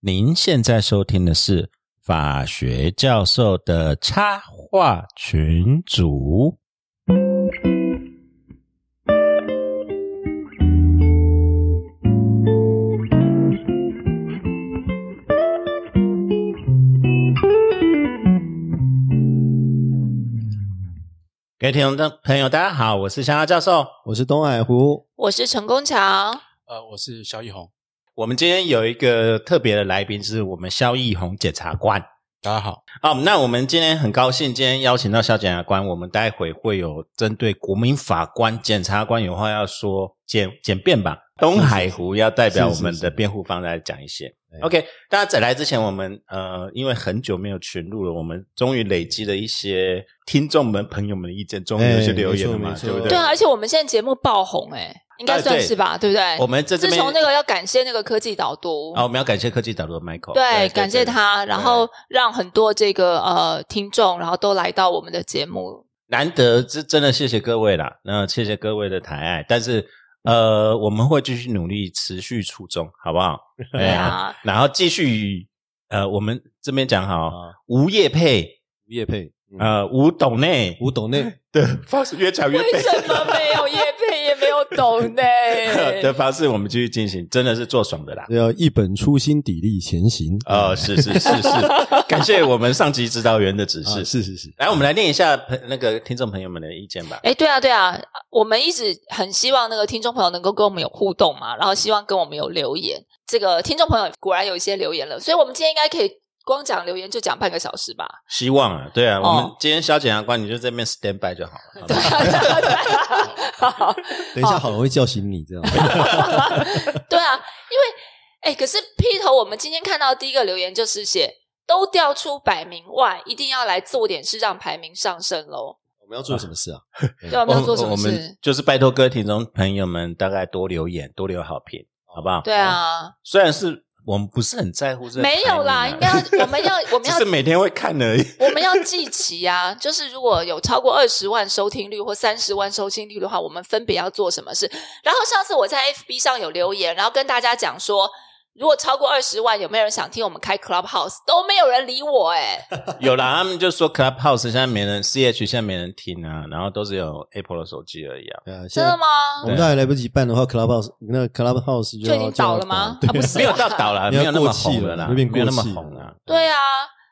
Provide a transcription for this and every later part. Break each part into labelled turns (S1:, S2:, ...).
S1: 您现在收听的是法学教授的插画群组。各位听众的朋友，大家好，我是香蕉教授。
S2: 我是东海湖，
S3: 我是陈功强，
S4: 呃，我是萧一红，
S1: 我们今天有一个特别的来宾，是我们萧义宏检察官。
S4: 大家好。
S1: 好，那我们今天很高兴，今天邀请到萧检察官，我们待会会有针对国民法官、检察官有话要说，简简便吧。东海湖要代表我们
S2: 是是
S1: 的
S2: 是
S1: 辩护方来讲一些。
S2: 对
S1: OK，大家在来之前，我们呃，因为很久没有群录了，我们终于累积了一些听众们、朋友们的意见，终于有一些
S2: 哎
S1: 留言了
S2: 没
S1: 嘛，
S2: 错
S1: 对不
S2: 没
S1: 对？
S2: 错
S3: 对啊，而且我们现在节目爆红哎、应该算是吧，对不对？
S1: 我们在这
S3: 自
S1: 边
S3: 从那个要感谢那个科技导读，
S1: 啊，我们要感谢科技导入的 Michael，
S3: 哦对，感谢。他，然后让很多这个呃听众，然后都来到我们的节目，
S1: 难得，这真的谢谢各位啦，那、谢谢各位的抬爱，但是呃，我们会继续努力，持续出众，好不好？
S3: 对啊，
S1: 然后继续呃，我们这边讲好，
S2: 啊
S1: 无业配，
S2: 叶佩，啊，
S1: 呃，无懂内，
S2: 吴董 内，
S1: 的方式越讲越
S3: 为
S1: 背？
S3: 什么没 有叶佩，也没有 懂呢
S1: 的方式，我们继续进行，真的是做爽的啦。
S2: 要一本初心砥砺前行啊
S1: 呃，是是是 是，感谢我们上级指导员的指
S2: 啊
S1: 示。
S2: 是是是，
S1: 来，我们来念一下朋那个听众朋友们的意见 吧。
S3: 哎，对啊，对啊，我们一直很希望那个听众朋友能够跟我们有互动嘛，然后希望跟我们有留言。这个听众朋友果然有一些留言了，所以我们今天应该可以光讲留言就讲半个小时吧。
S1: 希望啊，对啊，
S3: 哦
S1: 我们今天萧检察官你就在那边 stand by 就好了。好不
S3: 对
S1: 好
S3: 啊，对啊对啊好
S2: 等一下好容易叫醒你这
S1: 哦
S2: 样，
S3: 对啊，因为哎，可是劈头我们今天看到第一个留言就是写都调出百名外，一定要来做点事让排名上升喽。
S2: 我们要做什 么事啊？
S3: 对，我们要做什
S1: 我
S3: 么
S1: 们
S3: 事？
S1: 就是拜托各位听众朋友们，大概多留言，多留好评，好不好？
S3: 对，啊，
S1: 虽然是我们不是很在乎这个
S3: 没有啦，
S1: 排名啊
S3: 应该要我们要我们
S1: 只
S3: 要
S1: 是每天会看 而已。
S3: 我们要记齐啊，就是如果有超过二十万收听率或三十万收听率的话，我们分别要做什么事？然后上次我在 FB 上有留言，然后跟大家讲说，如果超过二十万，有没有人想听我们开 Clubhouse？都没有人理我 哎、
S1: 有啦，他们就说 Clubhouse 现在没人，CH 现在没人听啊，然后都是有 Apple 的手机而已啊。
S2: 对啊，现
S3: 真
S2: 在
S3: 的吗？
S2: 我们大概来不及办的话，Clubhouse 那个 Clubhouse
S3: 就已
S2: 要
S3: 经倒了吗？
S2: 就要
S3: 啊，不是
S1: 没有
S3: 啊，
S1: 到倒啦，
S2: 你
S1: 没有
S2: 要
S1: 那么
S2: 过气
S1: 红了
S2: 了
S1: 啦，
S2: 有点
S1: 没有那么
S2: 过气
S1: 红啊。
S3: 对啊，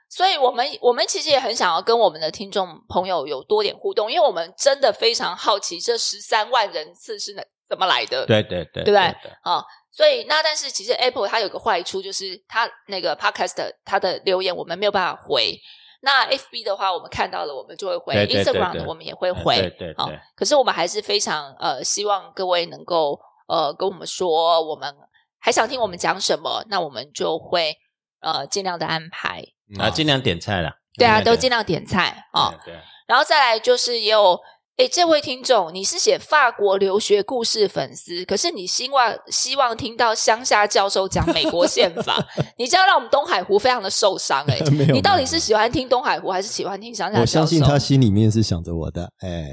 S3: 所以我们我们其实也很想要跟我们的听众朋友有多点互动，因为我们真的非常好奇这十三万人次是哪怎么来的。
S1: 对对对，
S3: 对不对？啊、所以那但是其实 Apple 它有个坏处就是它那个 Podcast 它的留言我们没有办法回。那 FB 的话，我们看到了，我们就会回
S1: 对对对
S3: Instagram
S1: 对
S3: 的我们也会
S1: 对
S3: 回。
S1: 对对
S3: 好
S1: 对，
S3: 可是我们还是非常呃，希望各位能够呃跟我们说，我们还想听我们讲什么，那我们就会呃尽量的安排。
S1: 啊，尽量点菜啦。
S3: 对啊，都尽
S1: 尽
S3: 量点菜
S1: 量
S3: 啊、
S1: 点。对对
S3: 然后再来就是也有，诶，这位听众，你是写法国留学故事粉丝，可是你希望希望听到乡下教授讲美国宪 法，你这样让我们东海湖非常的受伤诶，
S2: 没有
S3: 你到底是喜欢听东海湖，还是喜欢听乡下教授？
S2: 我相信 他心里面是想着我的，哎，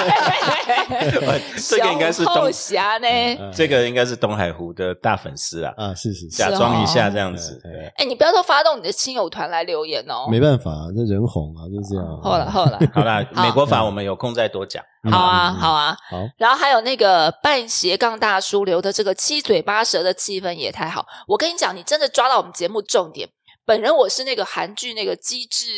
S1: 啊 这个应该是
S3: 小
S1: 东
S3: 后侠呢。
S2: 嗯
S1: 这个应该是东海湖的大粉丝啦，
S2: 啊，是是是
S1: 假，装一下这样
S2: 是
S1: 子
S2: 哦。对
S1: 对
S3: 哎，你不要都发动你的亲友团来留言哦。
S2: 没办法啊，这人红啊，就是这样。
S3: 好了，好了，
S1: 好啦，
S3: 好
S1: 美国法我们有空再多讲。
S2: 嗯
S3: 好啊，好啊。
S2: 好，
S3: 然后还有那个半斜杠大叔留的这个七嘴八舌的气氛也太好，我跟你讲，你真的抓到我们节目重点。本人我是那个韩剧那个机智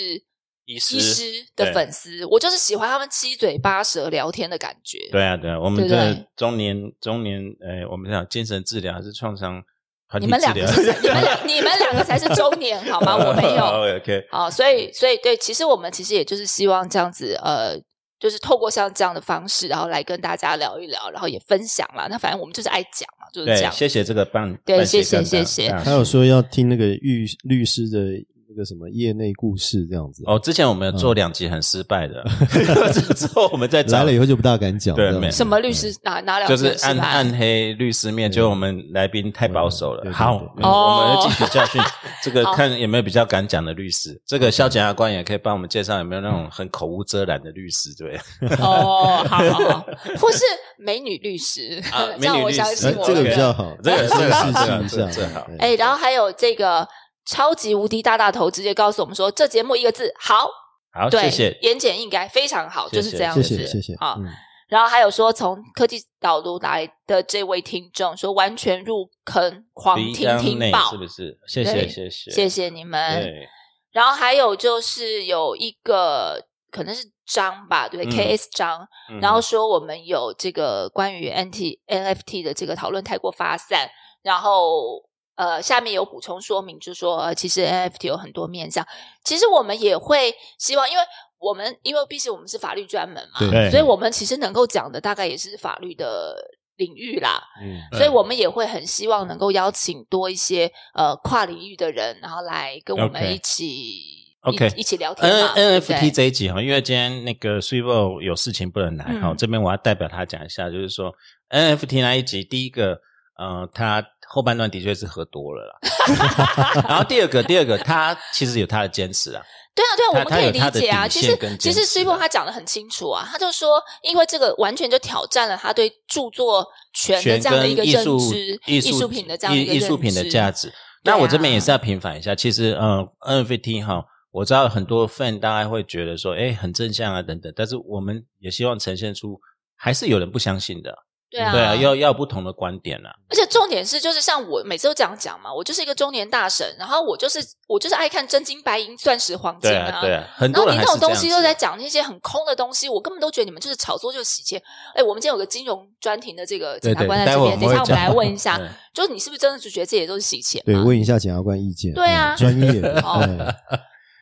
S1: 医
S3: 医师的粉丝，我就是喜欢他们七嘴八舌聊天的感觉。
S1: 对啊，对啊，我们
S3: 对不
S1: 这
S3: 对
S1: 中年中年，呃，我们讲精神治疗还是创伤团
S3: 你
S1: 体
S3: 们
S1: 治
S3: 两
S1: 疗
S3: 个？是你 们两你们两个才是中年好 吗？我没有。
S1: OK，
S3: 啊，所以所以对，其实我们其实也就是希望这样子，呃，就是透过像这样的方式，然后来跟大家聊一聊，然后也分享啦。那反正我们就是爱讲嘛，就是这
S1: 对，
S3: 样。
S1: 谢谢这个棒，
S3: 对
S1: 半斜
S3: 谢谢
S1: 杠大
S3: 谢谢
S1: 大
S2: 他有说要听那个律律师的那个什么业内故事这样子。
S1: 哦，之前我们有做两集很失败的， 之后我们再找
S2: 嗯来了以后就不大敢讲。
S1: 对
S2: 这样子
S1: 没
S3: 什么律师哪哪
S1: 嗯
S3: 两
S1: 就
S3: 个
S1: 是
S3: 是
S1: 暗
S3: 吧
S1: 暗黑律师面，就我们来宾太保守
S2: 对
S1: 了。
S2: 对
S1: 好，
S2: 对
S1: 嗯
S2: 对
S1: 我们
S3: 哦
S1: 要继续教 训这个，
S3: 好
S1: 看有没有比较敢讲的律师。这个肖检察官也可以帮我们介绍有没有那种很口无遮拦的律师，对不对？
S3: 哦，好好好，或是美女律师
S1: 啊，
S3: 这样
S1: 美女
S3: 我
S1: 律
S3: 相
S1: 师
S3: 信
S2: 哎
S3: 我
S2: 这个
S3: 的
S2: 比较好，
S1: 这个
S2: 这
S1: 这个好
S2: 试
S1: 这个
S2: 试一
S1: 这个
S2: 下
S1: 好。
S3: 哎，然后还有这个超级无敌大大头直接告诉我们说，这节目一个字好，
S1: 好，
S3: 对，
S1: 谢谢。
S3: 言简意赅，非常好，
S1: 谢
S3: 就是
S1: 谢
S3: 这样
S2: 谢
S3: 子。
S2: 谢谢谢
S3: 啊
S2: 嗯
S3: 然后还有说，从科技导读来的这位听众说，完全入坑，狂
S1: 鼻
S3: 听
S1: 腔
S3: 听
S1: 内
S3: 爆
S1: 是，不是？谢谢
S3: 对
S1: 谢谢
S3: 谢谢你们。
S1: 对，
S3: 然后还有就是有一个可能是张吧，对、
S1: 嗯
S3: k s 张，
S1: 嗯
S3: 然后说我们有这个关于 NT NFT 的这个讨论太过发散，然后呃下面有补充说明，就说、呃、其实 NFT 有很多面向，其实我们也会希望，因为我们因为毕竟我们是法律专门嘛，
S2: 对
S3: 所以我们其实能够讲的大概也是法律的领域啦，
S2: 嗯
S4: 对
S3: 所以我们也会很希望能够邀请多一些呃跨领域的人，然后来跟我们
S1: OK
S3: 一起。
S1: OK
S3: 一一起聊天
S1: N
S3: 嘛对
S1: N
S3: 不
S1: F
S3: 对
S1: T 这一集哈，因为今天那个 s u i v o 有事情不能来哈、
S3: 嗯
S1: 这边我要代表他讲一下，就是说 N F T 那一集，第一个，呃，他后半段的确是喝多了 啦，然后第二个，第二个他其实有他的坚持啦，
S3: 对啊，对啊，我
S1: 他
S3: 们可以
S1: 他有他
S3: 理
S1: 的
S3: 解啊。
S1: 底
S3: 其
S1: 线
S3: 实
S1: 跟坚
S3: 其实
S1: 持
S3: s i b o
S1: 啊
S3: 他讲的很清楚啊，他就说，因为这个完全就挑战了他对著作权的
S1: 权
S3: 这样的一
S1: 跟
S3: 个
S1: 艺
S3: 认
S1: 术
S3: 知、
S1: 艺
S3: 术品的这样的
S1: 艺
S3: 一个
S1: 艺术
S3: 认
S1: 品的
S3: 知
S1: 价值。那
S3: 对
S1: 我这边
S3: 啊
S1: 也是要平反一下，其实嗯，NFT 哈，我知道很多 fan 大概会觉得说，哎，很正向啊等等，但是我们也希望呈现出还是有人不相信的，
S3: 对啊，
S1: 对啊，要要不同的观点啊。
S3: 而且重点是，就是像我每次都这样讲嘛，我就是一个中年大神，然后我就是我就是爱看真金白银、钻石、黄金
S1: 对啊，对啊，很
S3: 然
S1: 多
S3: 后
S1: 人
S3: 你
S1: 还
S3: 那
S1: 是
S3: 种
S1: 这
S3: 东
S1: 样
S3: 西
S1: 子啊
S3: 都在讲那些很空的东西，我根本都觉得你们就是炒作，就是洗钱。哎，我们今天有个金融专题的这个检
S1: 对
S3: 察
S1: 对，
S3: 官在
S1: 待
S3: 这
S1: 会
S3: 边，等一
S1: 会
S3: 下我们
S1: 讲嗯
S3: 来问 一下，
S1: 对
S3: 就是你是不是真的就觉得这些都是洗钱嘛？
S2: 对，问一下检察官意见。
S3: 啊对啊
S2: 嗯专业的。
S3: 哦
S2: 哎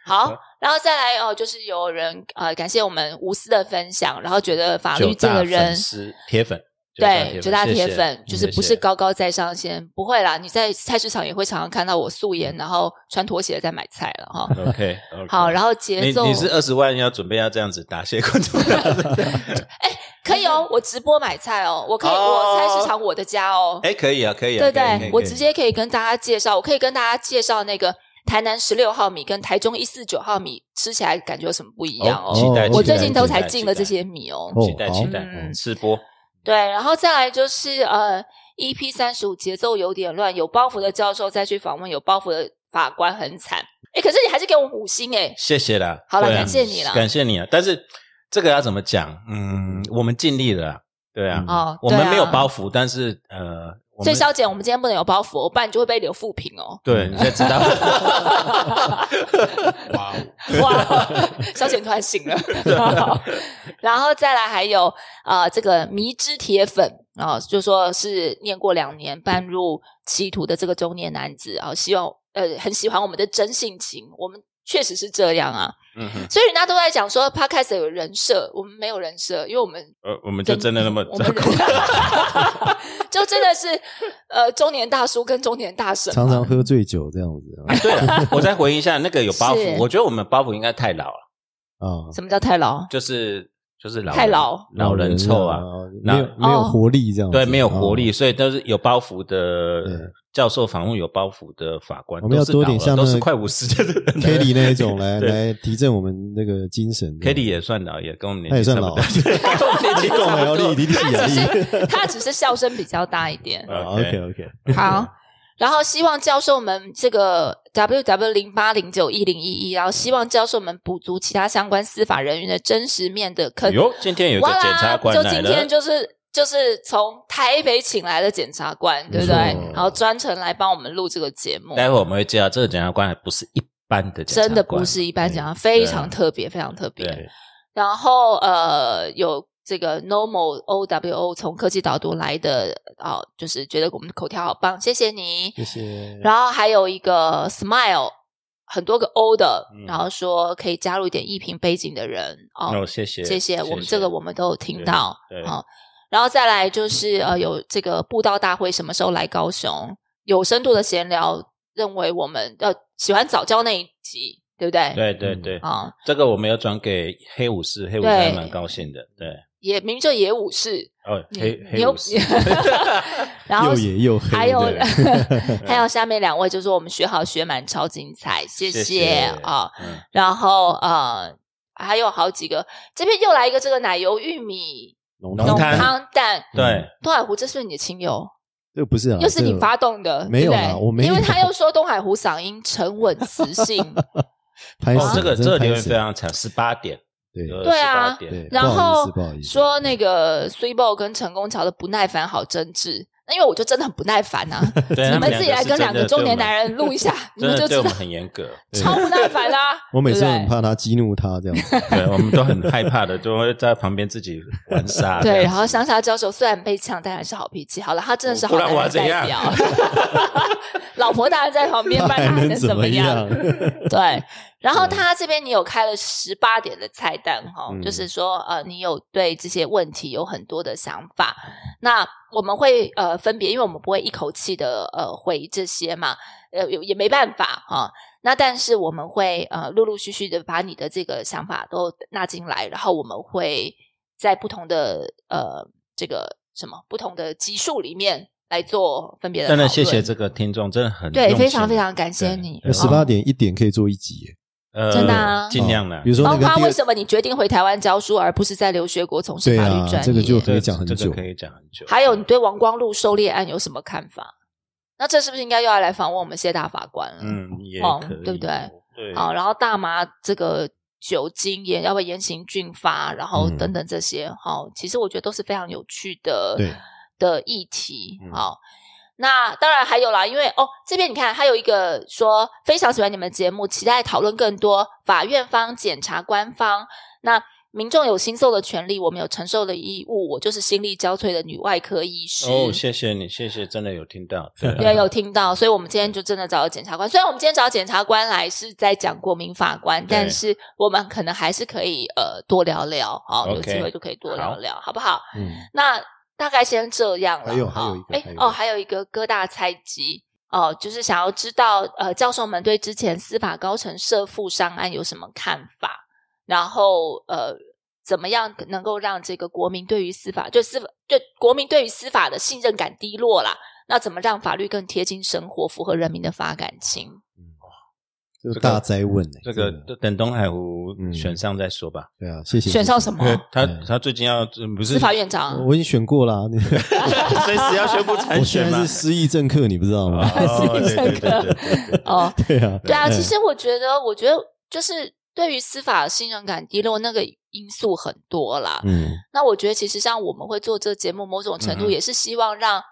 S3: 好，然后再来哦，就是有人呃感谢我们无私的分享，然后觉得法律
S1: 九
S3: 界
S1: 大
S3: 的人
S1: 粉丝铁粉，
S3: 对九大
S1: 谢
S3: 铁
S1: 谢嗯
S3: 粉，就是
S1: 谢
S3: 不
S1: 谢
S3: 是 高高在上先，不会啦，你在菜市场也会常常看到我素颜，然后穿拖鞋在买菜了 哈。
S1: OK，
S3: 好，然后节
S1: 你
S3: 奏
S1: 你是二十万要准备要这样子打谢观众 了？
S3: 可以哦，我直播买菜哦，我可以，我
S1: 哦
S3: 菜市场我的家哦，
S1: 哎，可以啊，可以啊，
S3: 对不
S1: 可以可
S3: 对
S1: 以？
S3: 我
S1: 可以
S3: 直接可以跟大家介绍，我可以跟大家介绍那个台南十六号米跟台中一四九号米吃起来感觉有什么不一样
S1: 哦
S3: 哦
S1: 期待，
S3: 我
S2: 期待
S3: 最近都
S1: 期待
S3: 才进了
S1: 期待
S3: 这些米哦，
S2: 哦
S1: 期待
S2: 好
S1: 期待
S3: 嗯
S1: 吃播，
S3: 对，然后再来就是呃，EP 三十五节奏有点乱，有包袱的教授再去访问有包袱的法官很惨。哎，可是你还是给我们五星哎，
S1: 谢谢啦，
S3: 好啦
S1: 对啊
S3: 感谢你啦
S1: 感谢你啊！但是这个要怎么讲？嗯，我们尽力了啦，对啊，
S3: 哦，
S1: 我们
S3: 对啊
S1: 没有包。袱，但是呃，我
S3: 所
S1: 们。
S3: 以肖姐，我们今天不能有包袱哦，不然你就会被留负评哦
S1: 对，你现在知道，
S4: 哇 哦，
S3: 哇， 肖姐突然醒 了， 然后再来还有啊、呃这个迷之铁粉啊、就说是念过两年半入歧途的这个中年男子啊、希望呃很喜欢我们的真性情，我们确实是这样啊。
S1: 嗯哼，
S3: 所以人家都在讲说 podcast 有人设，我们没有人设，因为我们
S1: 呃，我们就真的那么
S3: 我们 人 就真的是呃中年大叔跟中年大婶嘛，
S2: 常常喝醉酒这样子啊
S1: 哎对了，我再回应一下那个有包袱，
S3: 是
S1: 我觉得我们包袱应该太老了，
S2: 啊，
S3: 什么叫太老？
S1: 就是就是老人
S3: 太老
S1: 老人臭啊，，
S2: 没有没有
S3: 哦
S2: 活力这样子。
S1: 对，没有活力，
S2: 哦。
S1: 所以都是有包袱的
S2: 对
S1: 教授访问有包袱的法官，
S2: 我们要
S1: 都是老
S2: 多点
S1: 了
S2: 像那
S1: 都是
S2: 个
S1: 快五十的人
S2: Kelly 那一种来
S1: 对
S2: 来提振我们那个精神。
S1: ，Kelly 也算老，也跟我们年
S2: 他也
S1: 纪
S2: 算
S1: 差不
S2: 老
S1: 多，对跟我们年纪
S2: 够
S1: 差
S2: 没
S1: 不
S2: 有
S1: 多，
S2: 力，力力
S3: 只
S2: 力。
S3: 是 他只是笑声比较大一点
S1: 啊
S2: OK OK，
S3: 好。然后希望教授们这个 W W 零八零九一零一一，然后希望教授们补足其他相关司法人员的真实面的坑。
S1: 哟，今天有一个
S3: 哇
S1: 检察
S3: 啦！
S1: 官
S3: 就
S1: 来
S3: 今
S1: 了
S3: 天，就是就是从台北请来的检察官，对不对
S2: 没错？
S3: 然后专程来帮我们录这个节目，
S1: 待会我们会介绍这个检察官还不是一般的检察官，
S3: 真的不是一般检察官，非常特别，非常特别。
S1: 对，
S3: 然后呃，有这个 Normal O W O 从科技导读来的啊、哦就是觉得我们的口条好棒，谢谢你。
S2: 谢谢。
S3: 然后还有一个 Smile。很多个 O 的，
S1: 嗯
S3: 然后说可以加入一点艺评背景的人哦，
S1: 哦，谢谢
S3: 谢谢，我们这个我们都有听到
S1: 对对
S3: 哦。然后再来就是呃，有这个布道大会什么时候来高雄？有深度的闲聊，认为我们呃喜欢早教那一集，对不对？
S1: 对对对，
S3: 啊、
S1: 这个我没有转给黑武士，黑武士还蛮高兴的。对，
S3: 也明明就野武士，
S1: 哦，
S3: 你
S1: 黑
S3: 你
S1: 黑
S3: 又
S1: 武 士，
S3: 然后
S2: 又野又黑的，
S3: 还有还有下面两位就说我们学好学满超精彩，谢谢啊、
S1: 嗯
S3: 然后呃，还有好几个，这边又来一个这个奶油玉米
S2: 浓
S1: 浓
S3: 浓
S1: 汤
S3: 汤蛋。
S2: 嗯
S1: 对，
S3: 东海湖，这是不是你的亲友，
S2: 这个不是啊，
S3: 又是
S2: 这
S3: 你
S2: 个
S3: 发动的，
S2: 没有
S3: 对不对
S2: 啦我没有
S3: 因为他又说东海湖嗓音沉稳磁 性，
S2: 拍
S1: 哦，
S2: 死
S1: 这个
S2: 真
S1: 这个
S2: 拍
S1: 留言
S2: 死
S1: 非常呃长，十八点，
S2: 对
S3: 对啊
S1: 18点
S2: 对，
S3: 然
S2: 不好意思
S3: 后
S2: 不好意思
S3: 说那个 s u i b o 跟陈功桥的不耐烦好真挚，那因为我就真的很不耐 烦呐、啊，
S1: 对，
S3: 你
S1: 他
S3: 们
S1: 两
S3: 自己来
S1: 是
S3: 跟
S1: 真
S3: 两
S1: 的
S3: 个中
S1: 对
S3: 年
S1: 我们
S3: 男人录一下，你
S1: 真
S3: 们
S1: 的
S3: 就
S1: 对
S3: 知
S1: 我
S3: 道
S1: 们很严格，
S2: 对
S3: 超不耐烦啦、
S2: 我每次
S3: 对
S2: 都
S3: 不对
S2: 很怕他激怒他这样 子，
S1: 对我们都很害怕的，就会在旁边自己 玩沙。
S3: 对，
S1: 这样
S3: 然后乡下教授虽然被呛，但还是好脾气。好了，他真的是好
S1: 不然我要
S3: 男人
S1: 怎
S3: 代
S1: 样
S3: 表。 老婆当然在旁边，不然
S2: 还
S3: 他还
S2: 能
S3: 能怎
S2: 么
S3: 样？？ 对，然后
S2: 对
S3: 他这边你有开了十八点的菜单哈、
S2: 嗯
S3: 就是说呃，你有对这些问题有很多的想法。那我们会呃分别，因为我们不会一口气的呃回这些嘛，呃也也没办法哈、那但是我们会呃陆陆续续的把你的这个想法都纳进来，然后我们会在不同的呃这个什么不同的级数里面来做分别的。
S1: 真的谢谢。这个听众，真的很
S3: 对，
S1: 用
S3: 非
S1: 心
S3: 常非
S1: 的
S3: 常感谢你。哦
S1: 对
S2: 十八点一点可以做一集耶，哦
S1: 呃
S3: 真的啊
S1: 尽量啦
S2: 比。如说
S3: 包
S2: 那个
S3: 括
S2: 第
S3: 为
S2: 二，
S3: 什么你决定回台湾教书，而不是在留学国从事
S2: 对
S3: 法
S2: 啊
S3: 律专业？
S2: 这个就
S1: 这
S2: 可以讲很
S1: 这个
S2: 久
S1: 可以讲很久。
S3: 还有你对王光禄狩猎案有什么看法？那这是不是应该又要来访问我们谢大法官了？，
S1: 嗯，也
S3: 哦
S1: 可以，
S3: 对不对？
S1: 对，
S3: 好，啊然后大麻这个酒精也要不要严刑峻法，然后
S1: 嗯
S3: 等等这些，好、其实我觉得都是非常有趣的
S2: 对
S3: 的议题
S1: 嗯，
S3: 好。那当然还有啦，因为哦，这边你看，还有一个说非常喜欢你们的节目，期待讨论更多法院方、检察官方。那民众有行受的权利，我们有承受的义务。我就是心力交瘁的女外科医师。
S1: 哦，谢谢你，谢谢，真的有听到，对啊
S3: 对，有听到，所以我们今天就真的找了检察官。虽然我们今天找检察官来是在讲国民法官，
S1: 对
S3: 但是我们可能还是可以呃多聊聊，好，有
S1: OK，
S3: 机会就可以多聊
S1: 好
S3: 聊，好不好？
S2: 嗯，
S3: 那大概先这样了。
S2: 还有
S3: 哈
S2: 还有一个
S3: 哎
S2: 还有一个
S3: 哦，还有一个各大猜忌哦，就是想要知道呃教授们对之前司法高层涉富商案有什么看法，然后呃。怎么样能够让这个国民对于司法，就司法，就国民对于司法的信任感低落啦？那怎么让法律更贴近生活，符合人民的法感情？
S2: 这
S1: 这个
S2: 个大灾问耶
S1: 这个
S2: 真的
S1: 等东海湖
S2: 嗯
S1: 选上再说吧。
S2: 对啊，谢谢
S3: 选上
S1: 哦
S3: 什么？
S1: 他
S2: 嗯
S1: 他最近要不是
S3: 司法院长啊
S2: 我我已经选过了啊，你
S1: 随时要宣布参
S2: 我
S1: 选
S2: 现
S1: 吗
S2: 在是？失忆政客，你不知道吗？
S1: 哦对 对对对对对
S3: 哦，
S2: 对啊，
S3: 对啊，
S2: 嗯
S3: 其实我觉得，我觉得就是对于司法信任感低落那个因素很多啦。
S2: 嗯，
S3: 那我觉得，其实像我们会做这个节目，某种程
S1: 嗯
S3: 度
S1: 哼
S3: 也是希望让、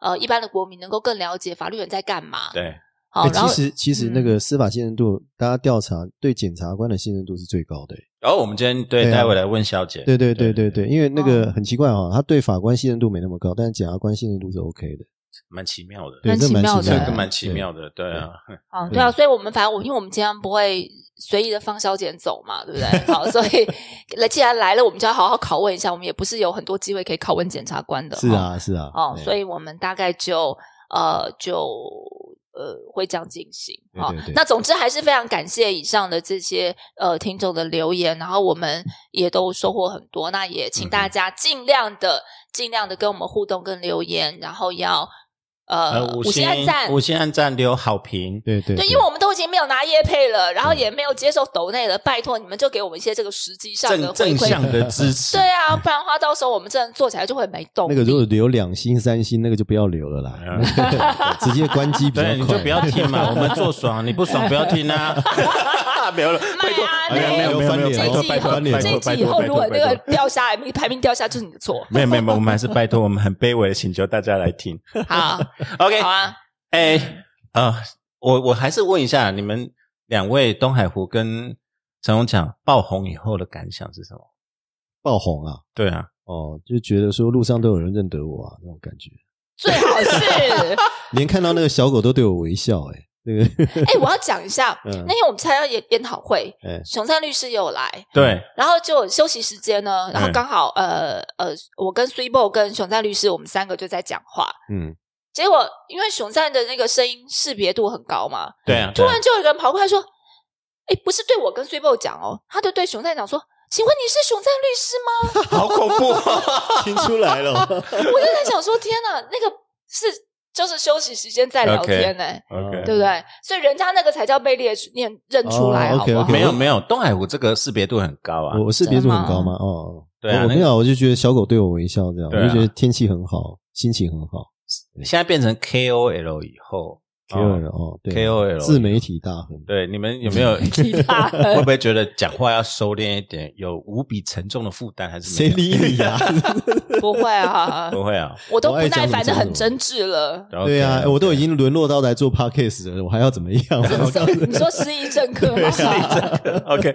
S3: 呃一般的国民能够更了解法律人在干嘛。
S1: 对，
S3: 好，
S2: 哎
S3: 然后
S2: 其实其实
S3: 嗯
S2: 那个司法信任度，大家调查对检察官的信任度是最高的耶。
S1: 然哦后我们今天对
S2: 对啊
S1: 待会来问小姐，
S2: 对对对对对，因为那
S3: 哦
S2: 个很奇怪哈，他对法官信任度没那么高，但是检察官信任度是 OK 的。
S1: 蛮奇妙的，
S2: 对，
S3: 蛮
S2: 这
S3: 奇
S2: 蛮
S3: 妙的
S2: 奇
S1: 这
S2: 妙
S1: 个
S2: 的，
S1: 蛮奇妙的，对啊，
S2: 嗯
S3: 啊，对啊，所以我们反正我因为我们经常不会随意的放消检走嘛，对不对？好，所以 来既然来了，我们就要好好拷问一下。我们也不是有很多机会可以拷问检察官的，
S2: 对。是啊是啊，
S3: 哦，哦，
S2: 对
S3: 所以我们大概就呃就呃会这样进行
S2: 对
S3: 哦
S2: 对对
S3: 那总之还是非常感谢以上的这些呃听众的留言，然后我们
S1: 嗯
S3: 也都收获很多。那也请大家尽量的、尽量的跟我们互动跟留言，然后要呃
S1: 呃，五
S3: 星按赞，
S1: 五星按赞留好评，
S2: 对对
S3: 对，因为我们都已经没有拿叶配了，然后也没有接受抖内了，拜托你们就给我们一些这个实际上的
S1: 正
S3: 回
S1: 正向
S3: 馈。
S1: 的支持哎
S3: 对，啊，不然的话，到时候我们真的做起来就会没动力。
S2: 那个如果留两星三星，那个就不要留了啦，
S1: 嗯
S2: 那个 直接关机比较快。
S1: 对，你就不要听嘛，我们做爽，你不爽不要听啊， 没有了，拜托，哎
S3: 麦啊
S1: 没有没有没有，哦
S2: 那
S1: 拜
S3: 这一
S1: 托
S3: 季以
S1: 拜
S3: 后
S1: 托拜
S3: 这一
S1: 托
S3: 季
S1: 拜
S3: 以
S1: 托
S3: 后，
S1: 拜
S3: 如果
S1: 托
S3: 那
S1: 拜
S3: 个
S1: 托。
S3: 掉下来，排名掉下就是你 的错。
S1: 没有没有，没有我们还是拜托，我们很卑微的请求大家来 听。
S3: 好，
S1: OK，
S3: 好啊，
S1: 哎、呃，我我还是问一下，你们两位东海湖跟陈宏强爆红以后的感想是什么？
S2: 爆红啊！
S1: 对啊，
S2: 哦，就觉得说路上都有人认得我啊，那种感觉，
S3: 最好是
S2: 连看到那个小狗都对我微笑、哎，那个，
S3: 哎，我要讲一下，
S2: 嗯
S3: 那天我们参加研研讨会，
S1: 嗯
S2: 哎、
S3: 熊灿律师也有来，
S1: 对，
S3: 然后就休息时间呢，然后
S1: 嗯
S3: 刚好呃呃，我跟 s u i b o 跟熊灿律师，我们三个就在讲话，
S2: 嗯，
S3: 结果因为熊赞的那个声音识别度很高嘛，
S1: 对啊，
S3: 突
S1: 对啊
S3: 然就有一个人跑过来说：“哎，不是对我跟 s u p e 讲哦，他就对熊赞讲说。”请问你是熊赞律师
S1: 好
S3: 吗？
S1: 恐怖啊，
S2: 听出来了。
S3: 我就在想说，天哪，那个是就是休息时间在聊
S1: OK 嗯
S3: 天呢、
S2: 嗯
S1: OK
S3: 对不对？所以人家那个才叫被列出念认出来，
S2: 哦
S3: 好不好？
S2: OK，OK
S1: 没有没有，东海湖这个识别度很高啊
S2: 我，我识别度很高吗？哦，
S1: 对啊
S2: 我我
S1: 那
S2: 没有，我就觉得小狗对我微笑这样，
S1: 对啊哦
S2: 我就觉得天气很好，心情很好。
S1: 现在变成 KOL 以后
S2: KOL
S1: 哦
S2: 哦，对
S1: KOL
S2: 自媒体大亨，
S1: 对你们有没 有
S3: 其他
S1: 会
S3: 人
S1: 不会觉得讲话要收敛一点，有无比沉重的负担还是
S2: 谁
S1: 没有？
S2: 理你啊呀？
S3: 不会啊，
S1: 不会啊，
S3: 我都
S2: 我
S3: 不
S2: 爱讲
S3: 耐烦
S2: 什
S3: 的
S2: 么讲
S3: 很
S2: 什
S3: 真挚了。
S2: 对啊，
S1: OK，OK
S2: 我都已经沦落到来做 podcast 了，我还要怎么样？
S3: 你说失忆政客吗？
S1: OK，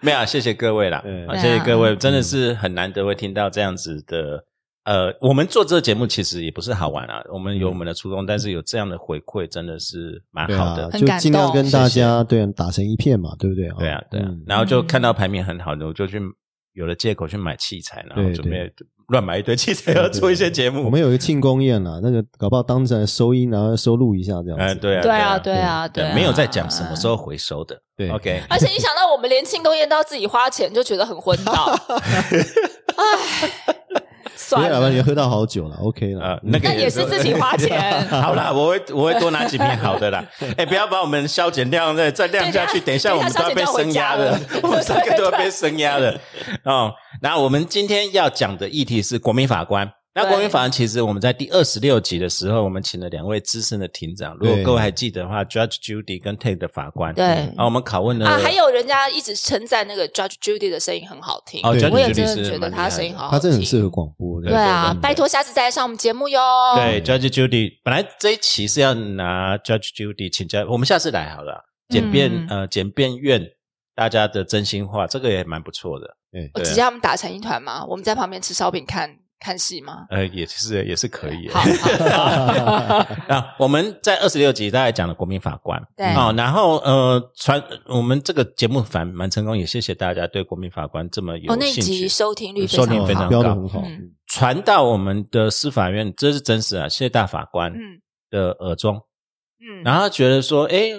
S1: 没有啊，谢谢各位啦
S2: 对，
S1: 啊谢谢各位，真的是很难得会听到这样子的。呃，我们做这个节目其实也不是好玩啊，我们有我们的初衷，但是有这样的回馈真的是蛮
S2: 对
S1: 好
S2: 啊
S1: 的。，
S3: 很
S2: 就
S3: 感
S2: 尽量
S3: 动
S2: 跟大
S1: 谢谢
S2: 家对打成一片嘛，对不对？
S1: 对啊，对啊
S2: 嗯，
S1: 然后就看到排名很好的，我就去有了借口去买器材，然后
S2: 对
S1: 准备乱买一堆器材，要做一些节目。
S2: 我们有一个庆功宴啦，那个搞不好当成收音，然后收录一下这样
S1: 呃，
S2: 子。
S1: 对啊，
S3: 对啊，
S1: 啊，
S3: 对啊，对啊，
S1: 没有在讲什么时。候回收的。
S2: 对
S1: OK，
S3: 而且一想到我们连庆功宴都要自己花钱，就觉得很昏倒。唉，
S2: 因为
S3: 算
S2: 老板
S3: 了，
S2: 也喝到好酒了，OK 嗯了
S1: 呃，，那个
S3: 那也是自己花钱
S1: 好啦，我会我会多拿几瓶好的 啦。哎、不要把我们消减量再再量下去，
S3: 对
S1: 等一下我们都要被升压
S3: 等
S1: 的
S3: 一下 消减掉回家了，
S1: 我们三个都要被升压的。哦，那我们今天要讲的议题是国民法官。那
S3: 对
S1: 国民法官其实我们在第二十六集的时候，我们请了两位资深的庭长，如果
S2: 对
S1: 各位还记得的话，Judge Judy 跟 Tate 的法官。
S3: 对
S1: 然后我们拷问了
S3: 啊，还有人家一直称赞那个 Judge Judy 的声音很好听，
S1: 哦
S2: 对
S1: ，Judge
S3: 我也
S1: Judy
S3: 真
S1: 是
S3: 的觉得
S1: 蛮厉
S3: 他
S1: 害
S3: 声音好好
S2: 他
S3: 听。
S2: 真的很适合广播的。
S3: 对啊，
S1: 对
S3: 拜托下次再来上我们节目哟。
S1: 对，Judge Judy，本来这一期是要拿 Judge Judy 请教，我们下次来好了，啊简便、
S3: 嗯
S1: 呃简便院大家的真心话，这个也蛮不错的，
S2: 对，
S3: 我
S1: 对啊
S3: 直接让他们打成一团吗？我们在旁边吃烧饼看看戏吗？
S1: 呃，也是也是可以的。
S3: 好，好
S1: 啊，我们在二十六集大概讲了国民法官，
S3: 对
S1: 哦，然后呃，传我们这个节目反蛮成功，也谢谢大家对国民法官这么有
S3: 哦，那一
S1: 兴趣。
S3: 集收听率非
S1: 收听率
S3: 常
S1: 非常
S3: 好
S1: 高。
S2: 哦标的很好。
S3: 嗯
S1: 传到我们的司法院，这是真实啊，谢谢大法官
S3: 嗯
S1: 的耳中，
S3: 嗯，
S1: 然后他觉得说，哎，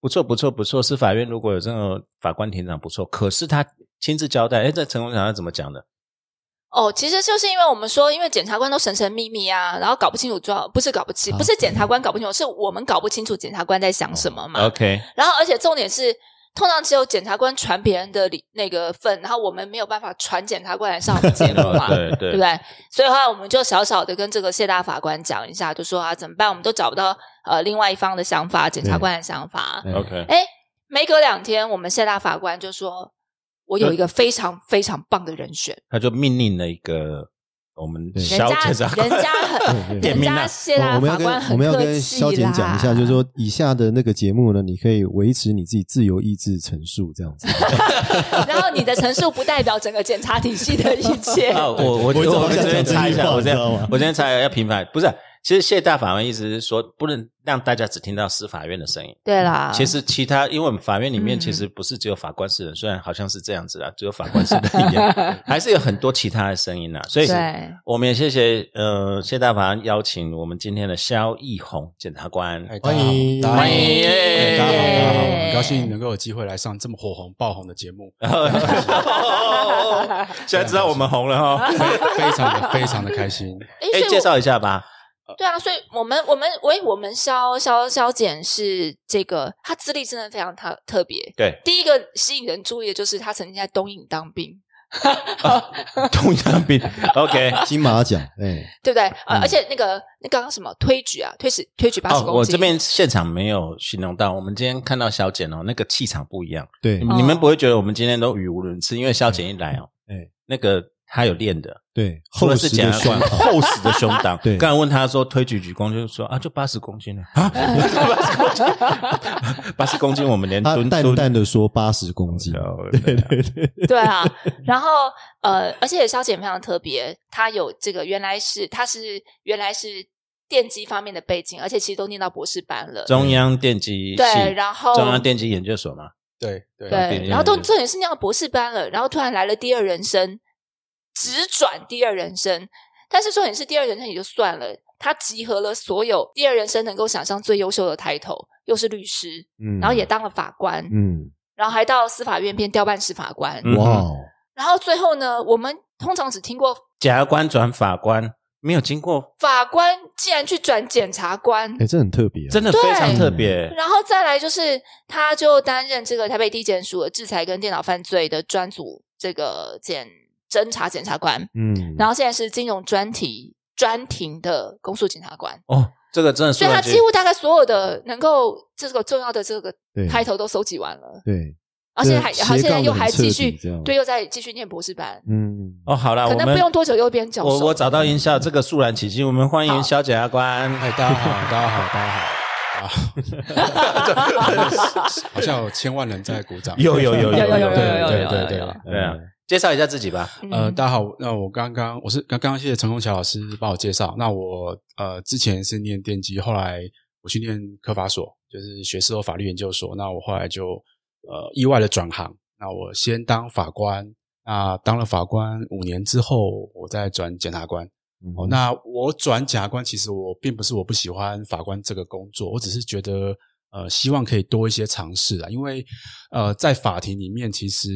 S1: 不错不错不错，司法院如果有这种法官庭长不错，可是他亲自交代，哎，在成功场他怎么讲的？
S3: 哦，其实就是因为我们说，因为检察官都神神秘秘啊，然后搞不清楚状，不是搞不清，
S2: 啊
S3: 不是检察官搞不清楚，是我们搞不清楚检察官在想什么嘛。
S1: 哦 OK，
S3: 然后，而且重点是，通常只有检察官传别人的理那个份，然后我们没有办法传检察官来上我们节目 嘛。
S1: 对对
S3: 对不对？所以后来我们就小小的跟这个谢大法官讲一下，就说啊，怎么办？我们都找不到呃另外一方的想法，检察官的想法。
S2: 对
S1: OK，
S3: 哎，没隔两天，我们谢大法官就说，我
S1: 呃
S3: 有一个非常非常棒的人选，
S1: 他就命令了一个我们
S3: 人
S1: 小
S3: 家
S1: 检察
S3: 人
S1: 官，
S3: 家很
S2: 对对
S1: 点
S3: 人
S1: 名
S3: 家
S1: 啊。
S3: 谢大
S2: 我们
S3: 法
S2: 要跟
S3: 官
S2: 我
S3: 很
S2: 们要
S3: 客
S2: 跟
S3: 气
S2: 肖检讲一下，
S3: 啦
S2: 就是说以下的那个节目呢，你可以维持你自己自由意志陈述这样子。
S3: 然后你的陈述不代表整个检察体系的一 切
S1: 啊，我我我
S2: 一直好
S1: 我
S2: 想
S1: 这边
S2: 讲
S1: 查一
S2: 句
S1: 下，
S2: 话
S1: 我这
S2: 你知道吗
S1: 样我这边查一下要平反，不是。其实谢大法官意思是说，不能让大家只听到司法院的声音。
S3: 对啦，
S1: 其实其他，因为我们法院里面
S3: 啊嗯
S1: 其实不是只有法官是人，虽然好像是这样子啦，只有法官是人一 样，还是有很多其他的声音啦。所以
S3: 对
S1: 我们也谢谢呃谢大法官邀请我们今天的肖义宏检察官，
S4: 嗨
S2: 欢迎
S4: 哎大家好
S1: 欢迎
S4: 哎
S1: 耶
S4: 大家好，大家好，
S3: 耶
S4: 哎很高兴能够有机会来上这么火红爆红的节目，
S1: 现在知道我们红了哈、哦，
S4: 非非常的非常的开心。
S3: 哎
S1: 哎，
S3: 所以
S1: 介
S3: 我
S1: 绍一下吧。
S3: 对啊，所以我们我们喂，我们肖肖肖检是这个，他资历真的非常特特别。
S1: 对，
S3: 第一个吸引人注意的就是他曾经在东影当兵，
S1: 通阳 兵，OK。
S2: 金马奖，哎，
S3: 对不对？
S1: 嗯
S3: 呃，而且那个那刚刚什么推举啊，推举推举 八十
S1: 哦
S3: 公，斤、
S1: 我这边现场没有形容到，我们今天看到小简哦，那个气场不一样。
S2: 对
S1: 你们
S3: 哦
S1: 你们不会觉得我们今天都语无伦次，因为肖简一来哦，
S2: 哎
S1: 那个他有练的，
S2: 对，
S1: 除
S2: 厚
S1: 了是
S2: 实
S1: 检
S2: 的
S1: 察
S2: 宣
S1: 官，
S2: 导，
S1: 厚实的胸膛。
S2: 对
S1: 刚才问他说推举举公就是说啊，就八十公 斤了 啊，八十公斤，八十公斤我们连
S2: 他
S1: 蹲
S2: 淡
S1: 蹲
S2: 淡的说八十公斤，
S1: 对啊对
S3: 对啊，然后呃，而且肖检非常特别，他有这个原来是他是原来是电机方面的背景，而且其实都念到博士班了，
S1: 中央电机系
S3: 对，然后
S1: 中央电机研究所嘛，
S4: 对对
S1: 对
S3: 对，然后都
S1: 对
S3: 重点是念到博士班了，然后突然来了第二人生，直转第二人生。但是重点是第二人生也就算了，他集合了所有第二人生能够想象最优秀的抬头，又是律师，
S2: 嗯
S3: 然后也当了法官，
S2: 嗯，
S3: 然后还到司法院变调办室法官。
S1: 嗯
S2: 哇哦，
S3: 然后最后呢，我们通常只听过
S1: 检察官转法官没有经过，
S3: 法官竟然去转检察官，
S2: 哎，这很特别啊，
S1: 真的非常特别。
S3: 然后再来就是他就担任这个台北地检署的制裁跟电脑犯罪的专组这个检侦查检察官，
S2: 嗯，
S3: 然后现在是金融专题专庭的公诉检察官。
S1: 哦，这个真的是
S3: 所以他几乎大概所有的能够这个重要的这个
S2: 对
S3: 开头都搜集完了，
S2: 对，
S3: 而
S2: 这
S3: 且还
S2: 斜
S3: 而现在
S2: 杠
S3: 又
S2: 得
S3: 还
S2: 很彻
S3: 继
S2: 底
S3: 续
S2: 这样
S3: 对，又在继续念博士 班，
S2: 嗯，
S1: 哦，好了，
S3: 可能
S1: 我们
S3: 不用多久又变教授
S1: 我我找到音效，这个肃然起敬，我们欢迎肖检察官。
S4: 哎，大家好，大家好，大家好。啊，呃好像有千万人在鼓掌。
S1: 有有有
S3: 有有有有
S4: 对
S3: 有有有
S4: 对
S3: 有
S4: 对
S3: 有
S4: 对。
S2: 嗯
S1: 对啊，介绍一下自己吧。
S4: 呃，
S3: 嗯
S4: 大家好，那我刚刚我是刚刚谢谢陈功桥老师帮我介绍。那我呃之前是念电机，后来我去念科法所，就是学士后法律研究所。那我后来就呃意外的转行，那我先当法官，那当了法官五年之后，我再转检察官。
S2: 嗯
S4: 哦，那我转检察官，其实我并不是我不喜欢法官这个工作，我只是觉得呃，希望可以多一些尝试啊，因为呃，在法庭里面，其实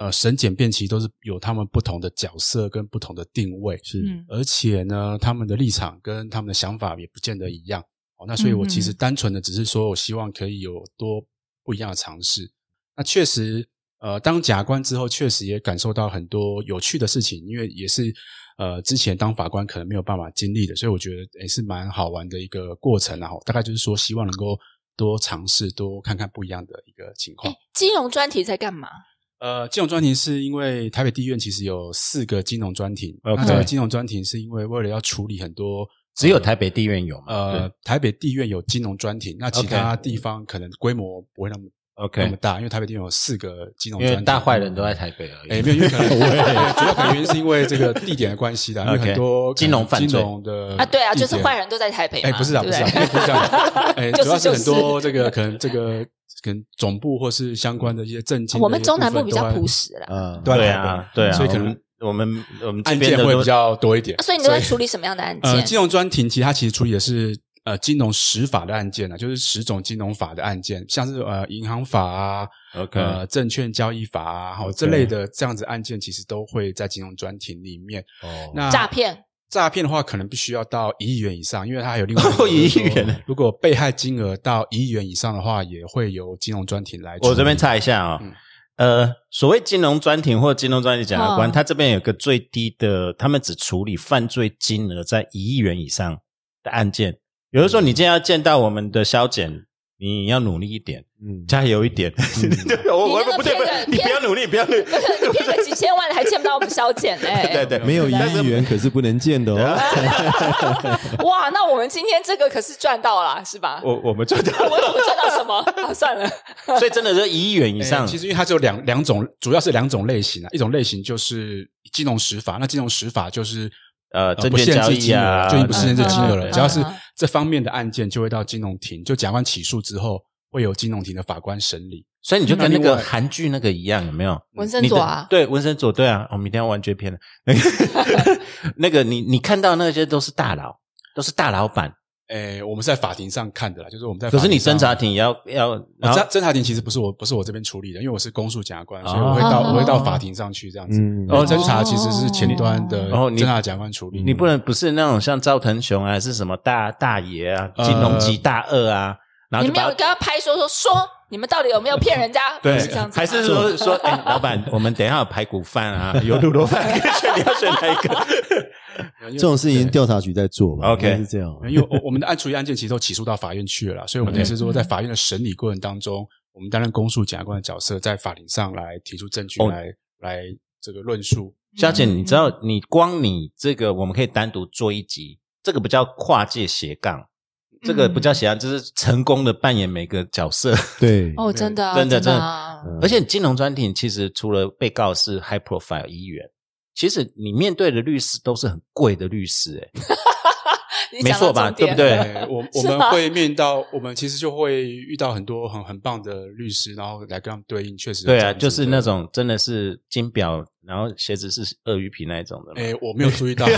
S4: 呃，审检辩其实都是有他们不同的角色跟不同的定位，
S2: 是
S3: 嗯
S4: 而且呢，他们的立场跟他们的想法也不见得一样。哦，那所以我其实
S3: 嗯
S4: 单纯的只是说我希望可以有多不一样的尝试。那确实，呃，当假官之后，确实也感受到很多有趣的事情，因为也是呃之前当法官可能没有办法经历的，所以我觉得也是蛮好玩的一个过程啊。然后大概就是说，希望能够多尝试，多看看不一样的一个情况
S3: 哎。，金融专题在干嘛？
S4: 呃，金融专庭是因为台北地院其实有四个金融专庭，
S1: OK
S4: 那这个金融专庭是因为为了要处理很多
S1: 只有台北地院有嘛？哦
S4: 呃
S1: 对
S4: 台北地院有金融专庭，那其
S1: OK
S4: 他地方可能规模不会那么那么
S1: ，OK，
S4: 大，因为台北地院有四个金融
S1: 因为
S4: 专庭，
S1: 大坏人都在台北而
S4: 哎，
S1: 已。
S4: 没有，因为可能 我也主要可能原因是因为这个地点的关系的，因为
S1: OK
S4: 很多
S1: 金融犯罪
S4: 金融的
S3: 啊，对啊，
S4: 地
S3: 就是
S4: 点
S3: 坏人都在台北嘛。
S4: 哎，不是啊，
S3: 对
S4: 不
S3: 对
S4: 是啊，不是这样。 哎，
S3: 就是
S4: 主要是很
S3: 就
S4: 多这个可能这个可能总部或是相关的一些政经的
S3: 啊我们
S4: 一些
S3: 中南部
S4: 部分
S3: 比
S4: 都
S3: 较
S4: 在
S3: 朴实啦，
S2: 啊，
S4: 对
S1: 对
S4: 台
S1: 啊
S4: 北，
S1: 对啊，
S4: 所以可能
S1: 我们我们我们这
S4: 案
S1: 边
S4: 件
S1: 的
S4: 会
S1: 都
S4: 比较多一点
S3: 啊。所以你都在
S4: 所以
S3: 处理什么样的案
S4: 呃，
S3: 件？
S4: 金融专庭其实它其实处理的是呃金融十法的案件呢、啊就是十种金融法的案件，像是呃银行法啊、
S1: OK
S4: 呃证券交易法啊，好、
S1: OK
S4: 这类的这样子案件，其实都会在金融专庭里面。
S1: 哦
S4: 那
S3: 诈骗
S4: 诈骗的话，可能必须要到一亿元以上，因为它还有另 外一个
S1: 哦一亿
S4: 就是说
S1: 元
S4: 如果被害金额到一亿元以上的话，也会由金融专庭来处理。
S1: 我这边插一下啊、
S4: 嗯
S1: 呃，所谓金融专庭或金融专庭检察官，
S3: 哦
S1: 他这边有个最低的，他们只处理犯罪金额在一亿元以上的案件。有
S2: 嗯
S1: 的时候，你今天要见到我们的消检，你要努力一点，
S2: 嗯，
S1: 加油一点。 对我我
S3: 你那个
S1: 不对不对
S3: 骗，人
S1: 你不要努力，不要努力。
S3: 你骗个几千万还见不到我们肖 检哎、
S1: 对对，
S2: 没有一
S1: 但是
S2: 亿元可是不能见的哦，
S3: 哇，那我们今天这个可是赚到了，是吧？
S1: 我我们就
S3: 我我们赚到 什么？啊、算了，
S1: 所以真的是一亿元以上。
S2: 哎
S4: 欸其实因为它只有两两种，主要是两种类型啊。一种类型就是金融实法，那金融实法就是
S1: 呃证
S4: 不
S1: 券
S4: 限
S1: 交
S4: 制
S1: 易
S4: 金额
S1: 啊
S4: 了就已经不是限制金额
S1: 嗯
S4: 了。只要是
S3: 嗯
S4: 这方面的案件，就会到金融庭，就甲方起诉之后，会有金融庭的法官审理。
S1: 所以你就跟那
S4: 那另
S1: 个
S4: 外
S1: 韩剧那个一样，有没有？
S3: 文森佐啊
S1: 你的对，文森佐，对啊，我明天要完结篇了。那个， 那个你你看到那些都是大佬，都是大老板，
S4: 诶，哎我们是在法庭上看的啦，就是我们在法
S1: 可
S4: 庭
S1: 是
S4: 上。
S1: 你侦查庭也要要，然
S4: 哦
S1: 后
S4: 侦侦查庭其实不是我，不是我这边处理的，因为我是公诉检察官，
S1: 哦
S4: 所以我会到
S3: 哦
S4: 我会到法庭上去这样子。
S2: 嗯
S4: 然后侦查其实是前端的
S1: 哦你
S4: 侦查检察官处理。
S1: 你不能不是那种像赵腾雄啊，还是什么大大爷啊，
S4: 呃
S1: 金融级大鳄啊，然后
S3: 你
S1: 就
S3: 没有
S1: 把
S3: 跟他拍说说说，你们到底有没有骗人家？
S1: 对
S3: 不是这样，子吗，
S1: 还是说说，哎，老板，我们等一下有排骨饭 啊，有卤肉饭， 你要选哪一个？
S2: 这种事情调查局在做嘛
S1: OK
S2: 应该是这样啊，
S4: 因为我我们的案处理案件其实都起诉到法院去了啦，所以我们
S1: OK
S4: 也是说，在法院的审理过程当中，我们担任公诉检察官的角色，在法庭上来提出证据
S1: 哦
S4: 来、来这个论述。
S1: 肖姐，
S3: 嗯
S1: 你知道，你光你这个，我们可以单独做一集，这个不叫跨界斜杠，
S3: 嗯
S1: 这个不叫斜杠，就是成功的扮演每个角色。
S2: 对，
S3: 哦，真的 啊、
S1: 真的
S3: 的啊
S2: 真的嗯
S1: 而且金融专庭其实除了被告是 high profile 议员，其实你面对的律师都是很贵的律师、欸，
S3: 你
S1: 没
S3: 讲
S1: 错
S3: 到
S1: 吧？
S3: 重点
S1: 对不对？
S4: 哎 我我
S3: 是
S4: 们
S3: 吗
S4: 会面到，我们其实就会遇到很多很很棒的律师，然后来跟他们对应，确实有
S1: 对
S4: 这
S1: 啊，
S4: 样子
S1: 就是
S4: 的
S1: 那种真的是金表然后鞋子是鳄鱼皮那一种的吗？
S4: 哎，我没有 注意到，我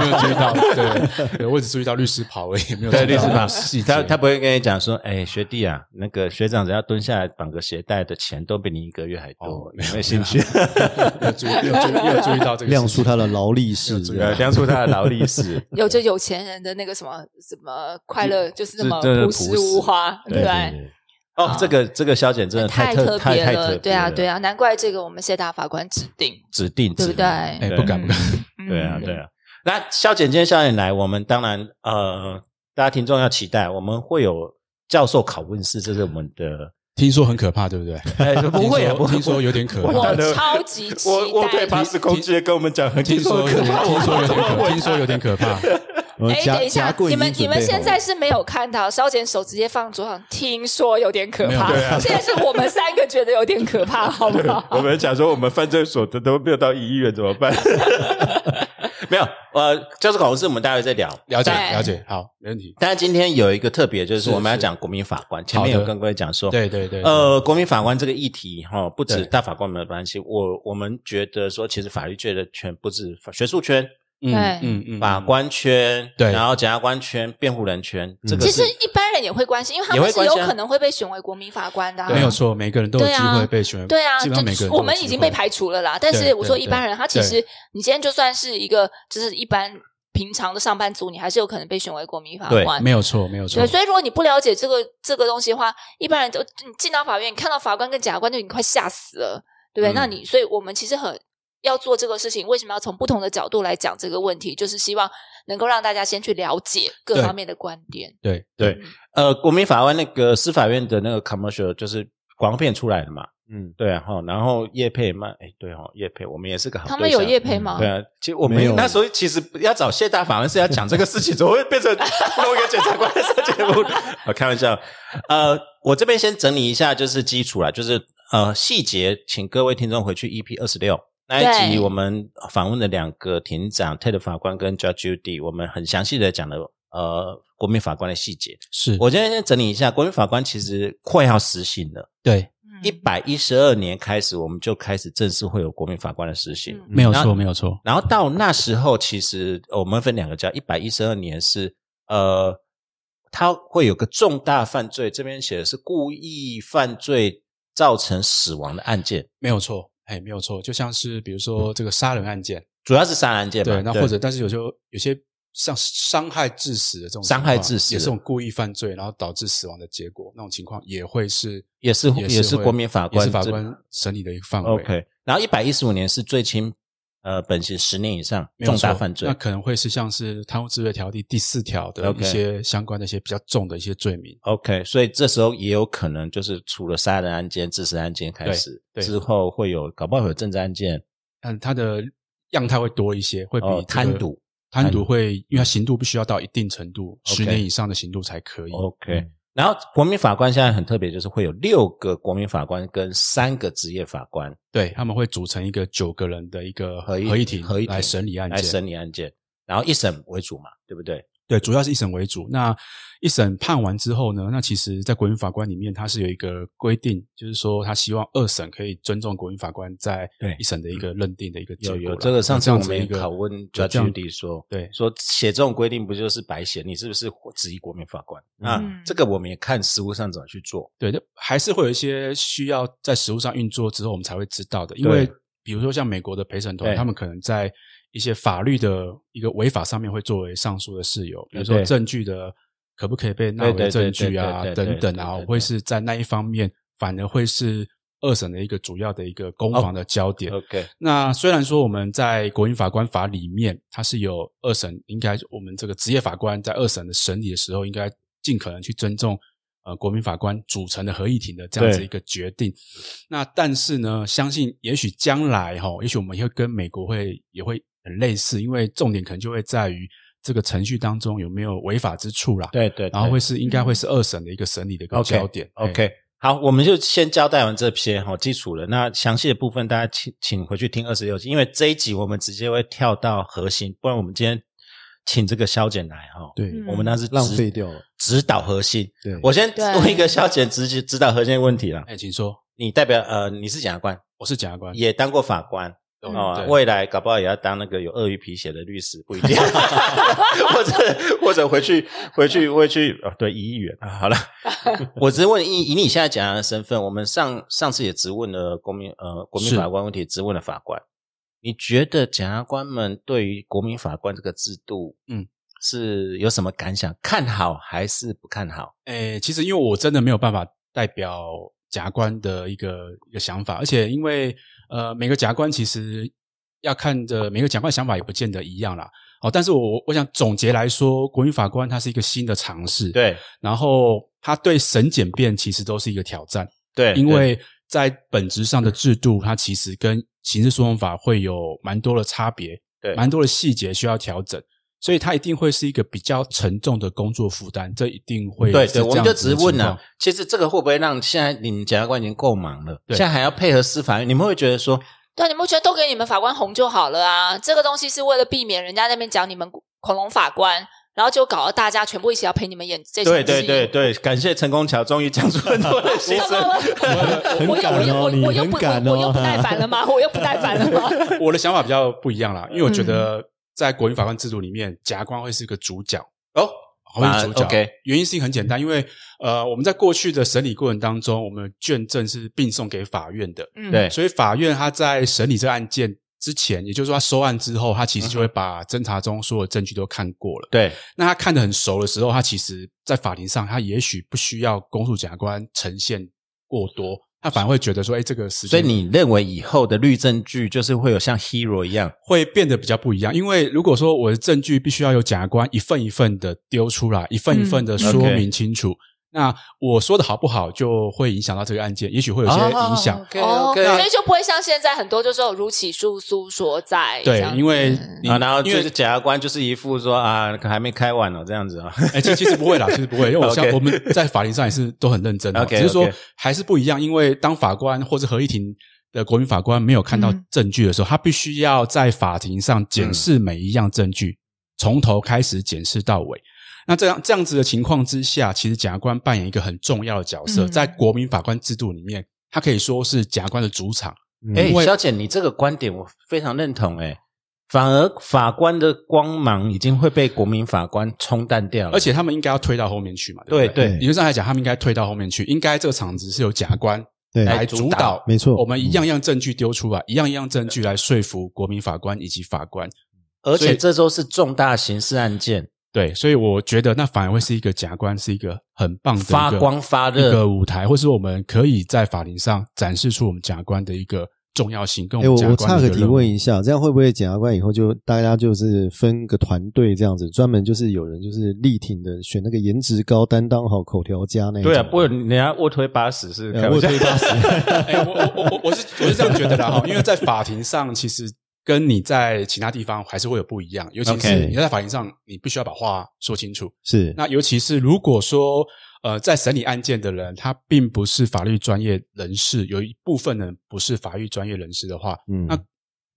S4: 没有注意到，对，对我只注意到律师袍而已，没有
S1: 对，
S4: 注
S1: 律
S4: 意到
S1: 师吧
S4: 细，节
S1: 他他不会跟你讲说，哎，学弟啊，那个学长只要蹲下来绑个鞋带的钱都比你一个月还多
S4: 哦，
S1: 有没有兴趣？
S4: 没有注意，没有注意，没有注意到这个事情，
S2: 亮出他的劳力士
S4: 没有，注意
S1: 呃，亮出他的劳力士，
S3: 有着有钱人的那个什么什么快乐，就是那么
S1: 这这
S3: 朴实无华，
S1: 对
S3: 对不对？
S2: 对
S1: 哦，这个这个消减真的太
S3: 特
S1: 特太
S3: 别
S1: 太特别
S3: 对啊，对
S1: 啊，
S3: 啊，难怪这个我们谢大法官指定。
S1: 指定
S3: 对不
S1: 指定
S3: 对
S4: 哎，不敢不敢，
S3: 嗯
S1: 对啊，对啊。那肖简今天肖简来，我们当然呃，大家听众要期待，我们会有教授拷问室，这是我们的，
S4: 听说很可怕，对不对？
S1: 哎，不会啊，
S4: 听
S1: 不
S4: 说
S1: 会，
S4: 听说有点可怕
S1: 我。
S3: 我超级期
S1: 我我对
S3: 待
S1: 八。十公斤的跟我们讲，很
S4: 听说有点，
S1: 可怕
S4: 听说有点可，听说有点可怕。
S2: 然后
S3: 哎，
S2: 夹
S3: 等一下
S2: 夹，棍
S3: 你
S2: 已经
S3: 们你
S2: 准备
S3: 们
S2: 好
S3: 现
S2: 了
S3: 在是没有看到肖简手直接放桌上，听说有点可
S4: 没有
S3: 怕
S4: 对。啊
S3: 现在是我们三个觉得有点可怕，好 不好？
S1: 我们讲说我们犯罪所得都没有到一亿元怎么办？ 没有，呃，教授考试我们待会再聊。
S4: 了解
S3: 对
S4: 了解，好，没问题。
S1: 但是今天有一个特别，就是
S4: 是
S1: 我们要讲国民法官。前
S4: 好的
S1: 面有跟各位讲说，
S4: 对对对，对，
S1: 呃，国民法官这个议题哈、不止
S4: 对
S1: 大法官没有关系，我我们觉得说，其实法律界的圈不止法学术圈、
S4: 嗯
S3: 对
S4: 嗯嗯，
S1: 法官圈，
S4: 对嗯
S1: 然后检察官圈、辩护人圈，这个
S3: 其
S1: 是
S3: 实一般人也会关心，因为他
S1: 也
S3: 们
S1: 会
S3: 是
S1: 关
S3: 有
S1: 心啊
S3: 可能会被选为国民法官的啊。
S4: 没有错，每个人都有
S3: 对
S4: 机
S3: 啊
S4: 会被选，
S3: 对啊，
S4: 基本上每个人
S3: 就
S4: 都有
S3: 我们
S4: 机
S3: 已
S4: 会
S3: 经被排除了啦。但
S4: 对
S3: 是我说
S4: 对
S3: 一般人，他其实你今天就算是一个就是一般平常的上班族，你还是有可能被选为国民法官。
S4: 没有错，没有错
S3: 对，，所以如果你不了解这个这个东西的话，一般人都你进到法院，你看到法官跟检察官就已经快吓死了，对不对？
S4: 嗯
S3: 那你，所以我们其实很要做这个事情，为什么要从不同的角度来讲这个问题？就是希望能够让大家先去了解各
S4: 对
S3: 方面的观点。
S4: 对
S1: 对呃，国民法官那个司法院的那个 commercial 就是广告片出来的嘛，
S2: 嗯，
S1: 对啊哈、然后叶配嘛，哎，对哦，叶配，我们也是个好
S3: 他们
S1: 对象
S3: 有业配吗？
S1: 对啊，其实我们
S2: 没有
S1: 那时候其实要找谢大法官是要讲这个事情，怎么会变成 弄一个检察官上 节目？我哦开玩笑，呃，我这边先整理一下，就是基础啦，就是呃细节，请各位听众回去 EP 二十六那一集，
S3: 对
S1: 我们访问了两个庭长 Ted 法官跟 Judge Judy，我们很详细的讲了呃国民法官的细节。
S4: 是，
S1: 我今天先整理一下，国民法官其实快要实行了，
S4: 对，
S3: 嗯
S1: 一百一十二年开始，我们就开始正式会有国民法官的实行。
S3: 嗯
S4: 没有
S1: 那
S4: 错，没有错，
S1: 然后到那时候，其实呃我们分两个叫一百一十二年是呃，它会有个重大犯罪，这边写的是故意犯罪造成死亡的案件，
S4: 没有错，哎，没有错，就像是比如说这个杀人案件，
S1: 主要是杀人案件嘛。
S4: 对，那或者但是有时候有些像伤害致死的这种情况
S1: 伤害致死的
S4: 也是种故意犯罪，然后导致死亡的结果，那种情况也会是
S1: 也是也
S4: 也
S1: 是
S4: 会
S1: 国民法官
S4: 也是法
S1: 这
S4: 官审理的一个范围。
S1: OK，然后一百一十五年是最轻呃本刑十年以上
S4: 没有
S1: 重
S4: 错
S1: 大犯罪
S4: 那。可能会是像是贪污治罪条例第四条的
S1: OK
S4: 一些相关的一些比较重的一些罪名。
S1: OK，所以这时候也有可能就是除了杀人案件、致死案件开始
S4: 对对
S1: 之后，会有搞不好会有政治案件，
S4: 但它的样态会多一些，会比、
S1: 哦贪渎，
S4: 贪
S1: 贪
S4: 渎
S1: 渎
S4: 会，因为它刑度必须要到一定程度，
S1: OK 哦
S4: 十年以上的刑度才可以。
S1: OK，、
S4: 嗯
S1: 然后国民法官现在很特别，就是会有六个国民法官跟三个职业法官
S4: 对，他们会组成一个九个人的一个
S1: 合
S4: 合
S1: 议
S4: 议庭
S1: 合议
S4: 来审理案件，
S1: 来审理案件，然后一审为主嘛，对不对？
S4: 对，主要是一审为主。那一审判完之后呢，那其实，在国民法官里面，他是有一个规定，就是说他希望二审可以尊重国民法官在
S1: 对嗯
S4: 一审的一个认定的一个结
S1: 有
S4: 果啦。
S1: 有这个，上次
S4: 这
S1: 我
S4: 样子
S1: 们
S4: 一
S1: 也
S4: 个
S1: 拷问
S4: 有这
S1: Judge
S4: 样
S1: Judy 说，
S4: 对
S1: 说写这种规定不就是白写？你是不是质疑国民法官？那、
S3: 嗯
S1: 这个我们也看实务上怎么去做。
S4: 对，那还是会有一些需要在实务上运作之后，我们才会知道的。因为
S1: 对
S4: 比如说像美国的陪审团，
S1: 对
S4: 他们可能在一些法律的一个违法上面会作为上诉的事由，比如说
S1: 对
S4: 证据的可不可以被纳
S1: 对
S4: 为
S1: 对
S4: 证
S1: 对
S4: 据啊
S1: 对对对
S4: 等等啊
S1: 对对，对
S4: 会是在那一方面反而会是二审的一个主要的一个攻
S1: 哦
S4: 防的焦点。
S1: OK，
S4: 那虽然说我们在国民法官法里面，它是有二审，应该我们这个职业法官在二审的审理的时候，应该尽可能去尊重呃国民法官组成的合议庭的这样子
S1: 对
S4: 一个决定。那但是呢，相信也许将来哈、也许我们会跟美国会也会很类似，因为重点可能就会在于这个程序当中有没有违法之处啦。，
S1: 对对嗯
S4: 然后会是应该会是二审的一个审理的一个焦点。哎
S1: OK，好，我们就先交代完这些哈、基础了。那详细的部分，大家请请回去听二十六集，因为这一集我们直接会跳到核心，不然我们今天请这个肖简来哈、
S4: 对
S3: 嗯
S1: 我们那是指
S2: 浪费掉了。
S1: 指导核心。
S2: 对，
S1: 我先
S3: 对
S1: 问一个肖简直接指导核心的问题了。
S4: 哎，请说，
S1: 你代表呃，你是检察官，
S4: 我是检察官。
S1: 也当过法官，
S4: 嗯
S1: 哦
S4: 对
S1: 未来搞不好也要当那个有鳄鱼皮鞋的律师，不一 定， 或者或者回去回去回去哦，对，一亿元啊， 好了，我只是问以以你现在讲的身份，我们上上次也质问了国民呃国民
S4: 是
S1: 法官问题，质问了法官，你觉得检察官们对于国民法官这个制度，
S4: 嗯，
S1: 是有什么感想？看好还是不看好？
S4: 诶，其实因为我真的没有办法代表检察官的一个一个想法，而且因为呃，每个检察官其实要看的每个检察官想法也不见得一样啦。哦，但是我我想总结来说，国民法官他是一个新的尝试，，
S1: 对
S4: 然后他对审检辩其实都是一个挑战，
S1: 对，
S4: 因
S1: 对
S4: 为在本质上的制度，它其实跟刑事诉讼法会有蛮多的差别，
S1: 对
S4: 蛮多的细节需要调整，所以它一定会是一个比较沉重的工作负担，这一定会
S1: 对
S4: 是
S1: 对，
S4: 这
S1: 我们
S4: 样
S1: 就
S4: 子
S1: 直
S4: 的
S1: 问
S4: 情
S1: 了、
S4: 况
S1: 其实这个会不会让现在你们检察官已经够忙了，
S4: 对
S1: 现在还要配合司法院，你们会觉得说，
S3: 对啊，你们觉得都给你们法官红就好了啊？这个东西是为了避免人家那边讲你们恐龙法官，然后就搞到大家全部一起要陪你们演这场戏。
S1: 对对对对，感谢陈功桥终于讲出很多的心
S3: 糟糕
S1: 声。
S2: 很
S3: 了。我又
S2: 敢哦
S3: 我又
S2: 你
S3: 我又
S2: 很
S3: 不
S2: 敢
S3: 我我又不
S2: 哦
S3: 耐烦了吗？我又不耐烦 了吗？
S4: 我的想法比较不一样啦，因为我觉
S1: 嗯
S4: 得在国民法官制度里面，检察官会是个主角
S1: 哦，
S4: 会是主角。
S1: 啊，OK
S4: 原因是很简单，因为呃，我们在过去的审理过程当中，我们卷证是并送给法院的，
S3: 嗯
S1: 对
S4: 所以法院他在审理这个案件之前，也就是说他收案之后，他其实
S1: 嗯
S4: 就会把侦查中所有证据都看过了。
S1: 对
S4: 那他看得很熟的时候，他其实在法庭上，他也许不需要公诉检察官呈现过多，他反而会觉得说，哎，这个时
S1: 所
S4: 间
S1: 以你认为以后的律政剧就是会有像 Hero 一样，
S4: 会变得比较不一样，因为如果说我的证据必须要有检察官一份一份的丢出来，一份一份的
S3: 嗯
S4: 说明清楚，那我说的好不好就会影响到这个案件，也许会有一些影响。
S3: 哦，
S1: OK，
S3: 所以就不会像现在很多就是如起诉书所在。
S4: 对
S3: 这样，子
S4: 因为你、
S1: 啊，然后就
S4: 因为
S1: 是检察官就是一副说啊，还没开完哦，这样子啊。
S4: 哎，其其实不会啦，其实不会，因为我
S1: OK
S4: 像我们在法庭上也是都很认真的，啊
S1: OK，
S4: 只是说
S1: OK
S4: 还是不一样，因为当法官或者合议庭的国民法官没有看到
S3: 嗯
S4: 证据的时候，他必须要在法庭上检视每一样证据，从头开始检视到尾。那这样这样子的情况之下，其实检察官扮演一个很重要的角色，
S3: 嗯
S4: 在国民法官制度里面，他可以说是检察官的主场。
S1: 哎
S2: 嗯，
S1: 小姐，你这个观点我非常认同，哎。反而法官的光芒已经会被国民法官冲淡掉了，
S4: 而且他们应该要推到后面去嘛，对不
S1: 嗯对
S4: 对？
S2: 对
S4: 理论上来讲，他们应该推到后面去，应该这个场子是由检察官
S2: 对
S4: 来
S1: 主
S4: 主
S1: 导
S4: 导，
S2: 没错
S4: 哎我们一样一样证据丢
S2: 嗯
S4: 出来，一样一样证据来说服国民法官以及法官。
S1: 而
S4: 所
S1: 且
S4: 以
S1: 这都是重大刑事案件，
S4: 对，所以我觉得那反而会是一个检察官是一个很棒的一个
S1: 发光发
S4: 嗯一个
S1: 热。
S4: 舞台，或是我们可以在法庭上展示出我们检察官的一个重要性，跟
S2: 哎、
S4: 我们
S2: 我
S4: 检
S2: 我
S4: 察
S2: 差
S4: 官的
S2: 个
S4: 一个
S2: 提
S4: 任务
S2: 问一下，这样会不会检察官以后就大家就是分个团队这样子，专门就是有人就是力挺的，选那个颜值高、担当好、口条佳那一种
S1: 对啊，不过人家卧推八十是
S2: 呃
S1: 开玩
S2: 卧
S1: 笑
S2: 推八十，
S4: 哎、我我我我是我是这样觉得的哈，因为在法庭上，其实跟你在其他地方还是会有不一样，尤其是
S1: OK
S4: 你在法庭上，你必须要把话说清楚。
S2: 是
S4: 那尤其是如果说呃，在审理案件的人，他并不是法律专业人士，有一部分人不是法律专业人士的话，
S2: 嗯
S4: 那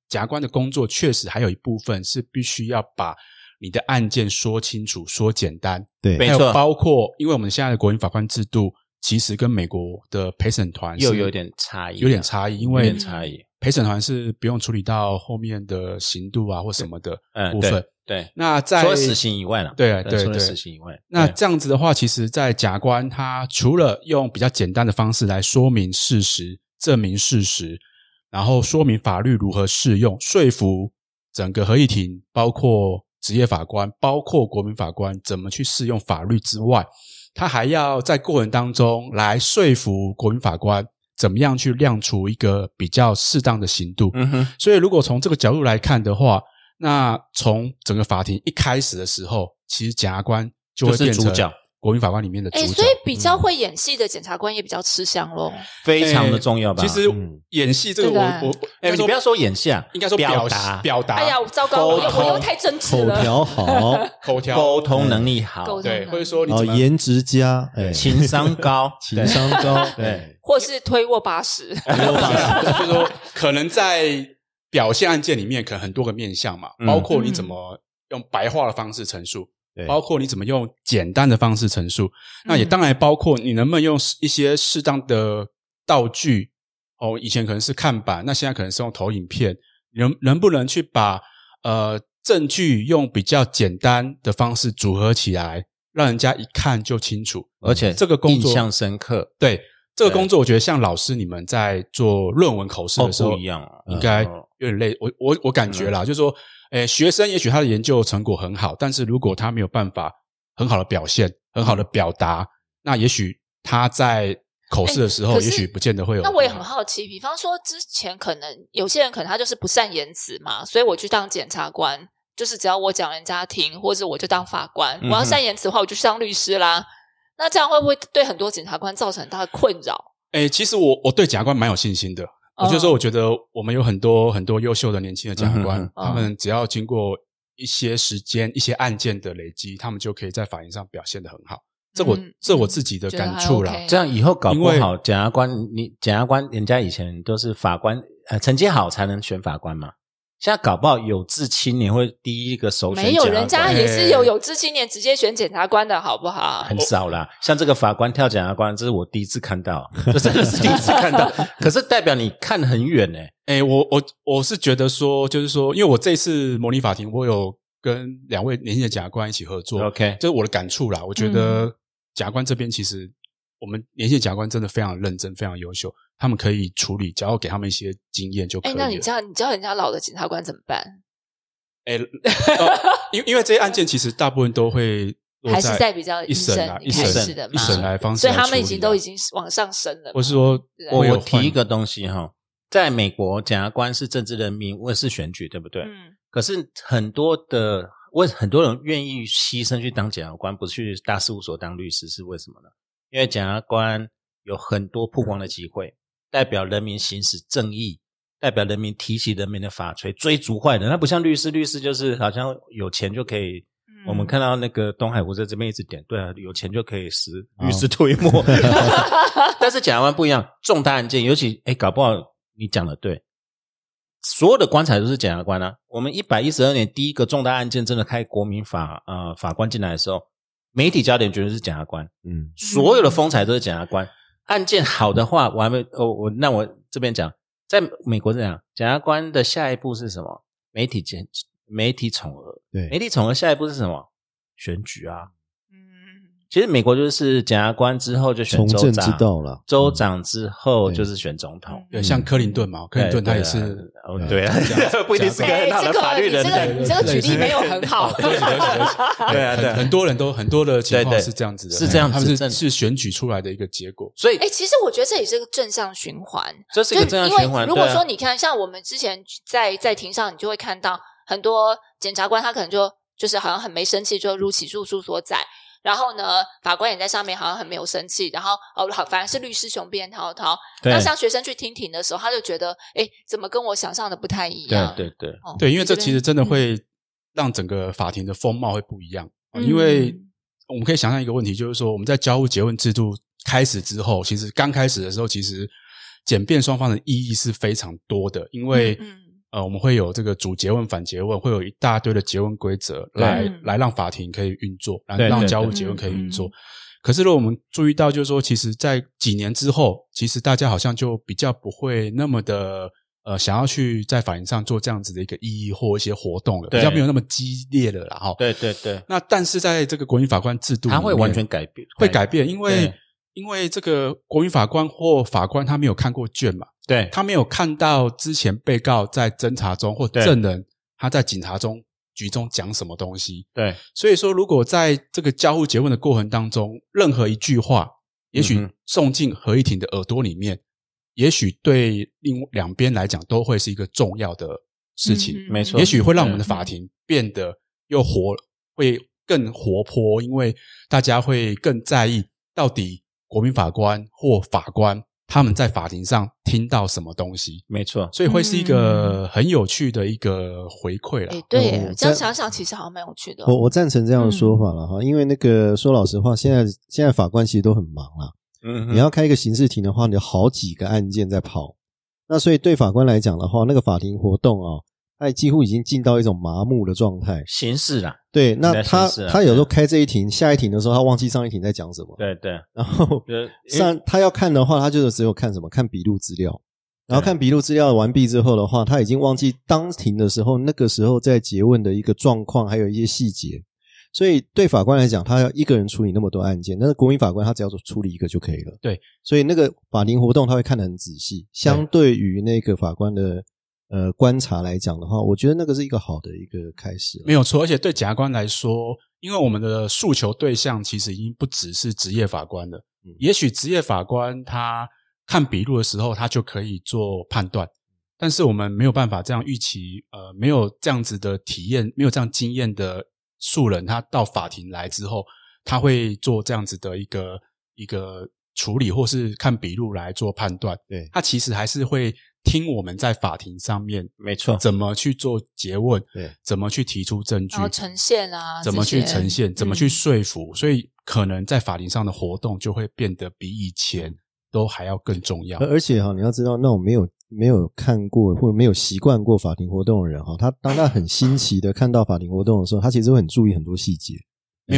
S4: 检察官的工作确实还有一部分是必须要把你的案件说清楚、说简单，
S2: 对
S1: 没
S4: 还有
S1: 错
S4: 包括因为我们现在的国民法官制度。其实跟美国的陪审团是
S1: 又有点差异，啊
S4: 有点差异，因
S1: 有
S4: 为
S1: 点差异。
S4: 陪审团是不用处理到后面的刑度啊或什么的
S1: 嗯，
S4: 部
S1: 对
S4: 分。
S1: 对，
S4: 那在
S1: 除了死刑以外了，
S4: 对对
S1: 除了
S4: 对
S1: 死刑以外，
S4: 那
S1: 对
S4: 这样子的话，其实，在甲官他除了用比较简单的方式来说明事实、证明事实，然后说明法律如何适用，说服整个合议庭，包括职业法官、包括国民法官怎么去适用法律之外，他还要在过程当中来说服国民法官怎么样去量出一个比较适当的刑度。
S1: 嗯哼，
S4: 所以，如果从这个角度来看的话，那从整个法庭一开始的时候，其实检察官就会
S1: 就是
S4: 变成
S1: 主角
S4: 国民法官里面的主
S3: 哎，
S4: 角。
S3: 所以比较会演戏的检察官也比较吃香喽。
S1: 非常的重要吧？
S4: 哎其实
S2: 嗯
S4: 演戏这个
S3: 对
S4: 我，
S3: 的
S4: 我我
S1: 哎，
S4: 应该
S1: 你不要说演戏啊，
S4: 应该说
S1: 表
S4: 达
S1: 达、
S4: 表达，
S3: 哎呀，糟糕，我又我又太真挚
S2: 口
S3: 了。
S2: 条好，
S4: 口条，
S1: 沟通能力好，
S3: 沟通
S4: 对，或者说你
S2: 然后
S4: 怎
S1: 哦
S4: 么
S2: 啊颜值佳，哎、
S1: 情商 高，
S2: 情商高，哎
S1: 对
S3: 或是推握八十，
S4: 就是说，可能在表现案件里面，可能很多个面向嘛，
S1: 嗯
S4: 包括你怎么用白话的方式陈述，
S2: 对
S4: 包括你怎么用简单的方式陈述，那也当然包括你能不能用一些适当的道具。哦，以前可能是看板，那现在可能是用投影片，能能不能去把呃证据用比较简单的方式组合起来，让人家一看就清楚，
S1: 而且
S4: 这个工作
S1: 印象深刻
S4: 对这个
S1: 对
S4: 工作，我觉得像老师你们在做论文口试
S1: 哦
S4: 的时候、
S1: 不一样哦，
S4: 应该
S1: 嗯
S4: 有点累。我我我感觉
S3: 嗯
S4: 啦，就是说，诶，学生也许他的研究成果很好，但是如果他没有办法很好的表现、很
S3: 嗯
S4: 好的表达，那也许他在口试的时候，
S3: 可
S4: 也
S3: 是
S4: 许不见得会有。
S3: 那我也很好奇，比方说之前可能有些人可能他就是不善言辞嘛，所以我去当检察官，就是只要我讲人家听，或者我就当法官。
S1: 嗯哼
S3: 我要善言辞的话，我就去当律师啦。那这样会不会对很多检察官造成很大的困扰？嗯
S4: 诶，其实我我对检察官蛮有信心的。我就说，我觉得我们有很多很多优秀的年轻的检察官
S1: 嗯，
S3: 哦哼
S4: 他们只要经过一些时间、一些案件的累积，他们就可以在法庭上表现的很好。这我、
S3: 嗯
S4: 这我自己的
S3: 觉得
S4: 感
S3: 还
S4: 触啦。
S3: OK
S1: 这样以后搞
S4: 因
S1: 不
S4: 为
S1: 好检察官，你检察官人家以前都是法官，呃，成绩好才能选法官嘛。现在搞不好有志青年会第一个首选
S3: 没
S1: 检察
S3: 有，
S1: 官，
S3: 人家
S4: 哎
S3: 也是有有志青年直接选检察官的好不好？
S1: 很少啦。像这个法官跳检察官，这是我第一次看到，啊 这真的是第一次看 到。可是代表你看很远呢、欸
S4: 哎、我我我是觉得说，就是说，因为我这次模拟法庭，我有跟两位年轻的检察官一起合作
S1: OK
S4: 这是我的感触啦。我觉得
S3: 嗯
S4: 检察官这边其实我们年轻的检察官真的非常认真，非常优秀，他们可以处理，只要给他们一些经验就可
S3: 哎
S4: 以，了。
S3: 那你教你教人家老的检察官怎么办？
S4: 哎、呃因因为这些案件其实大部分都会落
S3: 还是在比较
S4: 一审啊，
S3: 一
S4: 一
S3: 审
S1: 一
S4: 审
S1: 审
S3: 的嘛
S4: 一审来方式
S3: 所以
S4: 来处理啊，
S3: 他们已经都已经往上升了嘛。
S4: 或是说
S3: 对
S1: 我
S4: 会有
S1: 我提
S4: 换
S1: 一个东西哈，在美国检察官是政治任命，我是选举，对不对？
S3: 嗯，
S1: 可是很多的为很多人愿意牺牲去当检察官，不是去大事务所当律师，是为什么呢？因为检察官有很多曝光的机会，代表人民行使正义，代表人民提起人民的法锤，追逐坏人。他不像律师，律师就是好像有钱就可以。
S3: 嗯
S1: 我们看到那个东海湖在这边一直点，对啊，有钱就可以使律师推磨。但是检察官不一样，重大案件，尤其哎，搞不好你讲的对，所有的棺材都是检察官啊。我们一百一十二年第一个重大案件真的开国民法呃法官进来的时候，媒体焦点绝对是检察官，
S2: 嗯，
S1: 所有的风采都是检察官。案件好的话，我还没哦，我那我这边讲，在美国是这样，检察官的下一步是什么？媒体检媒体宠儿，媒
S2: 对，
S1: 体宠儿下一步是什么？选举啊。
S3: 嗯，
S1: 其实美国就是检察官之后就选
S2: 从
S1: 州
S2: 政之
S1: 长，
S2: 道嗯了，
S1: 州长之后
S2: 对
S1: 就是选总统。
S4: 对，像克林顿嘛，克林顿他也是
S1: 哎哦，对啊， 不一定是个
S3: 哎
S1: 很好的
S3: 这个
S1: 法律人
S3: 你这
S1: 才
S3: 个你这个举例没有很好
S4: 哦，对不起对不起对不 起
S1: 对啊对啊
S4: 很很多人都很多的情
S1: 对
S4: 况
S1: 对
S4: 是这样子的，
S1: 是这样子
S4: 他们
S1: 真
S4: 是
S1: 的
S4: 是选举出来的一个结果。
S1: 所以
S3: 哎、其实我觉得这也是个正向循环，
S1: 这是一个正向循环。
S3: 就如果
S1: 对啊
S3: 说你看，像我们之前在在庭上，你就会看到很多检察官，他可能就就是好像很没生气，就如起诉书所载。然后呢，法官也在上面好像很没有生气。然后哦，好，反而是律师雄辩滔滔。
S1: 对
S3: 那像学生去听庭的时候，他就觉得，哎，怎么跟我想象的不太一样？
S1: 对对对，
S3: 哦
S4: 对，因为这
S3: 边
S4: 其实真的会让整个法庭的风貌会不一样。
S3: 嗯
S4: 因为我们可以想象一个问题，就是说我们在交互诘问制度开始之后，其实刚开始的时候，其实检辩双方的意义是非常多的，因为、
S3: 嗯嗯
S4: 呃，我们会有这个主诘问、反诘问，会有一大堆的诘问规则
S1: 对
S4: 来
S3: 嗯
S4: 来让法庭可以运作，来
S1: 对对
S4: 让
S1: 对
S4: 交互诘问可以运作。
S3: 嗯嗯
S4: 可是，如果我们注意到，就是说，其实，在几年之后，其实大家好像就比较不会那么的呃，想要去在法庭上做这样子的一个意义或一些活动了，
S1: 对
S4: 比较没有那么激烈了啦。哈。
S1: 对对对，
S4: 那但是在这个国民法官制度里
S1: 他
S4: 面，
S1: 会完全改变，
S4: 会改变，因为
S1: 对
S4: 因为这个国民法官或法官他没有看过卷嘛，
S1: 对
S4: 他没有看到之前被告在侦查中或
S1: 对
S4: 证人他在警察中局中讲什么东西，
S1: 对
S4: 所以说，如果在这个交互诘问的过程当中，任何一句话，也
S1: 嗯
S4: 许
S1: 哼
S4: 送进合议庭的耳朵里面，也许对另两边来讲都会是一个重要的事情，
S3: 嗯
S1: 没错
S4: 也许会让我们的法庭变得又活，会更活泼，因为大家会更在意到底国民法官或法官他们在法庭上听到什么东西，
S1: 没错，
S4: 所以会是一个很有趣的一个回馈
S3: 哎
S4: 啦。，
S3: 对
S2: 我
S1: 哦
S3: 耶，这
S2: 在
S3: 样想想其实好像蛮有趣的哦。
S2: 我我赞成这样的说法了哈，因为那个说老实话，现在现在法官其实都很忙啦。
S1: 嗯
S2: 你要开一个刑事庭的话，你有好几个案件在跑，那所以对法官来讲的话，那个法庭活动啊，它几乎已经进到一种麻木的状态。
S1: 形式啦，
S2: 对，那
S1: 在
S2: 他
S1: 巡视啊
S2: 他有时候开这一庭，下一庭的时候，他忘记上一庭在讲什么，
S1: 对对，呃
S2: 然后
S1: 就是
S2: 上他要看的话，他就只有看什么看笔录资料，然后看笔录资料完毕之后的话，他已经忘记当庭的时候那个时候在诘问的一个状况，还有一些细节。所以对法官来讲，他要一个人处理那么多案件，但是国民法官他只要处理一个就可以了。
S4: 对，
S2: 所以那个法庭活动他会看得很仔细，相对于那个法官的呃观察来讲的话，我觉得那个是一个好的一个开始了。
S4: 没有错，而且对检察官来说，因为我们的诉求对象其实已经不只是职业法官了，也许职业法官他看笔录的时候，他就可以做判断，但是我们没有办法这样预期，呃，没有这样子的体验，没有这样经验的素人，他到法庭来之后，他会做这样子的一个一个处理，或是看笔录来做判断。
S2: 对
S4: 他其实还是会听我们在法庭上面
S1: 没错，
S4: 怎么去做诘问，
S2: 对，
S4: 怎么去提出证据
S3: 然后，呈现啊，
S4: 怎么去
S3: 这些
S4: 呈现，怎么
S3: 嗯
S4: 去说服，所以可能在法庭上的活动就会变得比以前都还要更重要
S2: 嗯而。而且哈，你要知道，那种没有没有看过或者没有习惯过法庭活动的人哈，他当他很新奇的看到法庭活动的时候，他其实会很注意很多细节。
S4: 没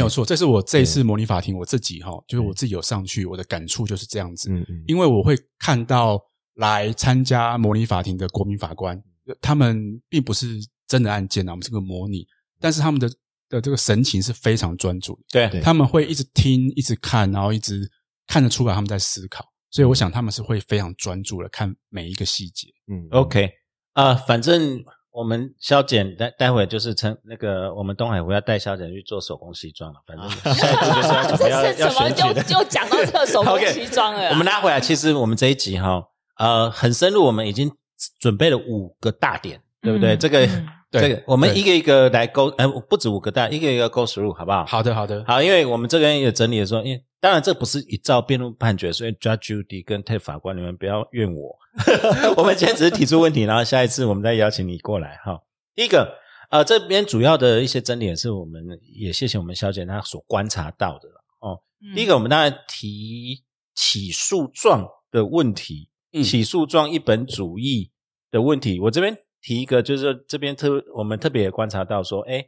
S2: 嗯
S4: 有错，这是我这一次模拟法庭我自己哈，就是我自己有上去，我的感触就是这样子。
S2: 嗯嗯，
S4: 因为我会看到来参加模拟法庭的国民法官，他们并不是真的案件啊，我们是个模拟，但是他们的的这个神情是非常专注的。
S1: 对
S2: 对
S4: 他们会一直听、一直看，然后一直看得出来他们在思考，所以我想他们是会非常专注的看每一个细节。
S2: 嗯
S1: OK 啊、反正我们肖简待待会就是成那个我们东海湖要带肖简去做手工西装了， 反正下一次就是要准备要
S3: 这是
S1: 要
S3: 怎么
S1: 选举的。
S3: 就就讲到这个 手工
S1: OK，
S3: 西装了啊？
S1: 我们拉回来，其实我们这一集哈，呃，很深入，我们已经准备了五个大点，对不对？
S3: 嗯
S1: 这个
S3: 嗯
S1: 这个
S4: 对，
S1: 我们
S4: 对
S1: 一个一个来勾，呃，不止五个大，一个一个勾 through，好不好？
S4: 好的，好的，
S1: 好，因为我们这边也整理了说，因为当然这不是一照辩论判决，所以 Judge Judy 跟 Ted 法官，你们不要怨 我。 我们今天只是提出问题，然后下一次我们再邀请你过来哈。第一个，呃，这边主要的一些争点是我们也谢谢我们小姐她所观察到的哦。
S3: 嗯
S4: 嗯
S1: 第一个，我们当然提起诉状的问题，
S4: 嗯
S1: 起诉状一本主义的问题。我这边提一个，就是这边特我们特别也观察到说，哎，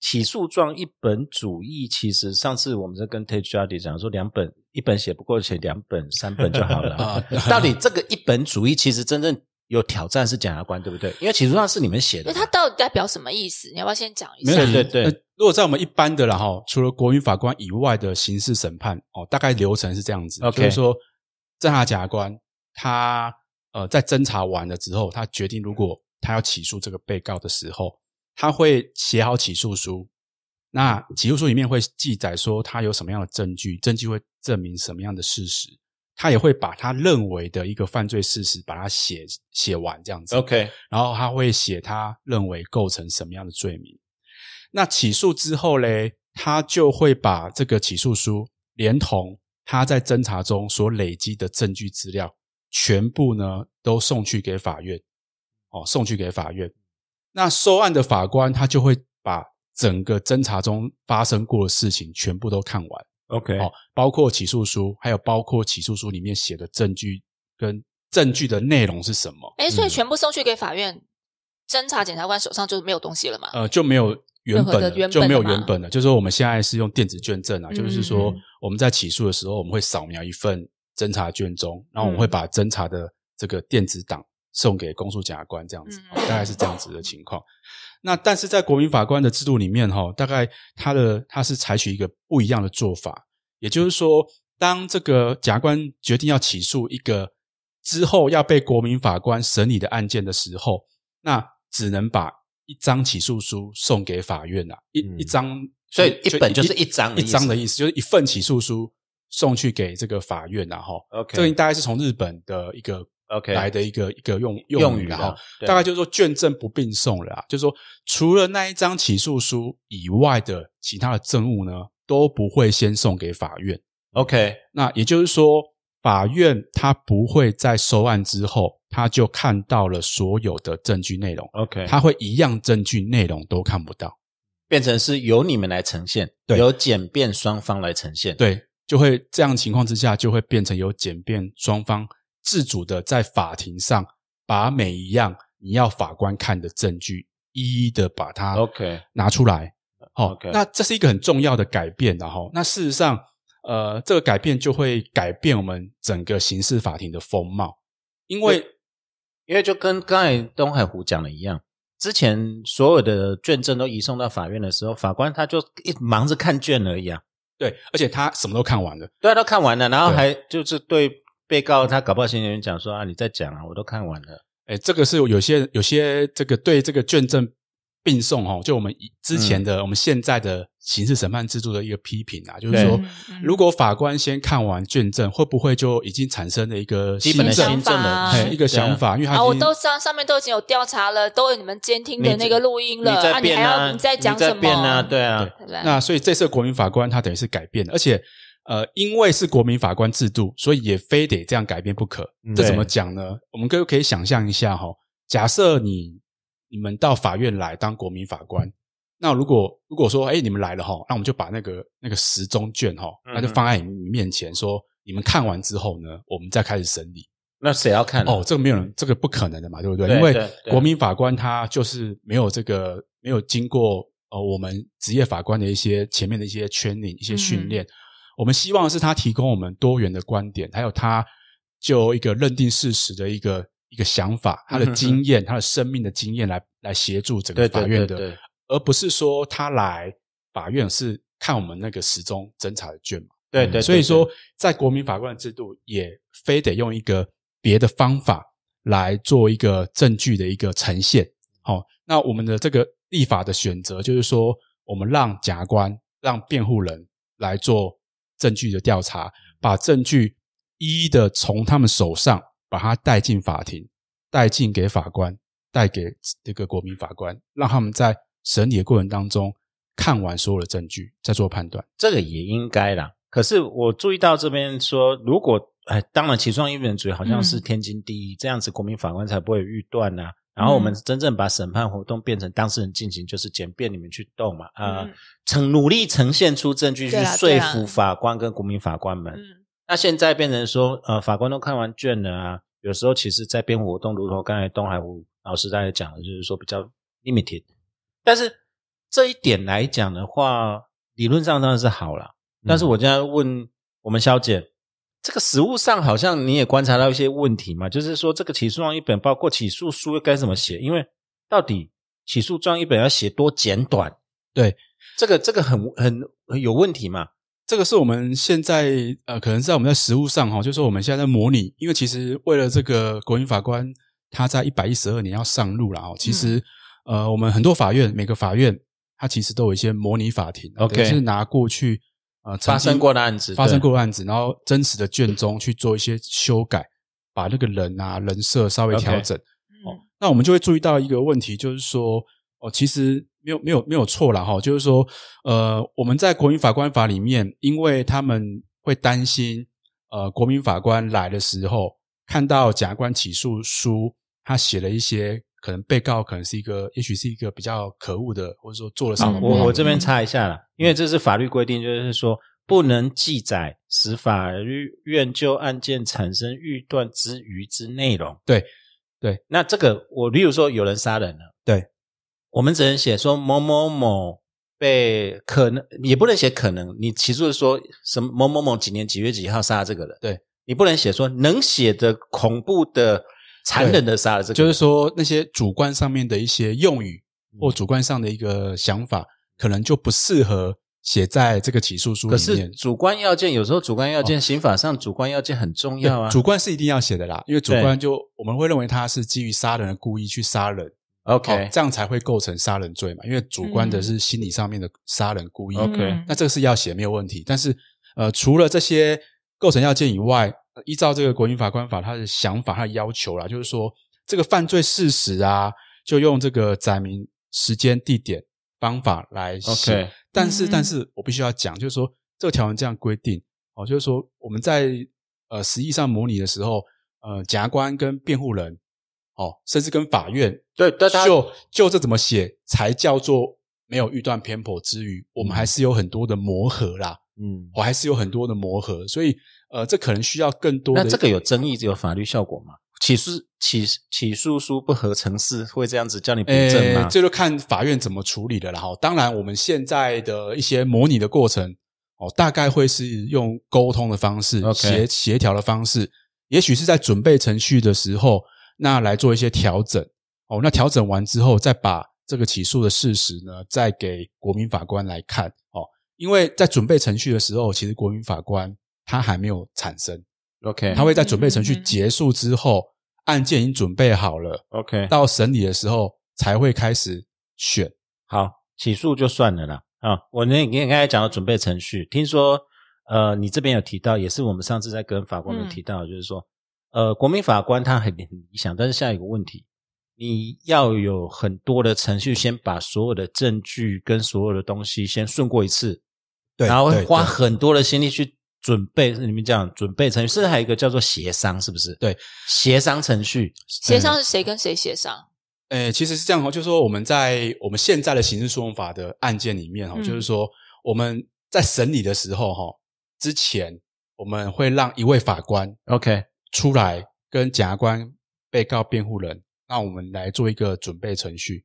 S1: 起诉状一本主义，其实上次我们在跟 Tate Judy 讲说，两本一本写不过，写两本、三本就好了
S4: 啊
S1: 到底这个一本主义，其实真正有挑战是检察官，对不对？因为起诉状是你们写
S3: 因为
S1: 的嘛，
S3: 它到底代表什么意思？你要不要先讲一
S4: 没
S3: 下？
S4: 有
S1: 对对对
S4: 呃如果在我们一般的啦哈，除了国民法官以外的刑事审判哦，大概流程是这样子
S1: OK
S4: 就是说，侦查检察官他呃在侦查完了之后，他决定如果他要起诉这个被告的时候，他会写好起诉书。那起诉书里面会记载说他有什么样的证据，证据会证明什么样的事实，他也会把他认为的一个犯罪事实把它写写完这样子。
S1: OK，
S4: 然后他会写他认为构成什么样的罪名。那起诉之后嘞，他就会把这个起诉书连同他在侦查中所累积的证据资料，全部呢都送去给法院，哦，送去给法院。那受案的法官他就会把整个侦查中发生过的事情全部都看完。
S1: OK，
S4: 哦，包括起诉书，还有包括起诉书里面写的证据跟证据的内容是什么，
S3: 哎，
S1: 嗯
S3: 所以全部送去给法院，侦查检察官手上就没有东西了嘛？
S4: 呃，就没有原
S3: 任
S4: 本的
S3: 何的原本的
S4: 就没有
S3: 嘛
S4: 原本的，就是说我们现在是用电子卷证啊，
S3: 嗯
S4: 就是说我们在起诉的时候，我们会扫描一份侦查卷宗，然后我们会
S3: 嗯
S4: 把侦查的这个电子档送给公诉检察官，这样子、哦
S3: 嗯
S4: 大概是这样子的情况。那但是在国民法官的制度里面哈、大概他的他是采取一个不一样的做法，也就是说，当这个检察官决定要起诉一个之后要被国民法官审理的案件的时候，那只能把一张起诉书送给法院了、一、
S2: 嗯
S4: 一张，
S1: 所以一本就是一张的
S4: 一
S1: 意思
S4: 张的意思，就是一份起诉书送去给这个法院、然后
S1: OK
S4: 这个大概是从日本的一个
S1: OK
S4: 来的一个一个用
S1: 用
S4: 用
S1: 语啊
S4: 语
S1: 啦
S4: 然后
S1: 对
S4: 大概就是说卷证不并送了啊，就是说除了那一张起诉书以外的其他的证物呢，都不会先送给法院。
S1: OK，
S4: 那也就是说，法院他不会在收案之后，他就看到了所有的证据内容，
S1: OK，它
S4: 他会一样证据内容都看不到，
S1: 变成是由你们来呈现，
S4: 对
S1: 由检辩双方来呈现。，
S4: 对，就会这样情况之下，就会变成由检辩双方自主的在法庭上把每一样你要法官看的证据一一的把它
S1: OK
S4: 拿出来。好、
S1: OK
S4: 那这是一个很重要的改变然后那事实上，呃，这个改变就会改变我们整个刑事法庭的风貌，因为
S1: 因为就跟刚才东海湖讲的一样，之前所有的卷证都移送到法院的时候，法官他就一忙着看卷而已啊，
S4: 对，而且他什么都看完了，
S1: 对啊，都看完了，然后还就是对被告他搞不好嫌疑人讲说啊，你在讲啊，我都看完了，
S4: 哎，这个是有些有些这个对这个卷证并送哦，就我们以之前的、我们现在的刑事审判制度的一个批评啊，就是说
S1: 对。
S3: 嗯
S4: 如果法官先看完卷证，会不会就已经产生了一个
S1: 基本的
S4: 新政
S1: 新政
S3: 想法
S4: 哎
S1: 的
S4: 一个想，法？因为他
S3: 啊，我
S4: 已经
S3: 都上上面都已经有调查了，都有你们监听
S1: 对
S3: 的
S1: 啊
S3: 那个录音
S1: 你
S3: 了，
S1: 在
S3: 啊，你
S1: 变
S3: 还
S1: 啊，
S3: 要你在讲什么？
S1: 你在变啊，对啊，
S3: 对不对
S4: 那所以这次的国民法官他等于是改变了，而且呃，因为是国民法官制度，所以也非得这样改变不可
S2: 嗯。
S4: 这怎么讲呢？我们可可以想象一下哈、假设你你们到法院来当国民法官，那如果如果说哎你们来了哈、那我们就把那个那个时钟卷哈、
S1: 嗯
S4: 那就放在你们面前说。你们看完之后呢，我们再开始审理。
S1: 那谁要看啊？
S4: 哦，这个没有人，这个不可能的嘛，对不对？
S1: 对
S4: 因为
S1: 对对
S4: 国民法官他就是没有这个，没有经过呃我们职业法官的一些前面的一些 training、一些
S1: 嗯
S4: 训练。我们希望的是他提供我们多元的观点，还有他就一个认定事实的一个一个想法，他的
S1: 嗯哼哼
S4: 经验、他的生命的经验来来协助整
S1: 对
S4: 个
S1: 对对
S4: 法院
S1: 对
S4: 的，，而不是说他来法院是看我们那个时钟侦查的卷嘛。嗯
S1: 对对，
S4: 所以
S1: 对
S4: 说，在国民法官的制度也非得用一个别的方法来做一个证据的一个呈现。好、那我们的这个立法的选择就是说，我们让检察官、让辩护人来做证据的调查，把证据一一的从他们手上把它带进法庭，带进给法官，带给这个国民法官，让他们在审理的过程当中看完所有的证据，再做判断。
S1: 这个也应该啦。可是我注意到这边说，如果哎，当然其中一本主义好像是
S3: 嗯
S1: 天经地义，这样子国民法官才不会有预断呐、然后我
S3: 嗯
S1: 们真正把审判活动变成当事人进行，就是简便你们去动嘛，呃
S3: 嗯，
S1: 呈努力呈现出证据去
S3: 对啦啊
S1: 说
S3: 对啦
S1: 服法官跟国民法官们。
S3: 嗯，
S1: 那现在变成说，呃，法官都看完卷了啊，有时候其实在辩护活动，如同刚才东海湖老师刚才讲的，就是说比较 limited。但是这一点来讲的话，理论上当然是好啦。
S2: 嗯
S1: 但是
S4: 嗯
S1: 我现在问我们小姐，这个实物上好像你也观察到一些问题嘛，就是说这个起诉状一本，包括起诉书该怎么写，因为到底起诉状一本要写多简短？
S4: 对，
S1: 这个这个很很很有问题嘛。
S4: 这个是我们现在呃，可能在我们在实务上哈、就是说我们现在在模拟，因为其实为了这个国民法官他在一百一十二年要上路了哈、
S1: 嗯
S4: 其实、呃，我们很多法院每个法院它其实都有一些模拟法庭啊
S1: OK
S4: 等于是拿过去呃曾
S1: 发
S4: 经
S1: 生过的案子
S4: 发生
S1: 对
S4: 过的案子，然后真实的卷宗去做一些修改，把那个人啊人设稍微
S1: OK
S4: 调整。哦，那我们就会注意到一个问题，就是说，哦，其实没有没有没有错啦，哈、就是说，呃，我们在国民法官法里面，因为他们会担心，呃，国民法官来的时候看到检察官起诉书，他写了一些可能被告可能是一个，也许是一个比较可恶的，或者说做了什
S1: 啊
S4: 哦么，不
S1: 我
S4: 好嗯
S1: 我
S4: 的
S1: 这边插一下啦，因为这是法律规定，就是说不能记载使法律院就案件产生预断之余之内容。
S4: 对对，
S1: 那这个我例如说有人杀人了，
S4: 对，
S1: 我们只能写说某某某被可能，也不能写可能，你起诉说什么某某某几年几月几号杀了这个人，
S4: 对
S1: 你不能写说能写的恐怖的、残忍的杀了这个人，
S4: 就是说那些主观上面的一些用语
S1: 嗯
S4: 或主观上的一个想法，可能就不适合写在这个起诉书
S1: 可
S4: 里
S1: 是
S4: 面。
S1: 主观要件有时候主观要件，刑法上主观要件很重要啊。
S4: 对主观是一定要写的啦，因为主观就我们会认为他是基于杀人的故意去杀人
S1: OK，、
S4: 哦这样才会构成杀人罪嘛。因为主观的是心理上面的杀人故意，
S1: 嗯 OK
S4: 那这个是要写没有问题。但是呃，除了这些构成要件以外，呃依照这个国民法官法他的想法、他的要求啦，就是说这个犯罪事实啊，就用这个载明时间、地点、方法来写。
S1: OK
S4: 但是，
S3: 嗯
S4: 但是我必须要讲，就是说这个条文这样规定哦，就是说我们在呃实际上模拟的时候，呃，检察官跟辩护人哦，甚至跟法院
S1: 对，但他
S4: 就就这怎么写才叫做没有预断偏颇之余，
S1: 嗯
S4: 我们还是有很多的磨合啦，
S2: 嗯
S4: 我还是有很多的磨合，所以呃，这可能需要更多的
S1: 那这个有争议，有法律效果吗？起诉起起诉书不合程式会这样子叫你补证
S4: 呃
S1: 吗，？
S4: 这就看法院怎么处理了啦。哈，当然我们现在的一些模拟的过程哦，大概会是用沟通的方式、
S1: OK
S4: 协协调的方式，也许是在准备程序的时候，那来做一些调整。哦，那调整完之后，再把这个起诉的事实呢，再给国民法官来看。哦，因为在准备程序的时候，其实国民法官他还没有产生，
S1: OK
S4: 他会在准备程
S3: 嗯
S4: 序
S3: 嗯嗯
S4: 结束之后，案件已经准备好了，
S1: OK，
S4: 到审理的时候才会开始选。
S1: 好，起诉就算了啦。啊，我那你刚才讲的准备程序，听说呃，你这边有提到，也是我们上次在跟法官们
S3: 嗯
S1: 提到的，就是说，呃，国民法官他很很理想，但是下一个问题，你要有很多的程序，先把所有的证据跟所有的东西先顺过一次，
S4: 对
S1: 然后会
S4: 对
S1: 花
S4: 对
S1: 很多的心力去准备。你们讲准备程序，甚至还有一个叫做协商，是不是？
S4: 对，
S1: 协商程序。
S3: 协商是谁跟谁协商？
S4: 诶、其实是这样哦，就是说我们在我们现在的刑事诉讼法的案件里面哦，
S3: 嗯
S4: 就是说我们在审理的时候哈、哦，之前我们会让一位法官
S1: OK，
S4: 出来跟检察官、被告、辩护人，那我们来做一个准备程序。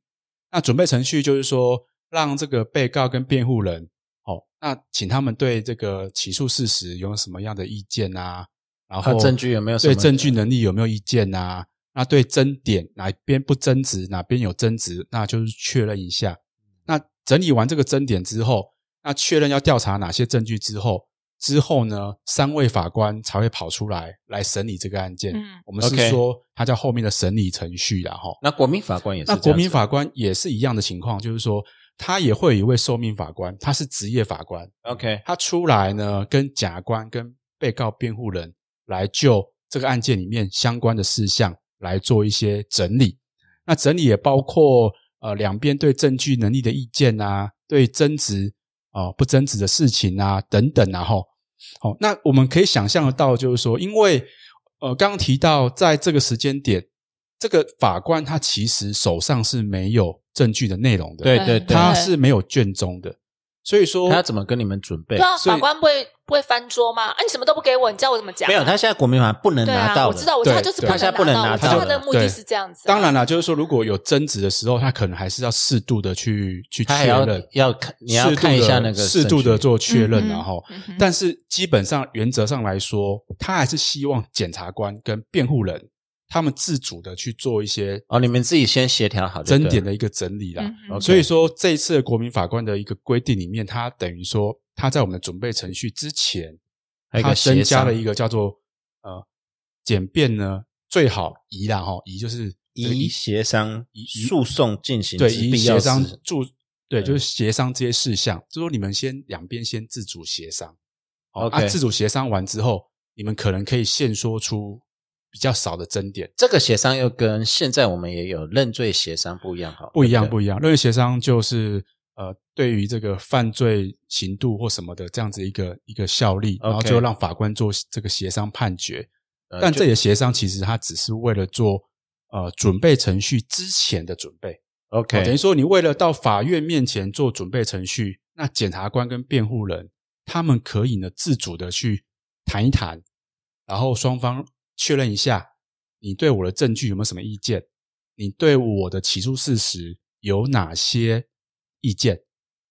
S4: 那准备程序就是说，让这个被告跟辩护人，哦，那请他们对这个起诉事实有什么样的意见啊？然
S1: 他
S4: 后
S1: 证据有没有什么
S4: 对证据能力有没有意见啊？那对争点哪边不争执，哪边有争执，那就是确认一下。那整理完这个争点之后，那确认要调查哪些证据之后，之后呢，三位法官才会跑出来来审理这个案件。
S3: 嗯
S4: 我们是
S1: OK
S4: 说它叫后面的审理程序啦，哈。
S1: 那国民法官也是
S4: 那
S1: 这
S4: 国
S1: 样
S4: 民
S1: 子
S4: 法官也是一样的情况，就是说他也会有一位受命法官，他是职业法官，
S1: OK，
S4: 他出来呢，跟检察官、跟被告、辩护人来就这个案件里面相关的事项来做一些整理。那整理也包括呃两边对证据能力的意见啊，对争执啊、不争执的事情啊等等啊吼。好、那我们可以想象得到，就是说，因为呃刚刚提到在这个时间点，这个法官他其实手上是没有证据的内容的，
S1: 对
S3: 嗯
S1: 对对，
S4: 他是没有卷宗的。所以说，
S1: 他怎么跟你们准备
S3: 哦对？啊，
S4: 所以
S3: 法官不会不会翻桌吗？啊，你什么都不给我，你叫我怎么讲？
S1: 没有，他现在国民法不能
S3: 对
S1: 拿
S3: 啊，
S1: 到
S3: 我
S1: 的
S3: 知道，我知道，
S4: 对
S3: 就是
S4: 对
S1: 他现在不能
S3: 拿
S1: 拿
S3: 我知道
S1: 到
S3: 他的
S1: 了
S3: 目的
S4: 对
S3: 是这样子啊。
S4: 当然啦，就是说，如果有争执的时候，他可能还是要适度的去去
S1: 他
S4: 确
S1: 还要
S4: 认，
S1: 要看你要
S4: 适度
S1: 看一
S4: 地
S1: 下那个
S4: 适度
S1: 证
S4: 的
S1: 据
S4: 做确
S3: 嗯
S4: 认，然后，
S3: 嗯哼
S4: 但是基本上原则上来说，他还是希望检察官跟辩护人他们自主的去做一些
S1: 哦，你们自己先协调好就对
S4: 争
S1: 了
S4: 点的一个整理啦。哦
S3: 嗯哼
S4: 所以说，这一次的国民法官的一个规定里面，他等于说他在我们的准备程序之前，
S1: 还有一个
S4: 他增
S1: 协
S4: 加
S1: 商
S4: 了一个叫做呃简便呢，最好移啦哈，移就是
S1: 以协商
S4: 以以
S1: 诉讼进行
S4: 对，
S1: 之
S4: 以
S1: 必要
S4: 协商
S1: 时
S4: 助对，
S1: 对
S4: 就是协商这些事项，就说你们先两边先自主协商，好
S1: OK
S4: 啊，自主协商完之后，你们可能可以现说出比较少的争点，
S1: 这个协商又跟现在我们也有认罪协商不一样，好，
S4: 不一样
S1: 对对
S4: 不一样。认为协商就是呃，对于这个犯罪刑度或什么的这样子一个一个效力，然后
S1: OK
S4: 最后让法官做这个协商判决。
S1: 呃
S4: 但
S1: 就
S4: 这也协商其实它只是为了做呃准备程序之前的准备。哦等于
S1: 呃 OK，
S4: 说你为了到法院面前做准备程序，那检察官跟辩护人他们可以呢自主的去谈一谈，然后双方确认一下你对我的证据有没有什么意见，你对我的起诉事实有哪些意见。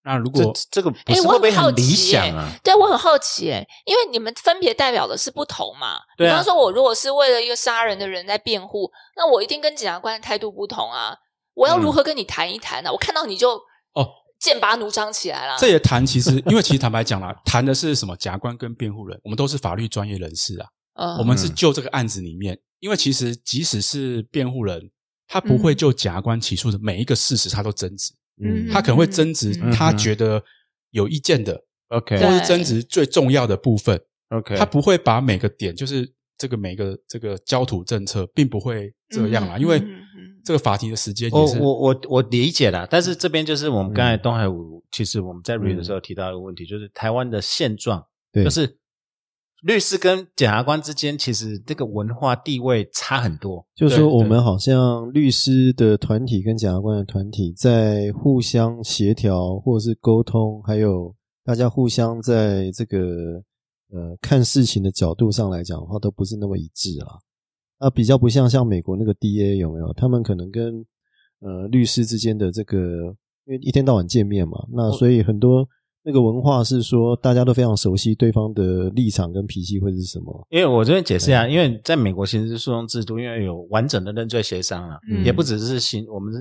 S4: 那如
S1: 这
S4: 果
S1: 这这个不
S3: 哎
S1: 是
S3: 我
S1: 会不会
S3: 很好
S1: 很理
S3: 奇
S1: 想
S3: 耶
S1: 啊？
S3: 对，我很好奇诶，因为你们分别代表的是不同嘛。
S1: 对啊
S3: 比方说，我如果是为了一个杀人的人在辩护，那我一定跟检察官的态度不同啊。我要如
S1: 嗯
S3: 何跟你谈一谈呢、啊我看到你就
S4: 哦，
S3: 剑拔弩张起来了。
S4: 这也谈，其实因为其实坦白讲啦，谈的是什么？检察官跟辩护人，我们都是法律专业人士啊，
S3: 嗯
S4: 我们是就这个案子里面，因为其实即使是辩护人，他不会就检察官起诉的每一个事实他都争执，
S3: 嗯
S4: 他可能会争执
S3: 嗯
S4: 他觉得有意见的，
S1: OK
S4: 或
S3: 对
S4: 是争执最重要的部分，
S1: OK，
S4: 他不会把每个点就是这个每个这个焦土政策，并不会这样啦，
S3: 嗯
S4: 因为
S3: 嗯嗯
S4: 这个法庭的时间
S1: 我
S4: 也是
S1: 哦我我我理解啦，但是这边就是我们刚才
S2: 嗯
S1: 东海武，其实我们在 read 的时候提到一个问题，就是台湾的现状，
S2: 对
S1: 就是律师跟检察官之间，其实这个文化地位差很多。
S2: 就是说，
S1: 对
S2: 我们好像律师的团体跟检察官的团体在互相协调，或者是沟通，还有大家互相在这个呃看事情的角度上来讲的话，都不是那么一致啦。啊，比较不像像美国那个 DA 有没有？他们可能跟
S1: 哦
S2: 呃律师之间的这个，因为一天到晚见面嘛，那所以很多那个文化是说大家都非常熟悉对方的立场跟脾气会是什么。
S1: 因为我这边解释一下，因为在美国刑事诉讼制度，因为有完整的认罪协商啊，
S3: 嗯
S1: 也不只是刑，我们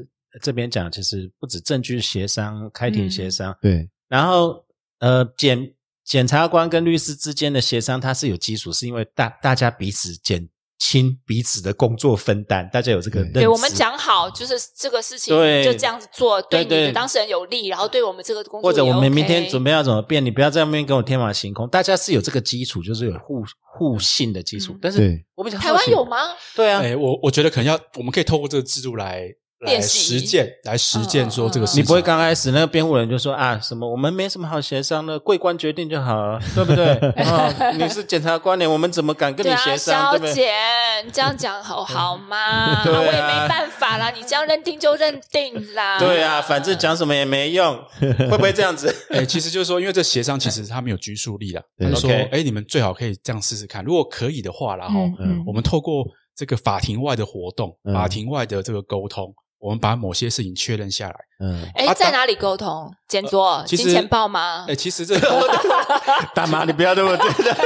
S1: 这边讲，其实不止证据协商、开庭协商，
S2: 对，
S1: 然后呃检检察官跟律师之间的协商，它是有基础，是因为大大家彼此减轻彼此的工作分担，大家有这个
S2: 对
S1: 认知。
S3: 对我们讲好，就是这个事情
S1: 对
S3: 就这样子做，
S1: 对
S3: 对你
S1: 对
S3: 的当事人有利，然后对我们这个工作
S1: 或者我
S3: 也
S1: 们
S3: OK
S1: 明天准备要怎么变？你不要在那边跟我天马行空。大家是有这个基础，就是有互互信的基础
S3: 嗯。
S1: 但是
S2: 对，
S1: 我比较好奇
S3: 台湾有？吗？
S1: 对啊，
S4: 哎，我我觉得可能要，我们可以透过这个制度来来
S3: 练习嗯
S4: 实践，来实践说这个事
S1: 你
S4: 情。
S1: 不会刚开始那个辩护人就说啊什么我们没什么好协商的，贵官决定就好了，对 不对？啊，你是检察官呢，我们怎么敢跟你
S3: 对啊，
S1: 协商？
S3: 小
S1: 对不对？
S3: 姐，你这样 讲好好吗？
S1: 对啊
S3: 我也没办法啦，你这样认定就认定啦。
S1: 对啊，反正讲什么也没 用，会不会这样子？
S4: 哎，其实就是说，因为这协商其实它没有拘束力啦。
S2: 对
S4: 他就说，
S1: OK
S4: 哎，你们最好可以这样试试看，如果可以的话啦，哈
S3: 嗯，嗯
S4: 我们透过这个法庭外的活动
S2: 嗯，
S4: 法庭外的这个沟通，我们把某些事情确认下来。
S2: 嗯，
S3: 哎，
S4: 啊
S3: 在
S4: 当
S3: 哪里沟通？简
S1: 呃
S3: 桌、
S4: 其
S3: 呃金
S4: 实
S3: 钱豹吗
S4: 哎，？其实这个
S1: 大妈，你不要这 么对的。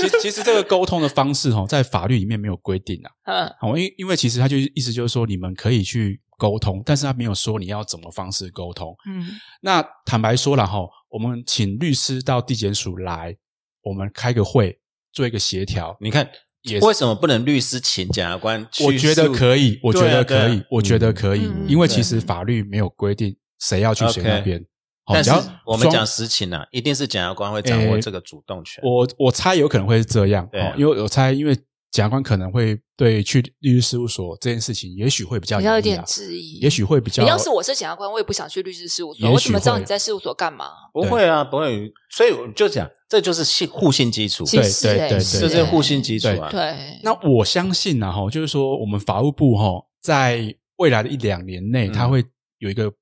S4: 其实其实这个沟通的方式哈，在法律里面没有规定啊。
S3: 嗯，
S4: 好，因因为其实他就意思就是说，你们可以去沟通，但是他没有说你要怎么方式沟通。
S3: 嗯，
S4: 那坦白说了哈，我们请律师到地检署来，我们开个会，做一个协调。
S1: 你看
S4: 也，是
S1: 为什么不能律师请检察官去诉？
S4: 我觉得可以，我觉
S1: 对啊
S4: 得可
S1: 对
S4: 以
S1: 啊，
S4: 我觉得可以
S3: 嗯，
S4: 因为
S1: 对
S4: 其实法律没有规定谁要去谁
S1: OK
S4: 那边。好
S1: 但是
S4: 只要
S1: 我们
S4: 双
S1: 讲实情啊，一定是检察官会掌握这个主动权。
S4: 我我猜有可能会是这样，
S1: 对啊
S4: 哦因为我猜，因为检察官可能会对去律师事务所这件事情，也许会比较
S3: 比较有
S4: 严厉
S3: 点
S4: 啊
S3: 质疑，
S4: 也许会比较。
S3: 你要是我是检察官，我也不想去律师事务所，
S4: 也
S3: 我
S4: 许
S3: 怎么知道
S4: 会
S3: 你在事务所干嘛？
S1: 不会啊，不会。所以我就讲，这就是信互信基础，
S3: 其实
S4: 对
S3: 哎
S4: 对
S3: 是
S1: 这是
S3: 哎
S1: 互信基础啊。
S3: 对，
S4: 那我相信呢，哈，就是说我们法务部哈，在未来的一两年内，
S1: 嗯
S4: 他会有一个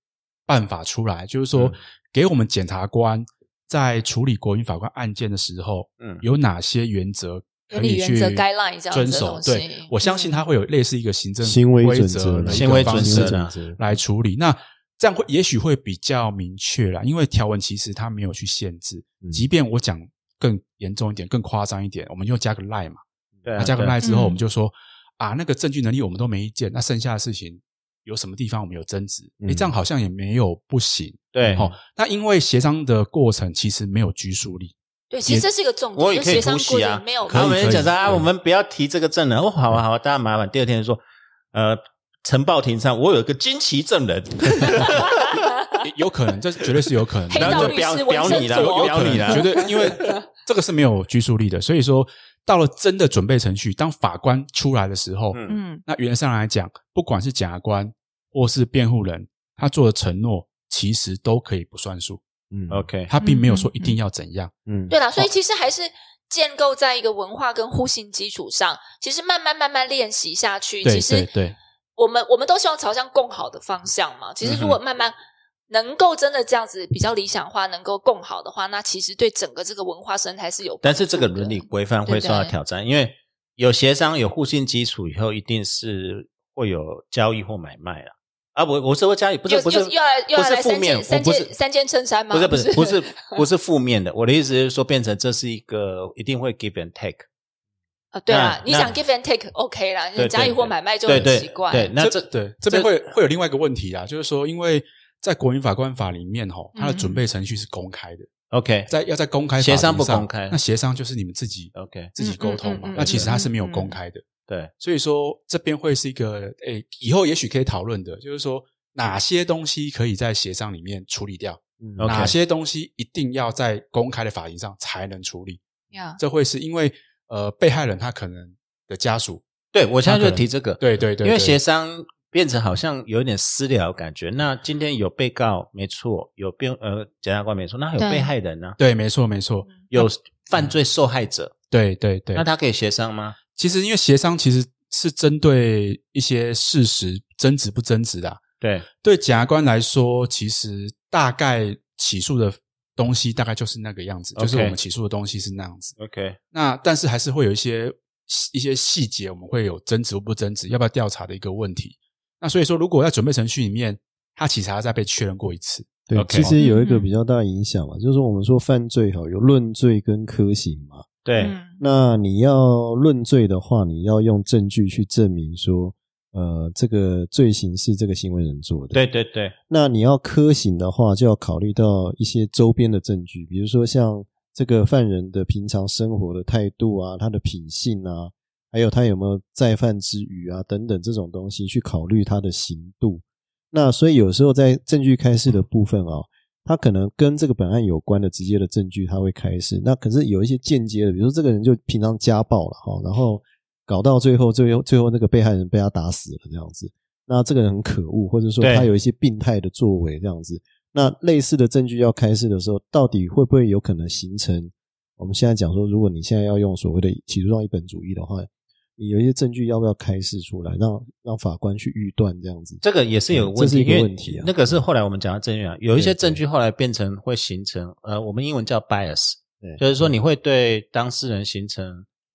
S4: 办法出来，就是说
S1: 嗯
S4: 给我们检察官在处理国民法官案件的时候，
S1: 嗯
S4: 有哪些原则
S3: 伦
S4: 可
S3: 理
S4: 以
S3: 原
S4: 去
S3: 则 guideline 这样
S4: 遵
S3: 子的
S4: 守
S3: 东？西嗯
S4: 对，我相信他会有类似一个行政
S2: 行为
S4: 规
S2: 准
S4: 则
S2: 则
S4: 的
S2: 啦，
S4: 一个
S1: 行为
S4: 方
S1: 准
S4: 式
S1: 则啦
S4: 来处理。那这样会也许会比较明确啦，因为条文其实它没有去限制。
S2: 嗯
S4: 即便我讲更严重一点、更夸张一点，我们就加个 lie 嘛，
S1: 对
S4: 那
S1: 啊，
S4: 加个
S1: 对啊
S4: lie 之后，
S3: 嗯
S4: 我们就说啊，那个证据能力我们都没意见，那剩下的事情有什么地方我们有争执？诶，
S2: 嗯
S4: 这样好像也没有不行。
S1: 对。
S4: 好，那因为协商的过程其实没有拘束力，
S3: 对，其实这是一个重点，
S1: 我也可以
S3: 就协商
S1: 突
S3: 过
S1: 袭
S3: 程
S1: 啊，
S3: 没有
S1: 然后我
S4: 可以
S1: 们就讲说啊，
S4: 对
S1: 我们不要提这个证人。哦，好啊，好啊，大家麻烦。第二天就说，呃，呈报庭上我有一个惊奇证人，
S4: 也有可能，这绝对是有可能的。
S3: 黑道
S1: 然后就
S3: 律
S1: 表
S3: 师
S1: 表
S3: 纹
S1: 你
S3: 身
S1: 啦，
S3: 左
S1: 我表你啦
S4: 了，绝。对，因为这个是没有拘束力的，所以说到了真的准备程序，当法官出来的时候，
S1: 嗯，
S3: 嗯，
S4: 那原则上来讲，不管是检察官或是辩护人，他做的承诺其实都可以不算数，
S2: 嗯
S1: OK，
S4: 他并没有说一定要怎样。
S2: 嗯，
S3: 对啦，
S1: 哦
S3: 所以其实还是建构在一个文化跟互信基础上，其实慢慢慢慢练习下去，
S4: 对
S3: 其实
S4: 对对
S3: 我们我们都希望朝向共好的方向嘛。
S1: 嗯
S3: 其实如果慢慢能够真的这样子比较理想化，能够共好的话，那其实对整个这个文化生态是有帮助的。
S1: 但是这个伦理规范会受到挑战，因为有协商、有互信基础以后，一定是会有交易或买卖啊。啊，我我是会交易，不
S3: 又
S1: 是不是
S3: 又又要又
S1: 不
S3: 要
S1: 是
S3: 来
S1: 负
S3: 三
S1: 面，
S3: 件
S1: 我
S3: 三
S1: 不是
S3: 件三件衬衫吗？
S1: 不是不是
S3: 不
S1: 不
S3: 是
S1: 是不是负面的，我的意思是说，变成这是一个一定会 give and take。
S3: 啊，对啦
S1: 那，
S3: 你想 give and take OK 啦，
S1: 对对
S3: 交易或买卖就
S1: 对
S3: 很
S1: 对
S3: 奇怪。
S1: 对，那这
S4: 对这边会会有另外一个问题啦，就是说，因为在国民法官法里面吼，它的准备程序是公开的，
S1: OK
S4: 在要在公开法
S1: 嗯协商
S4: 庭
S1: 不
S4: 上
S1: 公开哦
S4: 那协商就是你们自己
S1: OK
S4: 自己沟通嘛
S3: 嗯嗯嗯。
S4: 那其实它是没有
S3: 嗯嗯
S4: 公开的。
S1: 对
S4: 所以说这边会是一个诶，以后也许可以讨论的，就是说哪些东西可以在协商里面处理掉，
S2: 嗯
S1: OK
S4: 哪些东西一定要在公开的法庭上才能处理。
S3: 呀，
S4: 这会是因为呃，被害人他可能的家属，
S1: 对，我现在就
S4: 那可能
S1: 提这个，
S4: 对对对，
S1: 因为
S4: 对
S1: 协商变成好像有点私聊的感觉。那今天有被告没错，有辩呃检察官没错，那还有
S3: 对
S1: 被害人呢、
S4: 对，没错没错，
S3: 嗯
S2: 嗯
S1: 有犯罪受害者，
S4: 对对对。
S1: 那他可以协商吗？
S4: 其实因为协商其实是针对一些事实争执不争执的啊、
S1: 对
S4: 对检察官来说，其实大概起诉的东西大概就是那个样子
S1: OK
S4: 就是我们起诉的东西是那样子。
S1: ，OK，
S4: 那但是还是会有一些一些细节，我们会有争执或不争执，要不要调查的一个问题。那所以说，如果在准备程序里面，它其实还要再被确认过一次。
S2: 对
S1: OK
S2: 其实有一
S4: 嗯
S2: 个比较大的影响嘛，就是我们说犯罪哈，有论罪跟科刑嘛。
S1: 对，
S3: 嗯
S2: 那你要论罪的话，你要用证据去证明说，呃，这个罪行是这个行为人做的。
S1: 对对对，
S2: 那你要科刑的话，就要考虑到一些周边的证据，比如说像这个犯人的平常生活的态度啊，他的品性啊，还有他有没有再犯之余啊等等这种东西，去考虑他的刑度。那所以有时候在证据开示的部分啊，他可能跟这个本案有关的直接的证据，他会开示。那可是有一些间接的，比如说这个人就平常家暴了哈，然后搞到最后，最后最后那个被害人被他打死了这样子。那这个人很可恶，或者说
S1: 对
S2: 他有一些病态的作为这样子。那类似的证据要开示的时候，到底会不会有可能形成？我们现在讲说，如果你现在要用所谓的起诉上一本主义的话，你有一些证据要不要开示出来，让让法官去预断这样子？
S1: 这个也是有问
S2: 这是
S1: 题，
S2: 一
S1: 因
S2: 个
S1: 为
S2: 问题啊嗯
S1: 那个是后来我们讲到证据啊，有一些
S2: 对对
S1: 证据后来变成会形成呃，我们英文叫 bias，
S2: 对
S1: 就是说你会对当事人形成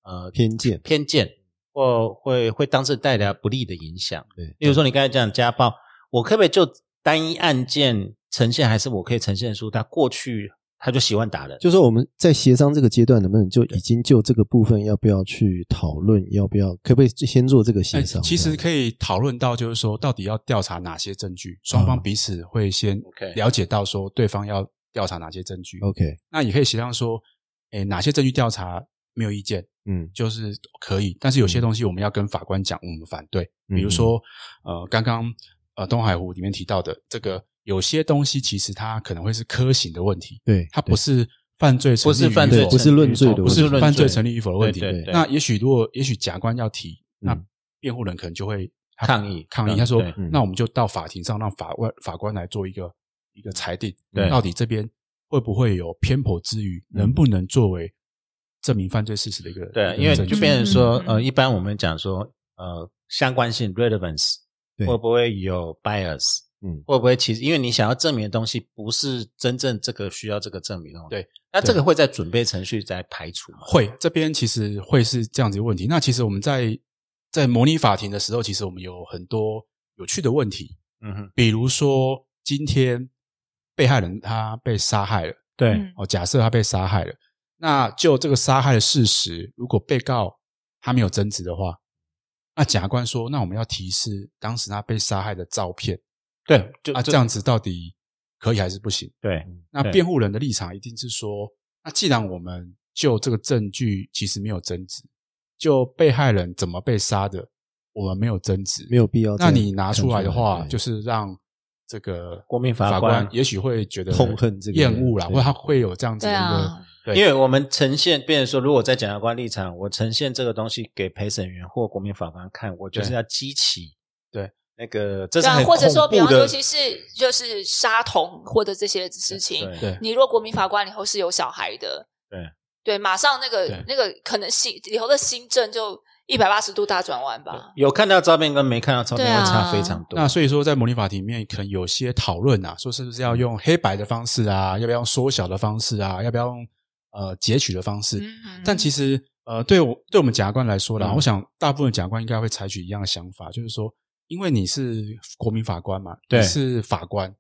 S1: 呃
S2: 偏见
S1: 偏见，或会会当事人带来不利的影响。
S2: 对，
S1: 例如说你刚才讲家暴，我可不可以就单一案件呈现，还是我可以呈现出他过去他就喜欢打人？
S2: 就是说我们在协商这个阶段，能不能就已经就这个部分要不要去讨论，要不要可不可以先做这个协
S4: 哎
S2: 商？
S4: 其实可以讨论到，就是说到底要调查哪些证据，双方
S2: 嗯
S4: 彼此会先
S1: OK
S4: 了解到说对方要调查哪些证据。
S2: OK，
S4: 那也可以协商说，哎，哪些证据调查没有意见，
S2: 嗯，
S4: 就是可以，但是
S1: 嗯
S4: 有些东西我们要跟法官讲，我们反对。
S2: 嗯
S4: 比如说，呃，刚刚呃《东海湖》里面提到的这个，有些东西其实它可能会是科刑的问题，
S2: 对，
S4: 它不是犯罪成
S1: 不
S4: 立
S1: 是犯罪
S4: 与否哦
S1: 对不是
S2: 论罪的
S4: 不
S2: 问题
S4: 是犯罪成立与否的问题。
S1: 对对对
S4: 那也许如果也许甲官要提，那
S2: 嗯
S4: 辩护人可能就会他
S1: 抗议
S4: 抗
S1: 嗯
S4: 议。他说
S1: 对
S2: 嗯：“
S4: 那我们就到法庭上，让法官法官来做一个一个裁定
S1: 对，
S4: 到底这边会不会有偏颇之余，
S2: 嗯
S4: 能不能作为证明犯罪事实的一个
S1: 对，
S4: 一个
S1: 因为
S4: 证
S1: 就
S4: 据
S1: 变成说
S3: 嗯，
S1: 呃，一般我们讲说，呃，相关性 （relevance）
S2: 对
S1: 会不会有 bias？
S2: 嗯
S1: 会不会其实因为你想要证明的东西不是真正这个需要这个证明的东西，
S4: 对，
S1: 那这个会在准备程序再排除吗？
S4: 会这边其实会是这样子的问题。那其实我们在在模拟法庭的时候，其实我们有很多有趣的问题，
S1: 嗯哼，
S4: 比如说今天被害人他被杀害了，
S1: 对
S3: 嗯
S4: 哦，假设他被杀害了，那就这个杀害的事实，如果被告他没有争执的话，那检察官说，那我们要提示当时他被杀害的照片，
S1: 对，就
S4: 啊，
S1: 就
S4: 这样子到底可以还是不行？
S1: 对
S4: 那
S1: 对
S4: 辩护人的立场一定是说，那既然我们就这个证据其实没有争执，就被害人怎么被杀的，我们没有争执，
S2: 没有必要这
S4: 那
S2: 样看出来。
S4: 你拿出来的话，
S2: 对
S4: 就是让这个
S1: 国民法
S4: 法
S1: 官
S4: 官也许会觉得
S2: 痛恨这个
S4: 厌
S2: 人
S4: 恶啦，
S2: 对
S4: 或者他会有这样子的
S3: 对
S4: 一
S3: 啊
S4: 个，，
S1: 因为我们呈现，变成说，如果在检察官立场，我呈现这个东西给陪审员或国民法官看，我就是
S4: 对
S1: 要激起
S4: 对
S1: 那个，这
S3: 对
S1: 是
S3: 啊，
S1: 很
S3: 或者说，
S1: 恐
S3: 比
S1: 怖
S3: 方
S1: 的
S3: 尤其是就是杀童或者这些事情，
S1: 对
S4: 对
S3: 你如果国民法官以后是有小孩的，
S1: 对
S3: 对，马上那个
S4: 对
S3: 那个可能新以后的新政就一百八十度大转弯吧。
S1: 有看到照片跟没看到照片
S3: 啊对
S1: 会差
S3: 啊
S1: 非常多。
S4: 那所以说，在模拟法庭里面，可能有些讨论啊，说是不是要用黑白的方式啊，要不要用缩小的方式啊，要不要用呃截取的方式？
S3: 嗯
S4: 但其实呃，对我对我们检察官来说啦，
S1: 嗯
S4: 我想大部分检察官应该会采取一样的想法，就是说，因为你是国民法官嘛，
S1: 对
S4: 你是法官，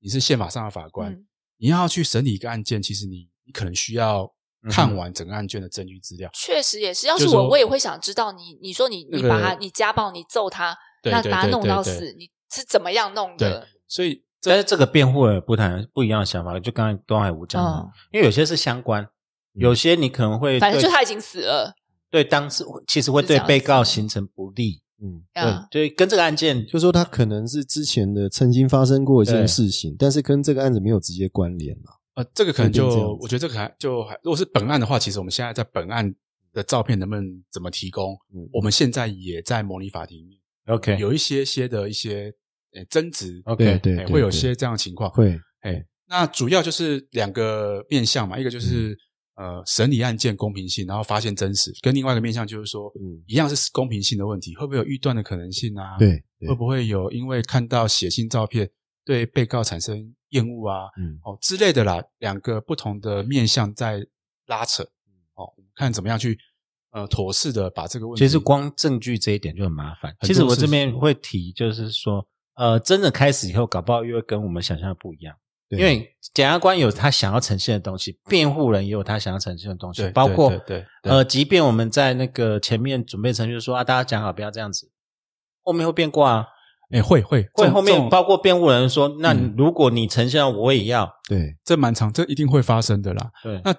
S4: 你是宪法上的法官，
S3: 嗯
S4: 你要去审理一个案件，其实你你可能需要
S1: 嗯
S4: 看
S1: 哼
S4: 完整个案卷的证据资料。
S3: 确实也是，要是
S4: 就是说
S3: 我，我也会想知道你，你说你你
S4: 那个
S3: 把他你家暴，你揍他，
S4: 对
S3: 那
S4: 对
S3: 把他
S4: 对
S3: 弄
S4: 对
S3: 到
S4: 对
S3: 死，你是怎么样弄的？
S4: 所以
S1: 但是这个辩护人不谈不一样的想法，就刚才东海吴讲的，
S3: 嗯
S1: 因为有些是相关，有些你可能会
S3: 反正
S1: 对
S3: 就他已经死了，
S1: 对当事其实会
S3: 是这
S1: 对
S3: 样子
S1: 被告形成不利，
S2: 嗯，
S3: 啊，
S1: 对，就跟这个案件
S2: 就说他可能是之前的曾经发生过一
S1: 对
S2: 件事情，但是跟这个案子没有直接关联嘛。
S4: 呃，这个可能
S2: 一定这样
S4: 就
S2: 子
S4: 我觉得这个还就还，如果是本案的话，其实我们现在在本案的照片能不能怎么提供？
S2: 嗯
S4: 我们现在也在模拟法庭里面
S1: OK
S4: 有一些些的一些呃争执
S1: OK
S2: 对对
S4: 哎
S2: 对，
S4: 会有
S2: 对
S4: 些这样的情况。
S2: 会
S4: 哎，那主要就是两个面向嘛，一
S2: 嗯
S4: 个就是、呃审理案件公平性，然后发现真实，跟另外一个面向就是说，
S2: 嗯
S4: 一样是公平性的问题，会不会有预断的可能性啊？，
S2: 对对
S4: 会不会有因为看到写信照片对被告产生厌恶啊？
S2: 嗯
S4: 哦之类的啦，两个不同的面向在拉扯，哦，我们看怎么样去呃妥适的把这个问题，
S1: 其实光证据这一点就很麻烦。
S4: 很多
S1: 其实我
S4: 事
S1: 这边会提，就是说，呃，真的开始以后，搞不好又会跟我们想象的不一样。
S2: 对
S1: 因为检察官有他想要呈现的东西，辩护人也有他想要呈现的东西
S4: 对，，
S1: 包括
S4: 对对对
S1: 呃，即便我们在那个前面准备程序说啊，大家讲好不要这样子，后面会变卦啊，
S4: 哎会会
S1: 会
S4: 这种
S1: 后
S4: 这
S1: 面
S4: 种
S1: 包括辩护人说，那
S4: 嗯
S1: 如果你呈现了，我也要，
S2: 对
S4: 这蛮长，这一定会发生的啦。
S1: 对
S4: 那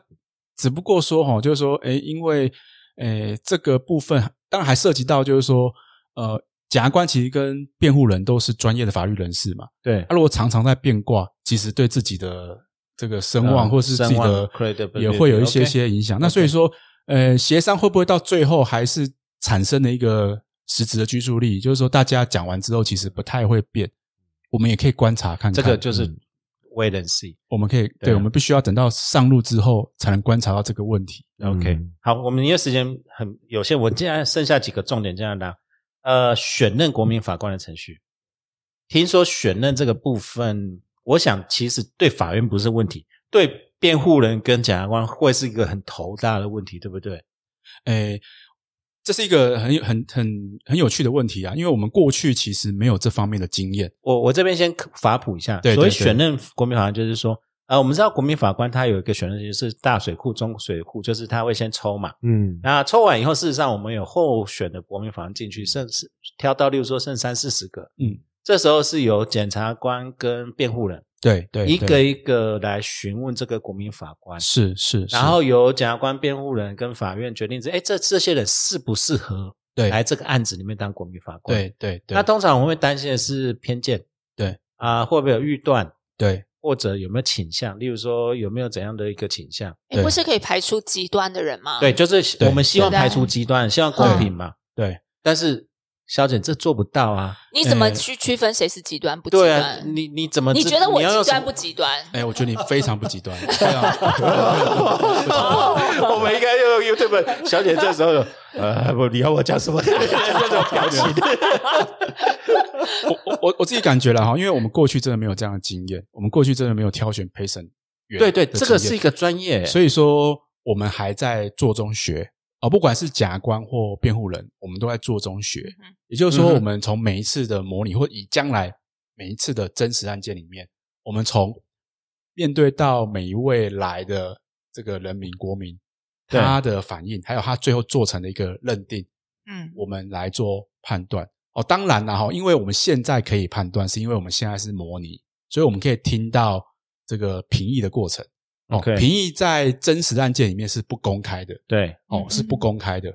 S4: 只不过说哈，就是说，诶，因为诶这个部分，当然还涉及到就是说，呃，检察官其实跟辩护人都是专业的法律人士嘛。
S1: 对
S4: 他、，如果常常在变卦，其实对自己的这个声望
S1: 嗯
S4: 或是自己
S1: 声望
S4: 的
S1: credibility，
S4: 也会有一些
S1: OK
S4: 些影响。那所以说，呃，协商会不会到最后还是产生了一个实质的拘束力？就是说，大家讲完之后，其实不太会变。我们也可以观察看看，
S1: 这个就是
S4: 嗯
S1: wait and see。
S4: 我们可以，对
S1: 啊
S4: 我们必须要等到上路之后才能观察到这个问题。
S1: OK，、
S2: 嗯
S1: 好，我们因为时间很有限，我竟然剩下几个重点这样拉。呃，选任国民法官的程序，听说选任这个部分，我想其实对法院不是问题，对辩护人跟检察官会是一个很头大的问题，对不对？
S4: 诶，呃这是一个很有很很很有趣的问题啊，因为我们过去其实没有这方面的经验。
S1: 我我这边先法普一下，
S4: 对对
S1: 所谓
S4: 对
S1: 选任国民法官就是说，呃，我们知道国民法官他有一个选任就是大水库、中水库，就是他会先抽嘛，
S2: 嗯
S1: 那抽完以后，事实上我们有候选的国民法官进去，剩是挑到，例如说剩三四十个，
S4: 嗯，
S1: 这时候是由检察官跟辩护人
S4: 对对
S1: 一个
S4: 对
S1: 一个来询问这个国民法官，
S4: 是是，是
S1: 然后由检察官、辩护人跟法院决定这，哎，这这些人适不适合
S4: 对
S1: 来这个案子里面当国民法官？，
S4: 对对对，
S1: 那通常我们会担心的是偏见，
S4: 对
S1: 啊、会不会有预断，
S4: 对
S1: 或者有没有倾向？例如说有没有怎样的一个倾向？
S3: 你不是可以排除极端的人吗？
S1: 对，，嗯就是
S4: 对
S1: 我们希望
S3: 啊对
S1: 排除极端，希望公平嘛。
S4: 对，
S1: 但是小姐这做不到啊。
S3: 你怎么
S4: 呃
S3: 去区分谁是极端不极
S1: 对啊，
S3: 端？
S1: 你你怎么知
S3: 你觉得我
S1: 你要用
S3: 极
S1: 什
S3: 端
S1: 么
S3: 不？极端？
S4: 哎，我觉得你非常不极 端，啊非常
S3: 哦
S1: 我们应该用 YouTube 小姐这时 候有呃不，你要我讲什么？这种表情，
S4: 我我我我自己感觉了哈，因为我们过去真的没有这样的经验，我们过去真的没有挑选陪审员
S1: 对对，
S4: 的
S1: 这个
S4: 经验
S1: 是一个专业，
S4: 所
S1: 以
S4: 以说我们还在做中学啊、不管是检察官或辩护人，我们都在做中学。
S3: 嗯
S4: 也就是
S1: 嗯
S4: 说，
S1: 哼
S4: 我们从每一次的模拟，或以将来每一次的真实案件里面，我们从面对到每一位来的这个人民国民，
S1: 对
S4: 他的反应，还有他最后做成的一个认定，
S3: 嗯，
S4: 我们来做判断。哦，当然啦，哈，因为我们现在可以判断，是因为我们现在是模拟，所以我们可以听到这个评议的过程。哦
S1: OK
S4: 评议在真实的案件里面是不公开的，
S1: 对
S4: 哦，
S3: 嗯
S4: 是不公开的。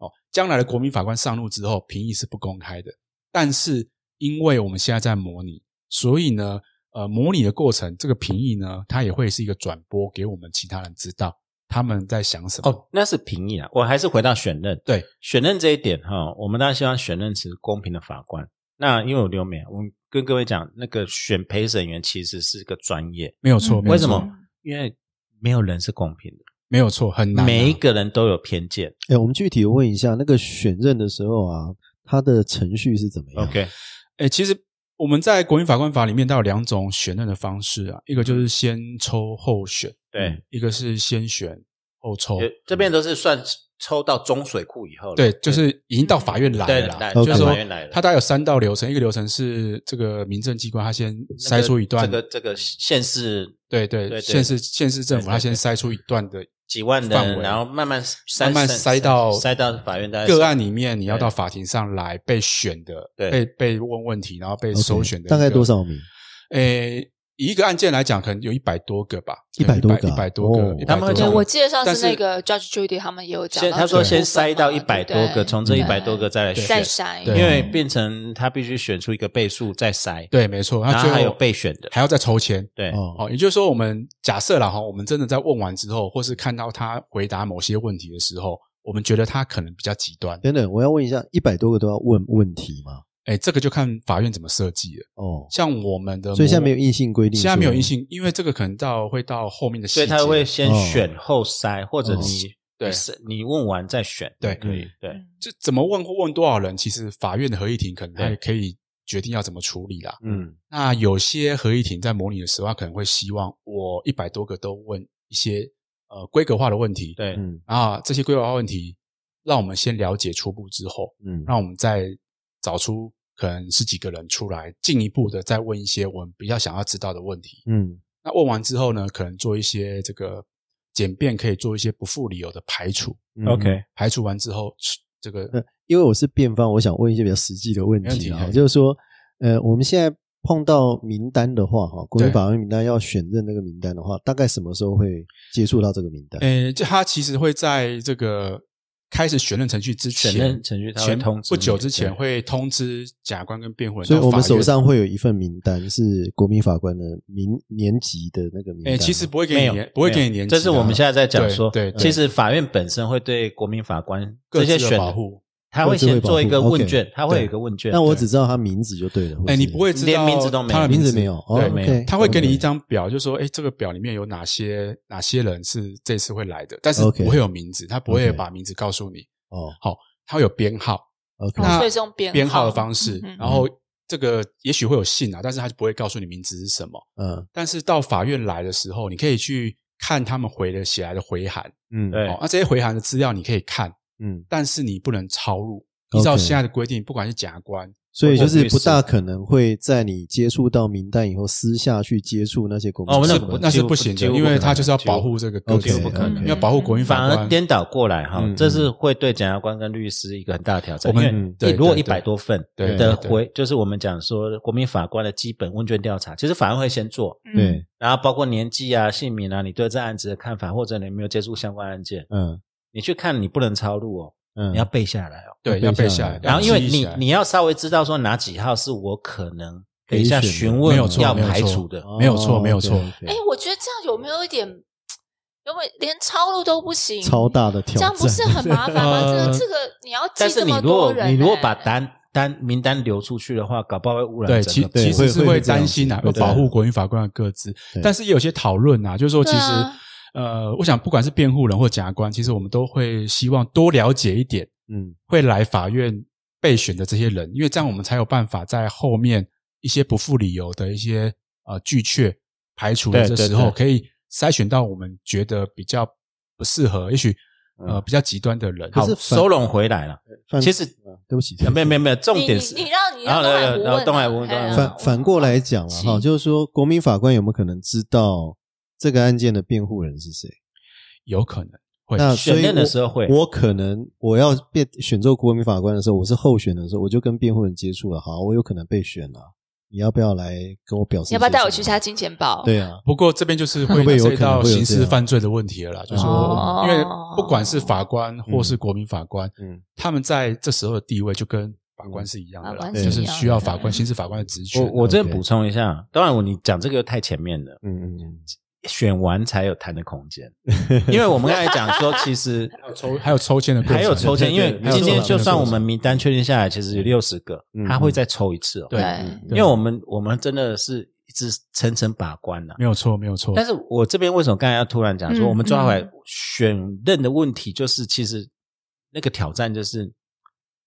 S4: 哦，将来的国民法官上路之后，评议是不公开的。但是因为我们现在在模拟，所以呢，呃，模拟的过程，这个评议呢，它也会是一个转播给我们其他人知道他们在想什么。
S1: 哦，那是评议啊。我还是回到选任，
S4: 对
S1: 选任这一点哈、我们当然希望选任是公平的法官。那因为我留美，啊我们跟各位讲，那个选陪审员其实是个专业，
S4: 没有错，
S3: 嗯
S4: 没有
S1: 为什
S4: 错
S1: 么？因为没有人是公平的，
S4: 没有错，很难啊、
S1: 每一个人都有偏见。
S2: 哎、我们具体问一下，那个选任的时候啊，他的程序是怎么样
S1: OK，
S4: 诶，其实我们在国民法官法里面，它有两种选任的方式啊，一个就是先抽后选，
S1: 嗯对
S4: 嗯一个是先选后抽，
S1: 呃这边都是算抽到中水库以后了，
S4: 哦对，就是已经到法院来
S1: 对
S4: 了啦，
S1: 来，
S2: OK
S4: 就是说
S1: 法院来了，
S4: 它大概有三道流程，一个流程是这个民政机关，它先筛出一段，
S1: 这个这个县市
S4: 对对
S1: 对对
S4: 县市县市政府
S1: 对对
S4: 它先筛出一段的
S1: 几万
S4: 范
S1: 人，
S4: 围
S1: 然后慢慢
S4: 慢慢塞到
S1: 塞到法院，大概
S4: 个案里面，你要
S1: 对
S4: 到法庭上来被选的，
S1: 对
S4: 被被问问题，然后被
S2: OK，
S4: 首选的一个
S2: 大概多少名？
S4: 诶，以一个案件来讲，可能有一百多个吧，
S2: 100多个
S4: 一百多个
S2: 哦，
S4: 100
S1: 他们会
S3: 对，
S4: 多个
S1: 讲
S3: 我记得上
S4: 但
S3: 次
S4: 是
S3: 那个 Judge Judy 他们也有讲
S1: 先
S3: 到这个部分
S1: 他说
S3: 嘛，
S1: 先塞到一百
S3: 对
S1: 多
S3: 不
S1: 个，
S3: 对
S1: 从这
S3: 对
S1: 一百多个再来
S3: 再
S1: 选，
S3: 筛，
S4: 对
S1: 因为变成他必须选出一个倍数再筛，，
S4: 对，没错，
S1: 然
S4: 他
S1: 后
S4: 最后
S1: 还有备选的
S4: 还要再抽签。
S1: 对，
S2: 哦，
S4: 哦，也就是说，我们假设了哈，我们真的在问完之后，或是看到他回答某些问题的时候，我们觉得他可能比较极端，
S2: 等等，我要问一下，一百多个都要问问题吗？
S4: 哎，这个就看法院怎么设计了。
S2: 哦，
S4: 像我们的模，
S2: 所以现在没有硬性规定，
S4: 现在没有硬，性，因为这个可能到会到后面的细
S1: 所
S4: 节，
S1: 以他会先
S2: 哦
S1: 选后筛，或者
S2: 哦
S1: 你
S4: 对
S1: 你是你问完再选，
S4: 对
S1: 可以，对。
S3: 嗯
S4: 就怎么问或问多少人，其实法院的合议庭可能
S1: 对
S4: 还可以决定要怎么处理啦。
S1: 嗯，
S4: 那有些合议庭在模拟的时候，他可能会希望我一百多个都问一些呃规格化的问题，
S1: 对，
S2: 嗯
S4: 啊，这些规格化问题，让我们先了解初步之后，
S2: 嗯，
S4: 让我们再找出可能十几个人出来，进一步的再问一些我们比较想要知道的问题。
S2: 嗯，
S4: 那问完之后呢，可能做一些这个简便，可以做一些不负理由的排除。
S2: 嗯
S1: OK，
S4: 排除完之后，这
S1: 嗯
S4: 个
S2: 呃，因为我是辩方，我想问一些比较实际的问
S4: 没问
S2: 题
S4: 题
S2: 啊，
S4: 嘿
S2: 就是说，呃，我们现在碰到名单的话，哈，国民
S4: 对
S2: 法官名单要选任那个名单的话，大概什么时候会接触到这个名单？
S4: 诶，这他呃其实会在这个开始选任程序之前，
S1: 选任程序他会
S4: 前
S1: 通知
S4: 不久
S1: 你
S4: 之前
S1: 对
S4: 会通知甲官跟辩护人到
S2: 所以
S4: 法院。
S2: 我们手上会有一份名单，是国民法官的民年级的那个名单
S4: 诶，
S2: 吗。
S4: 哎其实不会给
S1: 没
S4: 你
S1: 有
S4: 年，不会给你年纪
S1: 这
S4: 的啊，
S1: 是我们现在在讲说，
S4: 对对对
S1: 其实法院本身会对国民法官
S4: 各
S1: 这
S4: 自的
S1: 些选
S4: 保护，
S1: 他会先做一个问卷
S2: 各自的保护，OK
S1: 他会有一个问卷。
S2: 那我
S1: 对
S2: 只知道他名字就对了。
S4: 哎，
S2: 或是
S4: 你不会知道
S1: 连名字都没有
S4: 他的
S2: 名字
S4: 字
S2: 没有哦
S4: 对，
S1: 没有
S2: ，OK，
S4: 他会给你
S2: OK
S4: 一张表，就说，哎，这个表里面有哪些哪些人是这次会来的，但是
S2: OK
S4: 不会有名字，他不会
S2: OK
S4: 把名字告诉你，
S2: 哦
S4: 他会有编号，
S1: 哦
S2: ，OK，
S4: 那
S3: 所以是用编
S4: 编
S3: 号
S4: 号的方式啊
S3: 嗯嗯，
S4: 然后这个也许会有姓啊，但是他就不会告诉你名字是什么。
S2: 嗯
S4: 但是到法院来的时候，你可以去看他们回的写来的回函，
S2: 嗯，
S1: 对
S4: 哦，那、这些回函的资料你可以看，
S2: 嗯，
S4: 但是你不能抄录。
S2: OK
S4: 依照现在的规定，不管是假官，
S2: 所以就是不大可能会在你接触到名单以后，私下去接触那些国民
S1: 哦
S2: 法
S1: 那
S2: 官。
S1: 不
S4: 那是不行的，因为他就是要
S1: 几乎不可能
S4: 保护这个个
S2: OK，
S4: 体，
S1: 不可能
S4: 嗯要保护国民
S1: 反
S4: 法
S1: 而
S4: 官。
S1: 颠倒过来哈
S2: 嗯，
S1: 这是会对检察官跟律师一个很大的挑战。
S4: 我们
S1: 因
S2: 嗯
S1: 为
S4: 对
S1: 你如果一
S4: 对对
S1: 百多份
S4: 对对
S1: 的
S4: 对
S1: 回，就是我们讲说国民法官的基本问卷调查，其实法院会先做，
S3: 嗯
S2: 对，
S1: 然后包括年纪啊、姓名啊，你对这案子的看法，或者你有没有接触相关案件，
S2: 嗯
S1: 你去看，你不能抄录哦，
S2: 嗯，
S1: 你要背下来哦。
S4: 对，
S2: 要
S4: 要背
S2: 背下
S4: 下
S2: 来
S4: 来。
S1: 然后因为你
S4: 要记
S1: 你
S4: 下来
S1: 要稍微知道说哪几号是我可能
S2: 可
S1: 等
S2: 以
S1: 一下
S2: 选的
S1: 询
S4: 没
S1: 问
S4: 有错
S1: 要
S4: 没有
S1: 排
S4: 错哦
S1: 除
S2: 哦
S1: 的，
S4: 没有错没有错
S3: 哎，我觉得这样有没有一点，有没有连抄录都不行？
S2: 超大的挑
S3: 这
S2: 战，
S3: 样不是很麻烦 吗？这个
S4: 呃
S3: 这个你要记
S1: 但是
S3: 这
S1: 你
S3: 么
S1: 如果
S3: 多人欸，
S1: 你如果把单单名单流出去的话，搞不好会污染
S4: 对，
S1: 整
S4: 其
S1: 个
S2: 对
S4: 其
S1: 部
S4: 实是
S2: 会会
S4: 会
S2: 这样
S4: 担心啊，
S2: 子会
S4: 要
S2: 这样
S4: 保护国民法官的各自
S2: 对。
S4: 但是也有些讨论啊，就是说，其
S3: 对
S4: 实
S3: 啊
S4: 呃，我想不管是辩护人或检察官，其实我们都会希望多了解一点
S2: 嗯
S4: 会来法院备选的这些人，因为这样我们才有办法在后面一些不负理由的一些呃拒却排除的
S1: 对
S4: 这时
S1: 对对
S4: 候，可以筛选到我们觉得比较不适合，也许
S2: 嗯
S4: 呃比较极端的人。
S1: 好
S4: 好
S1: 收拢回来了。
S2: 反
S1: 其实
S2: 啊对不起，
S1: 啊没有没有没有，重
S3: 你
S1: 点
S3: 你
S1: 是
S3: 你让你
S1: 然后
S3: 让
S1: 来然后
S3: 东
S1: 东
S3: 海
S1: 海
S3: 无
S1: 无
S3: 问
S1: 问
S3: 啊
S1: 东海无
S3: 哎
S1: 问
S3: 呀
S2: 反反过来讲了
S3: 是
S2: 哈，就是说国民法官有没有可能知道这个案件的辩护人是谁？
S4: 有可能会
S2: 那
S1: 选
S2: 所以
S1: 任的
S2: 我
S1: 时候会
S2: 我可能我要被选做国民法官的时候，我是候选的时候，我就跟辩护人接触了。好，我有可能被选了，你要不要来跟我表示？
S3: 你要不要带我去？下金钱豹？
S2: 对啊，
S4: 不过这边就是
S2: 会
S4: 会
S2: 不会有
S4: 涉及
S2: 可能
S4: 到
S2: 会有
S4: 刑
S2: 这
S4: 事
S2: 样
S4: 犯罪的问题了啦，就是
S2: 哦
S4: 说，因为不管是
S1: 哦
S4: 法官或是国民法官，
S2: 嗯，
S4: 他们在这时候的地位就跟法官是一样的
S3: 法
S4: 啦，
S3: 官
S2: 是
S4: 就是
S3: 一样
S4: 需要
S3: 的
S4: 法官、刑事法官的职权
S1: 嗯我
S4: 啊。
S1: 我这
S2: OK
S1: 补充一下，当然我你讲这个又太前面了，
S2: 嗯嗯
S1: 选完才有谈的空间，因为我们刚才讲说，其实
S4: 抽 还有抽签的过程，
S1: 还有抽签，因为
S2: 对
S1: 今
S2: 对还有抽签
S1: 天
S2: 的
S1: 就算
S2: 过
S1: 我
S2: 程
S1: 们名单确定下来，其实有六十个
S2: 嗯，
S1: 他会再抽一次哦。
S4: 对
S3: 对
S1: 因为我们我们真的是一直层层把关了。
S4: 没有错，没有错
S1: 但。是我这边为什么刚才要突然讲说，
S3: 嗯
S1: 我们抓回来
S3: 嗯
S1: 选任的问题，就是其实那个挑战就是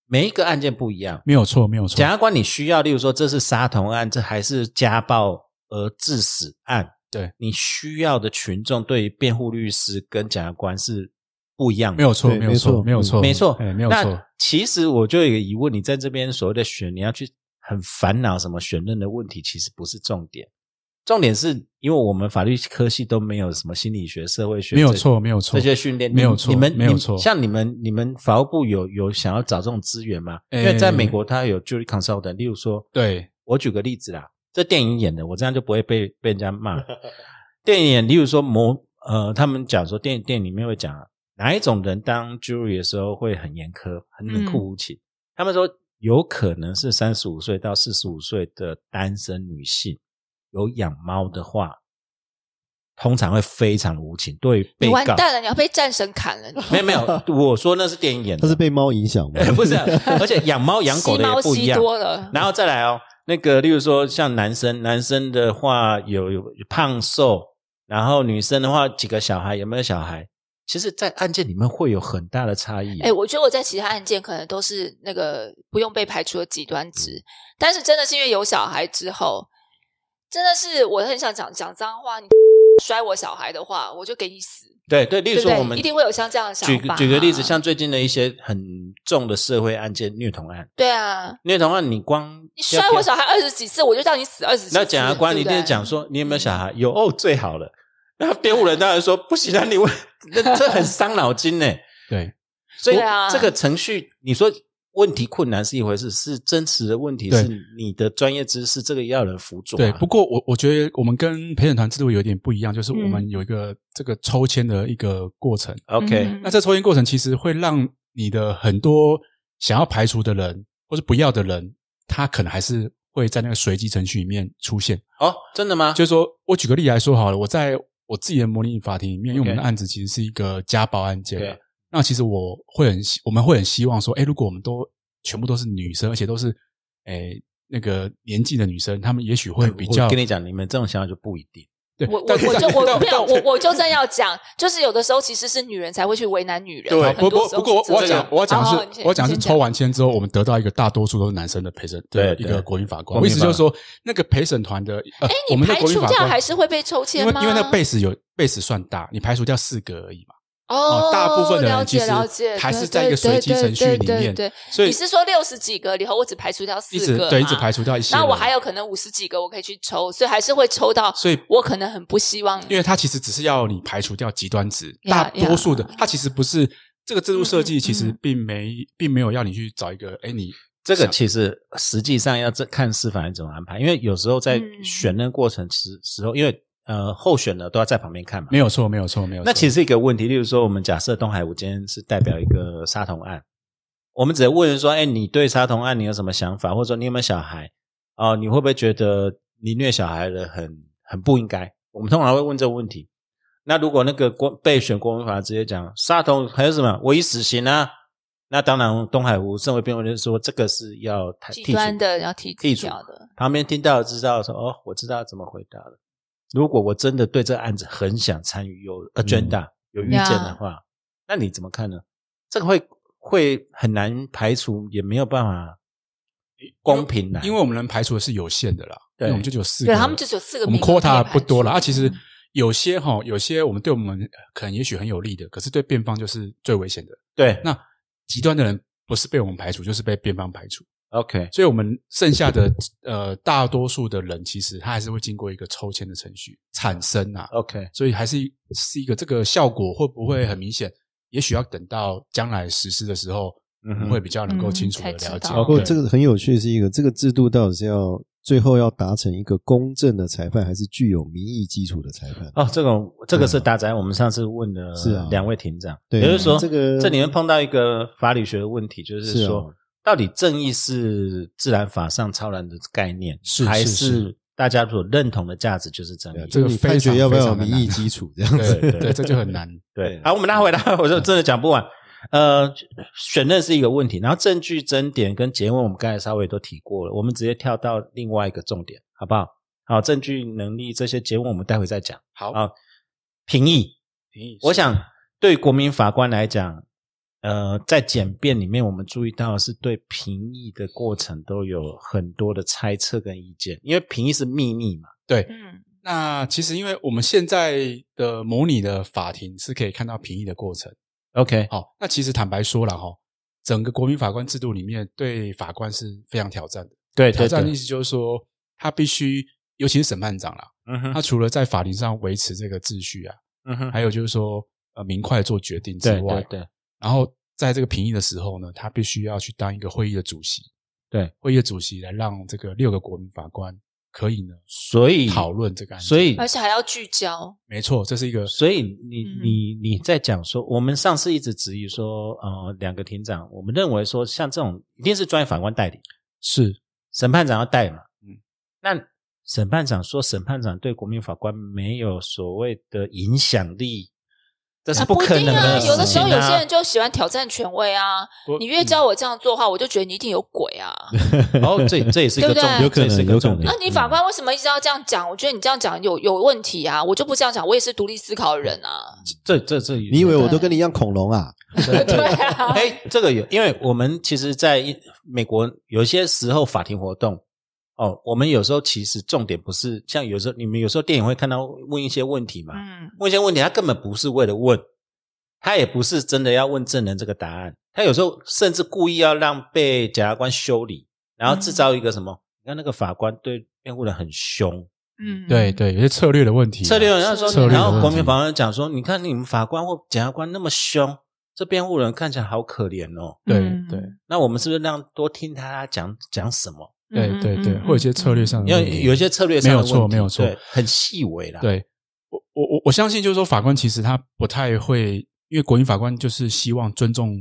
S1: 每一个案件不一样。
S4: 没有错，没有错
S1: 检。察官你需要，例如说这是杀童案，这还是家暴而致死案，
S4: 对
S1: 你需要的群众对于辩护律师跟检察官是不一样的，
S4: 没有错，
S2: 对
S4: 没有错，
S2: 没
S4: 没
S2: 有
S4: 有
S2: 错
S4: 错，
S1: 没错，
S4: 哎，没有
S1: 那
S4: 错。
S1: 其实我就有一个疑问，你在这边所谓的选，你要去很烦恼什么选任的问题，其实不是重点。重点是因为我们法律科系都没有什么心理学、社会学，
S4: 没有错没有错
S1: 这些训练
S4: 没有
S1: 你
S4: 错
S1: 你们
S4: 没有
S1: 你
S4: 错
S1: 像你们，你们法务部有有想要找这种资源吗？
S4: 诶
S1: 因为在美国，它有 jury consultant，例如说，
S4: 对，
S1: 我举个例子啦，这电影演的，我这样就不会被被人家骂。 电影演，例如说某呃，他们讲说电电影里面会讲啊哪一种人当 jury 的时候会很严苛、很冷
S3: 嗯
S1: 酷无情。他们说有可能是三十五岁到四十五岁的单身女性，有养猫的话，通常会非常无情，对于被
S3: 你完
S1: 告。
S3: 蛋了，你要被战神砍了，你
S1: 没有没有，我说那是电影演
S2: 他
S1: 的，
S2: 是被猫影响吗？
S1: 不 是啊？而且养猫养狗的也不一
S3: 吸猫吸
S1: 样，
S3: 多了，
S1: 然后再来哦，那个例如说像男生，男生的话有有胖瘦，然后女生的话几个小孩，有没有小孩？其实，在案件里面会有很大的差异。啊
S3: 哎、我觉得我在其他案件可能都是那个不用被排除的极端值，
S4: 嗯
S3: 但是真的是因为有小孩之后，真的是我很想讲讲脏话，你 摔我小孩的话，我就给你死，
S1: 对对，例如
S3: 对不
S1: 说
S3: 对
S1: 我们
S3: 一定会有像这样的想
S1: 举
S3: 法
S1: 举个例子，
S3: 啊
S1: 像最近的一些很重的社会案件，虐童案，
S3: 对啊，
S1: 虐童案你光
S3: 你摔我小孩二十几次，我就让你死二十几次。
S1: 那检察官
S3: 对
S1: 一
S3: 不嗯对
S1: 定讲说你有没有小孩？有哦，最好了。那辩护人当然说不行啊，你问 那这很伤脑筋呢。
S4: 对
S1: 所以
S3: 对啊
S1: 这个程序，你说问题困难是一回事，是真实的问题，
S4: 对
S1: 是你的专业知识，这个要有人辅佐啊、
S4: 对。不过我我觉得我们跟陪审团制度有点不一样，就是我们有一个这个抽签的一个过程。
S1: OK，
S3: 嗯
S4: 那这抽签过程其实会让你的很多想要排除的人或是不要的人，他可能还是会在那个随机程序里面出现。
S1: 哦，真的吗？
S4: 就是说我举个例来说好了，我在我自己的模拟法庭里面，因为我
S1: OK
S4: 们的案子其实是一个家暴案件
S1: OK
S4: 那其实我会很希，我们会很希望说，哎，如果我们都全部都是女生，而且都是哎那个年纪的女生，她们也许会比较
S1: 我跟你哎讲，你们这种想法就不一定。
S4: 对。
S3: 嗯我我
S4: 但
S3: 我就我
S4: 但
S3: 没有
S4: 但
S3: 我我就正要讲，就是有的时候其实是女人才会去为难女人。
S1: 对
S3: 很
S4: 不
S3: 多
S4: 不
S3: 时候
S4: 不过我
S3: 是
S4: 我
S3: 这样
S4: 要讲我要讲
S3: 好好
S4: 的是
S3: 哦你先
S4: 我要讲的是
S3: 先
S4: 抽完签之后，我们得到一个大多数都是男生的陪审的
S1: 对
S4: 一
S1: 对
S4: 个国民法官。
S1: 国民
S4: 我意思就是
S1: 法
S4: 说，那个陪审团的呃
S3: 哎，，
S4: 我
S3: 你
S4: 们的
S3: 排
S4: 国民
S3: 除
S4: 法
S3: 掉
S4: 官
S3: 还是会被抽签
S4: 因为因为那
S3: 吗
S4: 个 base 有 base 算大，你排除掉四个而已嘛。
S3: 哦，
S4: 大部分的
S3: 了
S4: 人其
S3: 解
S4: 实
S3: 了解，
S4: 还
S3: 对
S4: 是在一个随机程序里
S3: 对对对
S4: 面
S3: 对对
S4: 所以
S3: 你是说六十几个里头，我只排除掉四
S4: 一
S3: 个
S4: 直
S3: 嘛
S4: 对一直排。除掉一些人。
S3: 那我还有可能五十几个我可以去抽，所以还是会抽到。
S4: 所以
S3: 我可能很不希望
S4: 因为它其实只是要你排除掉极端值，
S3: 呀
S4: 大多数的
S3: 呀
S4: 它其实不是这个制度
S3: 嗯
S4: 设
S3: 嗯
S4: 计，
S3: 嗯
S4: 其实并没并没有要你去找一个哎你
S1: 这个其实实际上要这看司法人怎么安排，因为有时候在
S3: 嗯
S1: 选任过程时时候，因为呃候选的都要在旁边看嘛
S4: 没。有错没有错没有错。
S1: 那其实是一个问题，例如说，我们假设东海吴今天是代表一个杀童案，我们只能问说，哎，你对杀童案你有什么想法，或者说你有没有小孩？哦、你会不会觉得你虐小孩的很很不应该？我们通常会问这个问题。那如果那个国被选国民法直接讲杀童还有什么唯以死刑啊？那当然，东海吴身为辩护人就说，这个是要
S3: 极
S1: 剔
S3: 端
S1: 除
S3: 的要剔
S1: 剔除
S3: 掉的。
S1: 旁边听到知道说哦，我知道怎么回答了。如果我真的对这个案子很想参与，有
S4: 嗯
S1: agenda、有预见的话那你怎么看呢？这个会会很难排除，也没有办法公平的、
S4: 因为我们能排除的是有限的啦，因
S1: 对
S4: 为我们就只有四个，
S3: 对他们就只有四个
S4: 我们
S3: 名额可以
S4: quota
S3: 排嗯
S4: 不多了
S3: 除
S4: 啊。其实有些哈，有些我们对我们可能也许很有利的，可是对辩方就是最危险的。
S1: 对
S4: 那极端的人不是被我们排除，就是被辩方排除。
S1: OK
S4: 所以我们剩下的呃大多数的人，其实他还是会经过一个抽签的程序产生啊，
S1: OK，
S4: 所以还是是一个这个效果会不会很明显？也许要等到将来实施的时候，
S1: 嗯哼
S4: 我们会比较能够清楚的
S3: 嗯才
S4: 了
S3: 知
S4: 解。
S3: 道
S2: 不
S3: 哦
S2: 过
S4: 对
S2: 这个很有趣，是一个这个制度到底是要最后要达成一个公正的裁判，还是具有民意基础的裁判？
S1: 哦，这种这个是大宅，我们上次问的
S2: 是啊
S1: 两位庭长，
S2: 对
S1: 也就是说
S2: 这个
S1: 这里面碰到一个法理学的问题，就是
S2: 是啊
S1: 说、到底正义是自然法上超然的概念，
S4: 是
S1: 还
S4: 是
S1: 是
S4: 是
S1: 大家所认同的价值就是正义？
S4: 这个
S2: 你
S4: 非
S2: 判决
S4: 常
S2: 要不要有
S4: 非常的
S2: 民
S4: 难
S2: 意基础？这样子，
S4: 对对，这就很难。
S1: 对，好，我们拉回来， 我就真的讲不完。呃，选任是一个问题，然后证据争点跟结论，我们刚才稍微都提过了，我们直接跳到另外一个重点，好不好？好，证据能力这些结论我们待会再讲。
S4: 好
S1: 啊，评议，
S4: 评议是
S1: 我想对国民法官来讲，呃，在简便里面，我们注意到的是对评议的过程都有很多的猜测跟意见，因为评议是秘密嘛。
S3: 嗯，
S4: 那其实因为我们现在的模拟的法庭是可以看到评议的过程。
S1: OK，
S4: 好、那其实坦白说了哈、整个国民法官制度里面对法官是非常挑战的。
S1: 对
S4: 挑
S1: 对
S4: 战的
S1: 对
S4: 意，思就是说，他必须，尤其是审判长啦，
S1: 嗯哼
S4: 他，除了在法庭上维持这个秩序啊，
S1: 嗯哼，
S4: 还有就是说，呃，明快做决定之
S1: 对
S4: 外
S1: 对，对，
S4: 然后在这个评议的时候呢，他必须要去当一个会议的主席，
S1: 对，
S4: 会议的主席来让这个六个国民法官可以呢
S1: 所以
S4: 讨论这个案件。
S1: 所以
S3: 而且还要聚焦。
S4: 没错，这是一个
S1: 所以你
S3: 嗯
S1: 你你在讲说，我们上次一直质疑说，呃，两个庭长，我们认为说，像这种一定是专业法官代理，
S4: 是
S1: 审判长要带嘛。嗯
S4: 嗯，
S1: 那审判长说，审判长对国民法官没有所谓的影响力，这是
S3: 啊不
S1: 可
S3: 一
S1: 能
S3: 定啊，
S1: 事情、
S3: 有的时候有些人
S1: 就
S3: 就喜欢挑战权威啊。
S4: 不
S3: 你越教我这样做的话，我就觉得你一定有鬼啊！
S1: 哦，这这也是一个
S3: 对不
S1: 重
S3: 对
S1: 点，
S3: 有
S2: 可能
S1: 这也是一个
S2: 有可能
S1: 重点
S4: 嗯
S3: 啊，你法官为什么一直要这样讲？我觉得你这样讲有有问题啊！我就不这样讲，我也是独立思考的人啊。
S1: 这这这，
S2: 你以为我都跟你一样恐龙啊？
S3: 对 啊，
S1: 哎，这个有，因为我们其实在一美国有些时候法庭活动，哦、哦，我们有时候其实重点不是像有时候你们有时候电影会看到问一些问题嘛，
S3: 嗯，
S1: 问一些问题，他根本不是为了问，他也不是真的要问证人这个答案，他有时候甚至故意要让被检察官修理，然后制造一个什么？你看那个法官对辩护人很凶，
S3: 嗯，
S4: 对对，有些策略的问题啊，
S1: 策略人家
S3: 策略
S1: 说，
S3: 的
S1: 然后国
S4: 问
S1: 民
S4: 题
S1: 法官讲说，你看你们法官或检察官那么凶，这辩护人看起来好可怜哦。
S4: 对
S3: 嗯
S4: 对
S1: 那我们是不是让多听他讲讲什么？
S3: 嗯
S4: 对对对，会有一些策略上的
S1: 因
S4: 问题，
S1: 为有一些策略上的问题
S4: 嗯没有错没有错
S1: 对很细微啦。，
S4: 对我我我我相信，就是说法官其实他不太会，因为国民法官就是希望尊重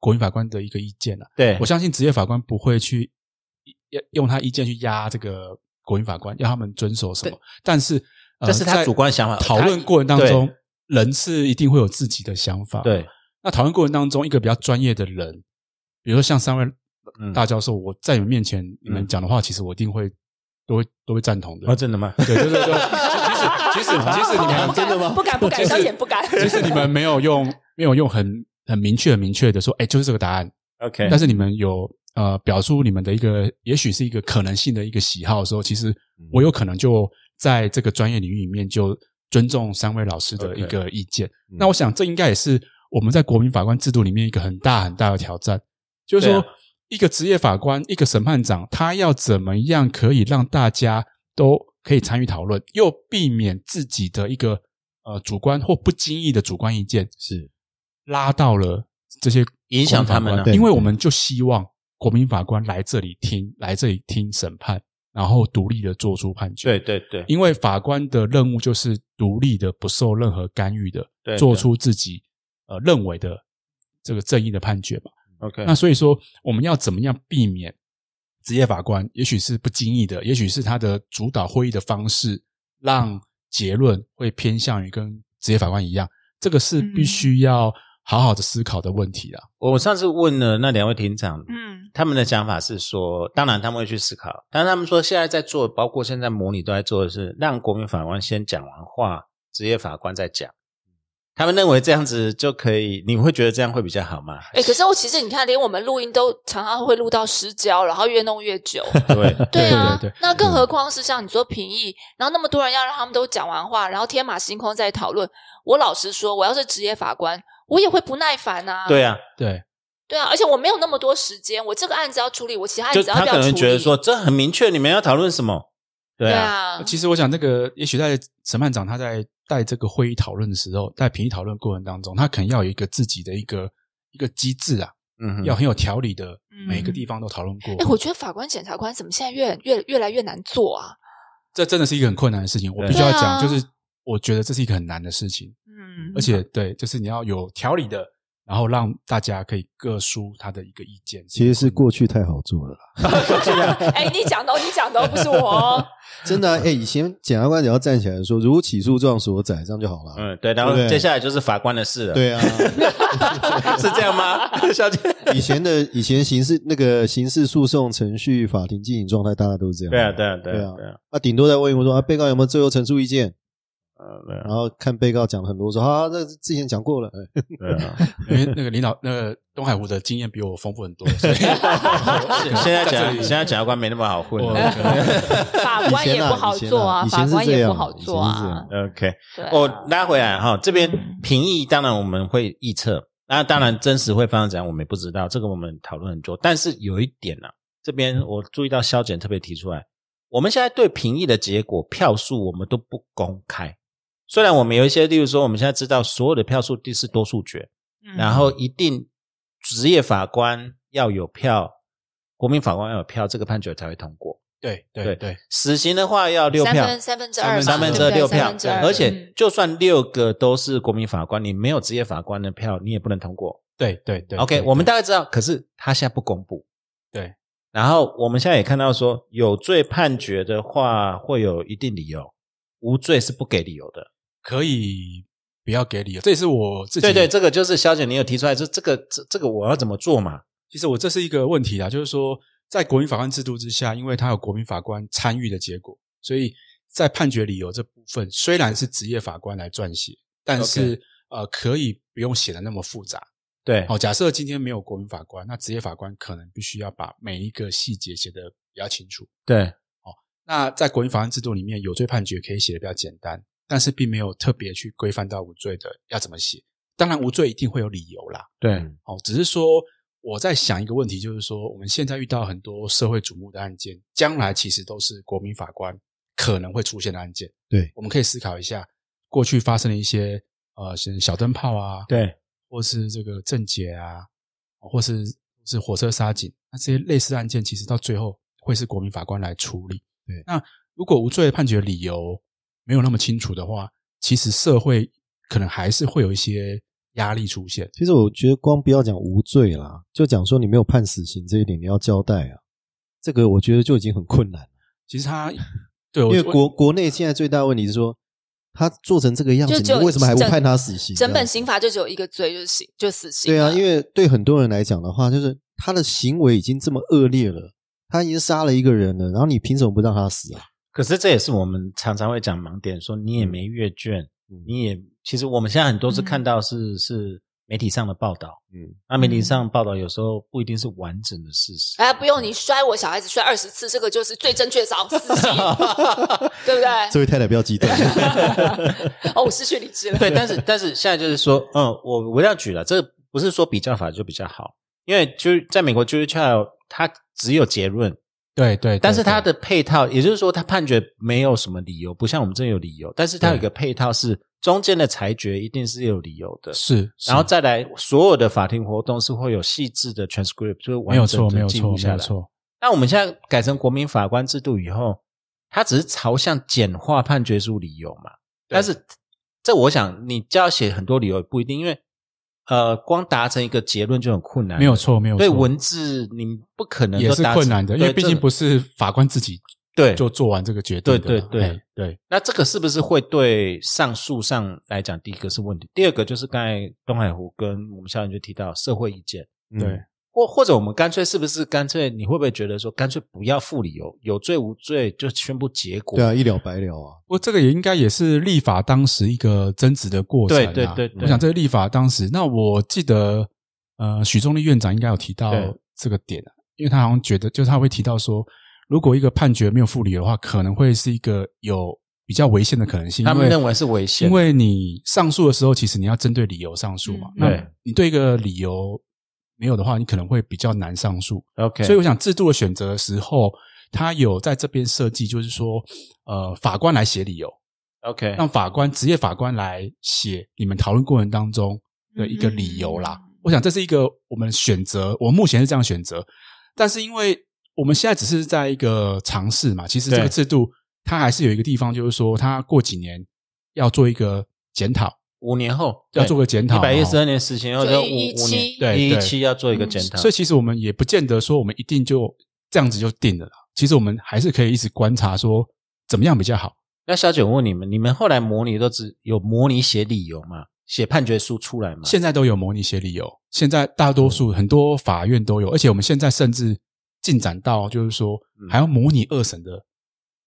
S4: 国民法官的一个意见啊。
S1: 对
S4: 我相信职业法官不会去要用他意见去压这个国民法官，要他们遵守什么。但是，呃
S1: 这是他
S4: 在
S1: 主观想法
S4: 讨论
S1: 他
S4: 过程当
S1: 对
S4: 中，人是一定会有自己的想法。，
S1: 对，
S4: 那讨论过程当中，一个比较专业的人，比如说像三位
S1: 嗯
S4: 大教授，我在你们面前，你们讲的话，其实我一定会都会都会赞同的。
S1: 哦，真的 吗？
S4: 对对对对，即使即使即使你
S3: 嗯不
S4: 们
S3: 敢不敢不敢，小姐不敢。
S4: 即使你们没有用没有用很很明确很明确的说，哎，就是这个答案，
S1: OK，
S4: 但是你们有呃表述你们的一个，也许是一个可能性的一个喜好的时候，其
S1: 嗯
S4: 实我有可能就在这个专业领域里面就尊重三位老师的一个意见。
S1: 嗯
S4: 那我想这应该也是我们在国民法官制度里面一个很大很大的挑战，就是
S1: 对啊
S4: 说一个职业法官、一个审判长，他要怎么样可以让大家都可以参与讨论，又避免自己的一个呃主观或不经意的主观意见
S2: 是
S4: 拉到了这些
S1: 影响他们啊
S4: 国民法官因为
S2: 对
S4: 我们就希望国民法官来这里听，来这里听审判，然后独立的做出判决。
S1: 对对对
S4: 因为法官的任务就是独立的、不受任何干预的，
S1: 对
S4: 做出自己呃认为的这个正义的判决嘛。
S1: ，OK，
S4: 那所以说，我们要怎么样避免职业法官，也许是不经意的，也许是他的主导会议的方式，
S3: 嗯
S4: 让结论会偏向于跟职业法官一样，这个是
S3: 嗯
S4: 必须要好好的思考的问题啊。
S1: 我上次问了那两位庭长，
S3: 嗯
S1: 他们的想法是说，当然他们会去思考，但是他们说现在在做，包括现在模拟都在做的是，让国民法官先讲完话，职业法官再讲。
S3: 嗯
S1: 他们认为这样子就可以，你会觉得这样会比较好吗？
S3: 哎、可是我其实你看，连我们录音都常常会录到失焦，然后越弄越久。
S1: 对，
S3: 啊，
S4: 对对对嗯
S3: 那更何况是像你说评议，然后那么多人要让他们都讲完话，然后天马行空在讨论。我老实说，我要是职业法官，我也会不耐烦啊。
S1: 对啊，
S4: 对
S3: 对啊，而且我没有那么多时间，我这个案子要处理，我其他案
S1: 就
S3: 子要
S1: 他
S3: 不要
S1: 可
S3: 处理？
S1: 能觉得说，这很明确，你们要讨论什么？对
S3: 对
S1: 啊，
S3: 啊，
S4: 其实我想，这个也许在审判长他在带这个会议讨论的时候，在评议讨论过程当中，他可能要有一个自己的一个一个机制啊，
S1: 嗯哼，
S4: 要很有条理的，
S3: 嗯
S4: 每个地方都讨论过。
S3: 哎、我觉得法官、检察官怎么现在越越越来越难做啊？
S4: 这真的是一个很困难的事情，我
S1: 对
S4: 必须要
S3: 对啊
S4: 讲，就是我觉得这是一个很难的事情，
S3: 嗯
S4: 而且对，就是你要有条理的，然后让大家可以各抒他的一个意见。
S2: 其实是过去太好做了啦，
S3: 哎、你讲的哦，你讲的哦，不是我哦。
S2: 真的啊。哎、以前检察官只要站起来说“如起诉状所载”，这样就好了。
S1: 嗯，对，然后
S2: 对不对
S1: 接下来就是法官的事了，，
S2: 对啊，
S1: 是这样吗，小姐？
S2: 以前的以前刑事那个刑事诉讼程序法庭进行状态，大家都是这样。
S1: 对啊，对啊，对
S2: 对
S1: 啊
S2: 啊，
S1: 对啊，
S2: 啊，顶多在问一问说啊，被告有没有最后陈述意见？
S1: 呃对啊
S2: 然后看被告讲了很多，说啊，这之前讲过了，哎
S1: 对啊，
S4: 因为那个领导，那个东海湖的经验比我丰富很多，所以
S1: 现现在
S4: 这
S1: 讲，
S4: 里
S1: 现在检察官没那么好混
S4: 我
S1: 了。
S3: 法官也不好做啊，
S2: 以前啊
S3: 法
S2: 以前啊以前
S3: 官
S2: 是这
S3: 也
S2: 样
S3: 不好做
S2: 以前是这
S3: 啊
S2: 样。
S1: OK，
S3: 对啊，
S1: 我、哦拉回来哈，这边评议当然我们会臆测，那当然真实会发生怎样我们也不知道，这个我们讨论很多。但是有一点呢、啊，这边我注意到肖检特别提出来，我们现在对评议的结果票数我们都不公开。虽然我们有一些，例如说我们现在知道所有的票数第是多数决，
S3: 嗯
S1: 然后一定职业法官要有票，国民法官要有票，这个判决才会通过。
S4: 对
S1: 对
S4: 对对，
S1: 死刑的话要六
S3: 三
S1: 票，
S3: 分三分之二嘛，
S1: 三分之
S3: 对
S1: 二
S3: 不对
S1: 六
S3: 三
S1: 票
S3: 分之二，
S1: 而
S3: 嗯
S1: 且就算六个都是国民法官，你没有职业法官的票，你也不能通过。
S4: 对对对。
S1: OK，
S4: 对
S1: 我们大概知道，可是他现在不公布。
S4: 对，
S1: 然后我们现在也看到说，有罪判决的话会有一定理由，无罪是不给理由的。
S4: 可以不要给理由，这也是我自己
S1: 对对，这个就是肖姐你有提出来，这这个这这个我要怎么做嘛？
S4: 其实我这是一个问题啊，就是说，在国民法官制度之下，因为它有国民法官参与的结果，所以在判决理由这部分，虽然是职业法官来撰写，但是呃，可以不用写的那么复杂。
S1: 对，
S4: 好、哦假设今天没有国民法官，那职业法官可能必须要把每一个细节写的比较清楚。
S1: 对，
S4: 哦，那在国民法案制度里面，有罪判决可以写的比较简单，但是并没有特别去规范到无罪的要怎么写。当然，无罪一定会有理由啦。
S1: 对，
S4: 哦，只是说我在想一个问题，就是说我们现在遇到很多社会瞩目的案件，将来其实都是国民法官可能会出现的案件。
S2: 对，
S4: 我们可以思考一下，过去发生的一些呃，像小灯泡啊，，
S1: 对，
S4: 或是这个郑捷啊，或是是火车杀警，那这些类似案件，其实到最后会是国民法官来处理。
S2: 对
S4: 那如果无罪的判决理由没有那么清楚的话，其实社会可能还是会有一些压力出现。
S2: 其实我觉得光不要讲无罪啦，就讲说你没有判死刑这一点，你要交代啊，这个我觉得就已经很困难了。
S4: 其实他对
S2: 因
S4: 我
S2: 为国国内现在最大的问题是说，他做成这个样子，
S3: 就只有
S2: 你为什么还不
S3: 整
S2: 判他死刑？
S3: 整本
S2: 这样
S3: 刑法就只有一个罪，就是刑，就死刑
S2: 对
S3: 嘛。
S2: 啊，因为对很多人来讲的话，就是他的行为已经这么恶劣了，他已经杀了一个人了，然后你凭什么不让他死啊？
S1: 可是这也是我们常常会讲盲点，说你也没阅卷，你也其实我们现在很多是看到是、是媒体上的报道，
S2: 嗯
S1: 嗯，那媒体上报道有时候不一定是完整的事实。
S3: 哎，不用你摔我小孩子摔二十次，这个就是最正确找死刑，对不 对？
S2: 这位太太不要激 动，
S3: 哦，我失去理智 了。
S1: 对，但是但是现在就是说，嗯，我我要举了，这不是说比较法就比较好，因为就是在美国 judicial 它只有结论，
S4: 对对，
S1: 但是它
S4: 他
S1: 的配套，也就是说它判决没有什么理由，不像我们这有理由，但是它有
S4: 对
S1: 一个配套是中间的裁决一定是有理由的，
S4: 是，
S1: 然后
S4: 是
S1: 再来，所有的法庭活动是会有细致的 transcript，就是
S4: 没有
S1: 完整
S4: 错，没
S1: 的
S4: 有
S1: 记
S4: 错，
S1: 录
S4: 没
S1: 下
S4: 有
S1: 来。
S4: 错，
S1: 那我们现在改成国民法官制度以后，它只是朝向简化判决书理由嘛。
S4: 对
S1: 但是这我想，你就要写很多理由也不一定，因为呃，光达成一个结论就很困难。
S4: 没有，错，没有错，
S1: 对文字你不可能
S4: 也
S1: 都
S4: 是
S1: 达成
S4: 困难的，因为
S1: 对
S4: 毕竟
S1: 这
S4: 不是法官自己
S1: 对。
S4: 就做完这个决定的嘛。
S1: 对对对
S4: 哎对，
S1: 那这个是不是会对上诉上来讲，第一个是问题，第二个就是刚才东海湖跟我们校园就提到社会意见。
S4: 对
S2: 嗯
S1: 或或者我们干脆是不是干脆你会不会觉得说干脆不要附理由，有罪无罪就宣布结果？
S2: 对啊，一了百了啊，
S4: 不过这个也应该也是立法当时一个争执的过程、啊。
S1: 对对对对
S4: 我想这个立法当时，那我记得呃，许宗力院长应该有提到
S1: 对
S4: 这个点、啊，因为他好像觉得，就是他会提到说，如果一个判决没有附理由的话，可能会是一个有比较违宪的可能性。
S1: 他们
S4: 因
S1: 认为是违宪
S4: 因为你上诉的时候，其实你要针对理由上诉嘛。
S3: 嗯
S4: 那
S1: 对
S4: 你对一个理由没有的话，你可能会比较难上诉。
S1: OK，
S4: 所以我想制度的选择的时候，它有在这边设计，就是说，呃，法官来写理由，
S1: OK
S4: 让法官职业法官来写你们讨论过程当中的一个
S1: 嗯
S4: 理由啦。我想这是一个我们选择，我目前是这样选择，但是因为我们现在只是在一个尝试嘛，其实这个
S1: 对
S4: 制度它还是有一个地方，就是说它过几年要做一个检讨，
S1: 五年后
S4: 要做个检讨
S1: 一百一十
S4: 哦
S1: 二年死刑后
S3: 就
S1: 就五
S3: 117
S1: 五年，
S4: 对
S1: 一
S4: 对
S1: 期要做一
S3: 嗯
S1: 个检讨，
S4: 所以其实我们也不见得说我们一定就这样子就定了啦。其实我们还是可以一直观察说怎么样比较好。
S1: 那小姐我问你们，你们后来模拟都只有模拟写理由嘛，写判决书出来嘛？
S4: 现在都有模拟写理由，现在大多
S1: 嗯
S4: 数很多法院都有，而且我们现在甚至进展到就是说
S1: 嗯哦
S4: 还要模拟二审的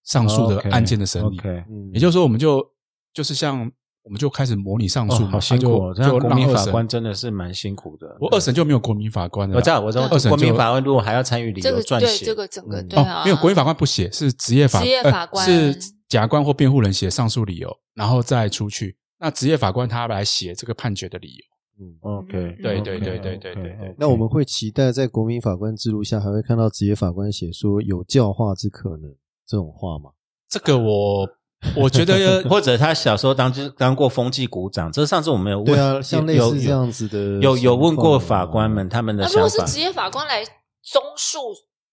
S4: 上诉的案件的审理。
S1: OK，
S2: 嗯，
S4: 也就是说，我们就就是像我们就开始模拟上
S1: 哦
S4: 诉嘛，
S1: 好辛苦哦，这
S4: 它
S1: 样
S4: 就就
S1: 国
S4: 让
S1: 民
S4: 二
S1: 法
S4: 审
S1: 官。真的是蛮辛苦的。
S4: 我二审就没有国民法官了啦，
S1: 我知道，我知道
S4: 二，审
S1: 国民
S4: 就
S1: 法官如果还要参与理
S3: 这
S1: 由
S3: 个
S1: 撰
S3: 对
S1: 写
S3: 这，个整个
S2: 嗯
S3: 对啊，
S4: 哦，没有国民法官不写，是职业法
S3: 职业
S4: 呃
S3: 法官
S4: 是甲官或辩护人写上诉理由，然后再出去。那职业法官他来写这个判决的理由，
S2: 嗯
S1: OK，
S3: 对
S1: OK，
S3: 对
S4: 哦对对对
S1: OK，
S4: 对对
S1: OK
S2: 那我们会期待在国民法官制度下，还会看到职业法官写说有教化之可能这种话吗？
S4: 这个我我觉
S2: 啊
S4: 得
S1: 或者他小时候当就是当过风纪股长，这上次我们有问，
S2: 对啊，像类
S1: 有
S2: 似这样子的
S1: 有有有
S2: 情况啊
S1: 问过法官们他们的
S3: 那啊如
S1: 想
S3: 果是
S1: 法。
S3: 职业法官来综述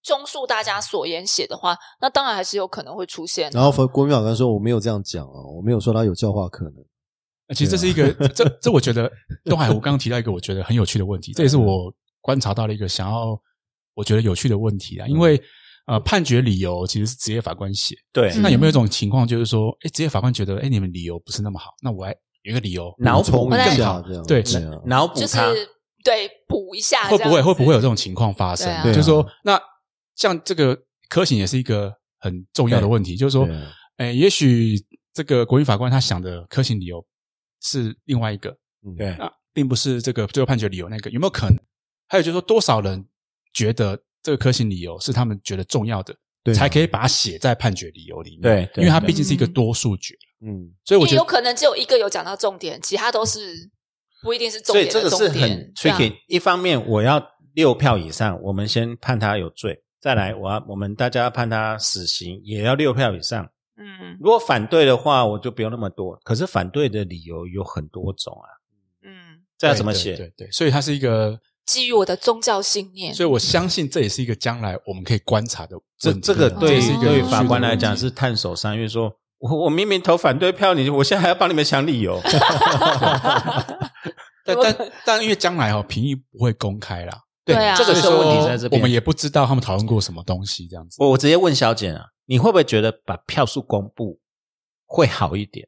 S3: 综述大家所言写的话，那当然还是有可能会出现。
S2: 然后法国民法官说我没有这样讲啊，我没有说他有教化可能。
S4: 呃其实这是一个，这这我觉得东海湖刚刚提到一个我觉得很有趣的问题，这也是我观察到了一个想要我觉得有趣的问题啊，因为
S3: 嗯
S4: 呃判决理由其实是职业法官写，
S1: 对，
S4: 那有没有一种情况就是说，哎，职业法官觉得哎你们理由不是那么好，那我来有一个理由
S1: 脑补
S2: 补一
S3: 更
S2: 下
S1: 好
S2: 这样
S4: 对
S2: 啊
S1: 脑补
S3: 就是
S1: 他，
S3: 对补一下，
S4: 会不
S3: 这
S4: 会
S3: 样子
S4: 会不会有这种情况发生？
S3: 对啊
S2: 对啊
S4: 就是说，那像这个科刑也是一个很重要的问题，就是说
S2: 对啊，
S4: 诶，也许这个国民法官他想的科刑理由是另外一个，
S2: 嗯
S1: 对
S4: 那并不是这个最后判决理由那个，有没有可能？还有就是说，多少人觉得这个科刑理由是他们觉得重要的，
S2: 对啊
S4: 才可以把它写在判决理由里面。
S1: 对啊对
S4: 因为它毕竟是一个多数决，
S2: 嗯，
S4: 所以我
S3: 因为
S4: 觉
S3: 有
S4: 得
S3: 可能只有一个有讲到重点，其他都是不一定是重
S1: 所以
S3: 点
S1: 这个
S3: 的重
S1: 是
S3: 点。
S1: 很
S3: 这样
S1: tricky。一方面，我要六票以上，我们先判他有罪；再来，我要我们大家判他死刑，也要六票以上。
S3: 嗯
S1: 如果反对的话，我就不用那么多。可是反对的理由有很多种啊，
S3: 嗯，
S1: 这要怎么
S4: 对
S1: 写？
S4: 对对对所以它是一个，
S3: 基于我的宗教信念，
S4: 所以我相信这也是一个将来我们可以观察的
S1: 这
S4: 问题啊
S1: 这个对
S4: 这是一个
S1: 对于
S4: 有趣的
S1: 法官来
S4: 问题
S1: 讲是探手山芋，说我我明明投反对票，你我现在还要帮你们想理由。
S4: 但但但因为将来哦，评议不会公开啦。
S3: 对啊
S1: 这个
S4: 所以
S1: 是
S4: 说
S1: 问题在这边。
S4: 我们也不知道他们讨论过什么东西，这样子。
S1: 我我直接问小简啊，你会不会觉得把票数公布会好一点，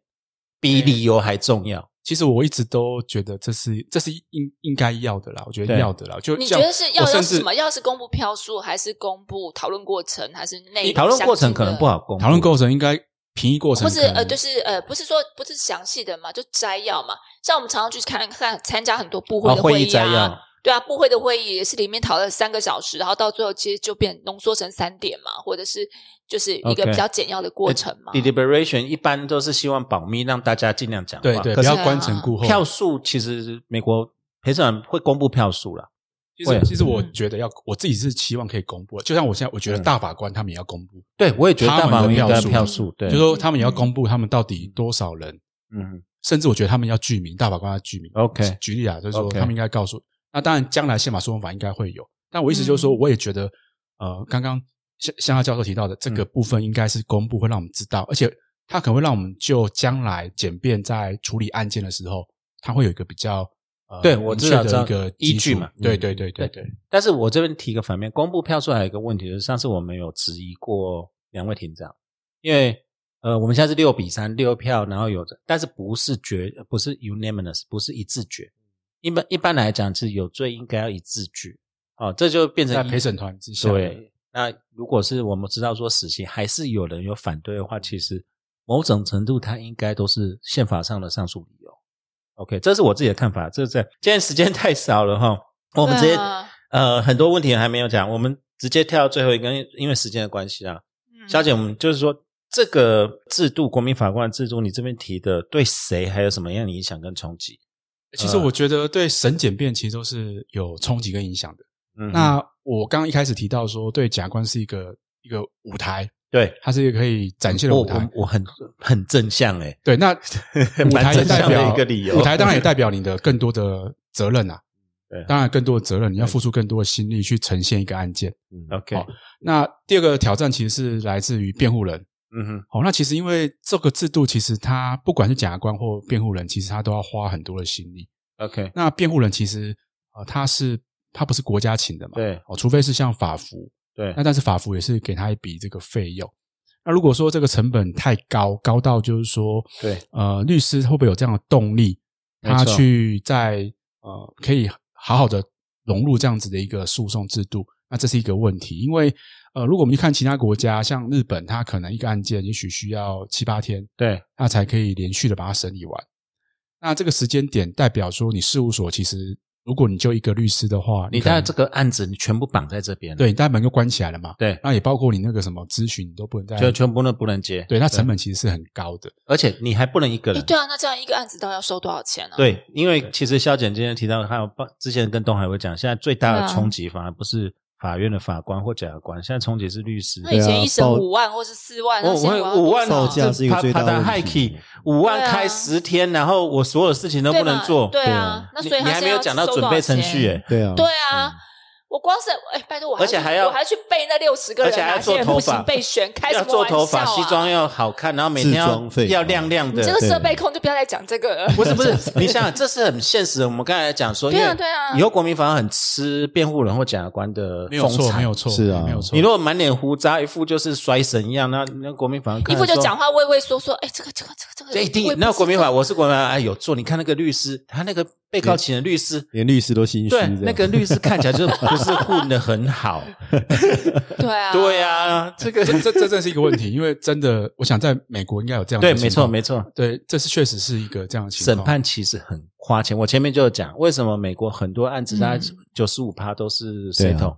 S1: 比理由还重要？
S4: 其实我一直都觉得这是这是应应该要的啦，我觉得
S1: 对
S4: 要的啦。就
S3: 你觉
S4: 像
S3: 得是要要
S4: 我甚
S3: 是
S4: 至
S3: 什么？要是公布票数，还是公布讨论过程，还是内
S1: 你
S3: 容
S1: 讨论过程可能不
S3: 好，
S1: 好公布，
S4: 讨论过程应该评议过
S3: 或
S4: 程可
S3: 是
S4: 能，
S3: 呃，就是呃，不是说不是详细的嘛，就摘要嘛。像我们常常去看看参加很多部会
S1: 啊
S3: 的
S1: 会议
S3: 议
S1: 摘
S3: 啊
S1: 要，，
S3: 对啊，部会的会议也是里面讨论三个小时，然后到最后其实就变浓缩成三点嘛，或者是就是一个
S1: OK
S3: 比较简要的过程嘛。
S1: deliberation 一般都是希望保密，让大家尽量讲话。
S4: 对对，
S1: 可
S4: 不
S1: 是
S3: 啊
S4: 要关城顾后。
S1: 票数其实美国陪审团会公布票数啦。
S4: 其
S1: 会啊
S4: 实其实我
S3: 嗯
S4: 觉得要，我自己是期望可以公布的。就像我现在，我觉得
S1: 嗯
S4: 大法官他们也要公布，
S1: 对，我也觉得大法
S4: 他
S1: 官
S4: 们的
S1: 应该
S4: 数，
S1: 票数，对，
S4: 就说他们也要公布他们到底多少人，
S1: 嗯
S4: 甚至我觉得他们要具名，大法官要具名。
S1: OK
S4: 举例啊，就是说
S1: OK
S4: 他们应该告诉。那当然，将来宪法诉讼法应该会有，但我意思就是说，
S3: 嗯
S4: 我也觉得，呃，刚刚像像他教授提到的这
S1: 嗯
S4: 个部分，应该是公布会让我们知道，而且它可能会让我们就将来简便在处理案件的时候，它会有一个比较呃，
S1: 对我
S4: 明
S1: 知道
S4: 确
S1: 知道
S4: 的一个
S1: 依
S4: 基
S1: 据
S4: 础
S1: 嘛
S4: 对
S1: 嗯
S4: 对对对对，
S1: 但是我这边提个反面，公布票数还有一个问题，就是上次我们有质疑过两位庭长，因为呃，我们现在是六比三，六票，然后有，但是不是决，不是 unanimous，不是一致决。一般一般来讲是有罪应该要一致决，哦，这就变成
S4: 在
S1: 一
S4: 陪审团之下，
S1: 对。那如果是我们知道说死刑还是有人有反对的话，其实某种程度它应该都是宪法上的上诉理由。OK，这是我自己的看法。这是在今天时间太少了哈，我们直接、
S3: 对啊
S1: 呃，很多问题还没有讲，我们直接跳到最后一个，因为因为时间的关系啊。
S3: 嗯
S1: 小姐，我们就是说这个制度，国民法官的制度，你这边提的对谁还有什么样的影响跟冲击？
S4: 其
S1: 嗯
S4: 实我觉得对审检辩其实都是有冲击跟影响的。
S1: 嗯
S4: 那我刚刚一开始提到说，对检察官是一个一个舞台，
S1: 对
S4: 它是一个可以展现
S1: 嗯
S4: 的
S1: 我
S4: 舞台
S1: 我。我很很正向哎、
S4: 对，那舞台
S1: 蛮
S4: 也
S1: 正
S4: 代
S1: 向
S4: 表
S1: 的一个理由。
S4: 舞台当然也代表你的更多的责任啊
S1: 对。
S4: 当然，更多的责任，你要付出更多的心力去呈现一个案件。
S2: 嗯
S1: OK，、
S4: 嗯好那第二个挑战其实是来自于辩护人。
S1: 嗯哼，
S4: 哦，那其实因为这个制度，其实他不管是检察官或辩护人，其实他都要花很多的心力。
S1: OK，
S4: 那辩护人其实呃，他是他不是国家请的嘛？
S1: 对
S4: 哦，除非是像法服，
S1: 对
S4: 那但是法服也是给他一笔这个费用。那如果说这个成本太高，高到就是说，
S1: 对，
S4: 呃，律师会不会有这样的动力，
S1: 没
S4: 他
S1: 错
S4: 去在呃可以好好的融入这样子的一个诉讼制度？那这是一个问题，因为呃，如果我们去看其他国家，像日本，它可能一个案件也许需要七八天，
S1: 对
S4: 那才可以连续的把它审理完。那这个时间点代表说，你事务所其实如果你就一个律师的话，
S1: 你
S4: 可
S1: 大概
S4: 能
S1: 这个案子你全部绑在这边了，
S4: 对你大门就关起来了嘛，
S1: 对，
S4: 那也包括你那个什么咨询，你都不能再
S1: 就全部都不能接，
S4: 对，那成本其实是很高的。
S1: 而且你还不能一个
S3: 诶
S1: 人。
S3: 对啊，那这样一个案子到底要收多少钱啊？
S1: 对，因为其实肖简今天提到，还有报之前跟东海会讲，现在最大
S3: 对
S1: 的
S3: 啊
S1: 冲击反而不是法院的法官或检察官，现在冲击是律师。
S3: 那以
S2: 对
S3: 前
S2: 啊
S3: 一审
S2: 报
S3: 五万或是四万，
S1: 我
S3: 那
S1: 哦我
S3: 现在
S1: 会
S3: 要
S1: 五万
S3: 多少
S2: 报价是一个最大的问题啊
S1: 五万
S3: 对啊
S1: 开十天，然后我所有事情都
S3: 对
S1: 不能
S3: 嘛
S1: 做。
S3: 对
S2: 对
S3: 啊
S2: 啊，
S3: 那
S1: 你
S3: 所以
S1: 你
S3: 他
S1: 还没
S3: 现在
S1: 有
S3: 要
S1: 讲到
S3: 收
S1: 准
S3: 多
S1: 备
S3: 少
S1: 程序，
S3: 钱
S1: 哎，
S2: 对啊，
S3: 对啊，我光是哎，拜托我去，
S1: 而且还要
S3: 我还去背那六十个
S1: 而
S3: 人，
S1: 且还要
S3: 哪些人
S1: 做
S3: 不
S1: 头发
S3: 行被选，开什
S1: 要
S3: 么
S1: 做
S3: 玩笑
S1: 头
S3: 啊？
S1: 发，西装要好看，然后每天
S2: 自
S1: 要
S2: 装费
S1: 要亮亮
S3: 你
S1: 的
S3: 这。个
S2: 对
S3: 设备控就不要再讲这个 了。
S1: 不是 不是，你想想，这是很现实的。我们刚才讲说，因
S3: 对啊
S1: 为
S3: 对啊
S1: 以后国民法很吃辩护人或检察官的
S4: 没有
S1: 风
S4: 错，
S1: 采
S4: 没有错，
S2: 是啊
S4: 没有错。
S1: 你如果满脸胡渣，一副就是衰神一样，那那国民法
S3: 一
S1: 看
S3: 副
S1: 了
S3: 就
S1: 说
S3: 讲，话畏畏缩缩，哎，这个这个这个这个，
S1: 这一
S3: 我
S1: 定
S3: 也。不
S1: 那国民法，
S3: 知道
S1: 我是国民法，哎，有做。你看那个律师，他那个被告请的律师，
S2: 连律师都心虚这
S1: 对
S2: 样。，
S1: 那个律师看起来就不是混的很 好。
S3: 对啊，
S1: 对，啊，这个
S4: 这这这真是一个问题，因为真的，我想在美国应该有这样的
S1: 对，没
S4: 情
S1: 错，
S4: 况
S1: 没错。
S4: 对，这是确实是一个这样的情况。
S1: 审判其实很花钱，我前面就有讲，为什么美国很多案子，
S3: 嗯
S4: 啊
S1: 大概九十五趴都是 settle，、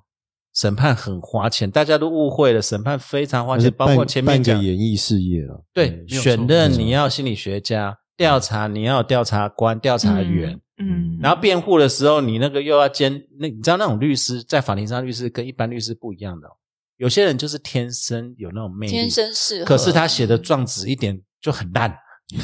S1: 审判很花钱，大家都误会了，审判非常花
S2: 但是
S1: 钱，
S2: 半
S1: 包括前面
S2: 半个
S1: 讲
S2: 演艺事业啊了，
S1: 对
S4: 嗯没有错
S1: 选任你要心理学家，调查你要有调查官、调查员，
S3: 嗯，
S1: 然后辩护的时候你那个又要兼那你知道那种律师在法庭上律师跟一般律师不一样的哦、有些人就是天生有那种魅力，
S3: 天生适合，
S1: 可是他写的状纸一点就很烂，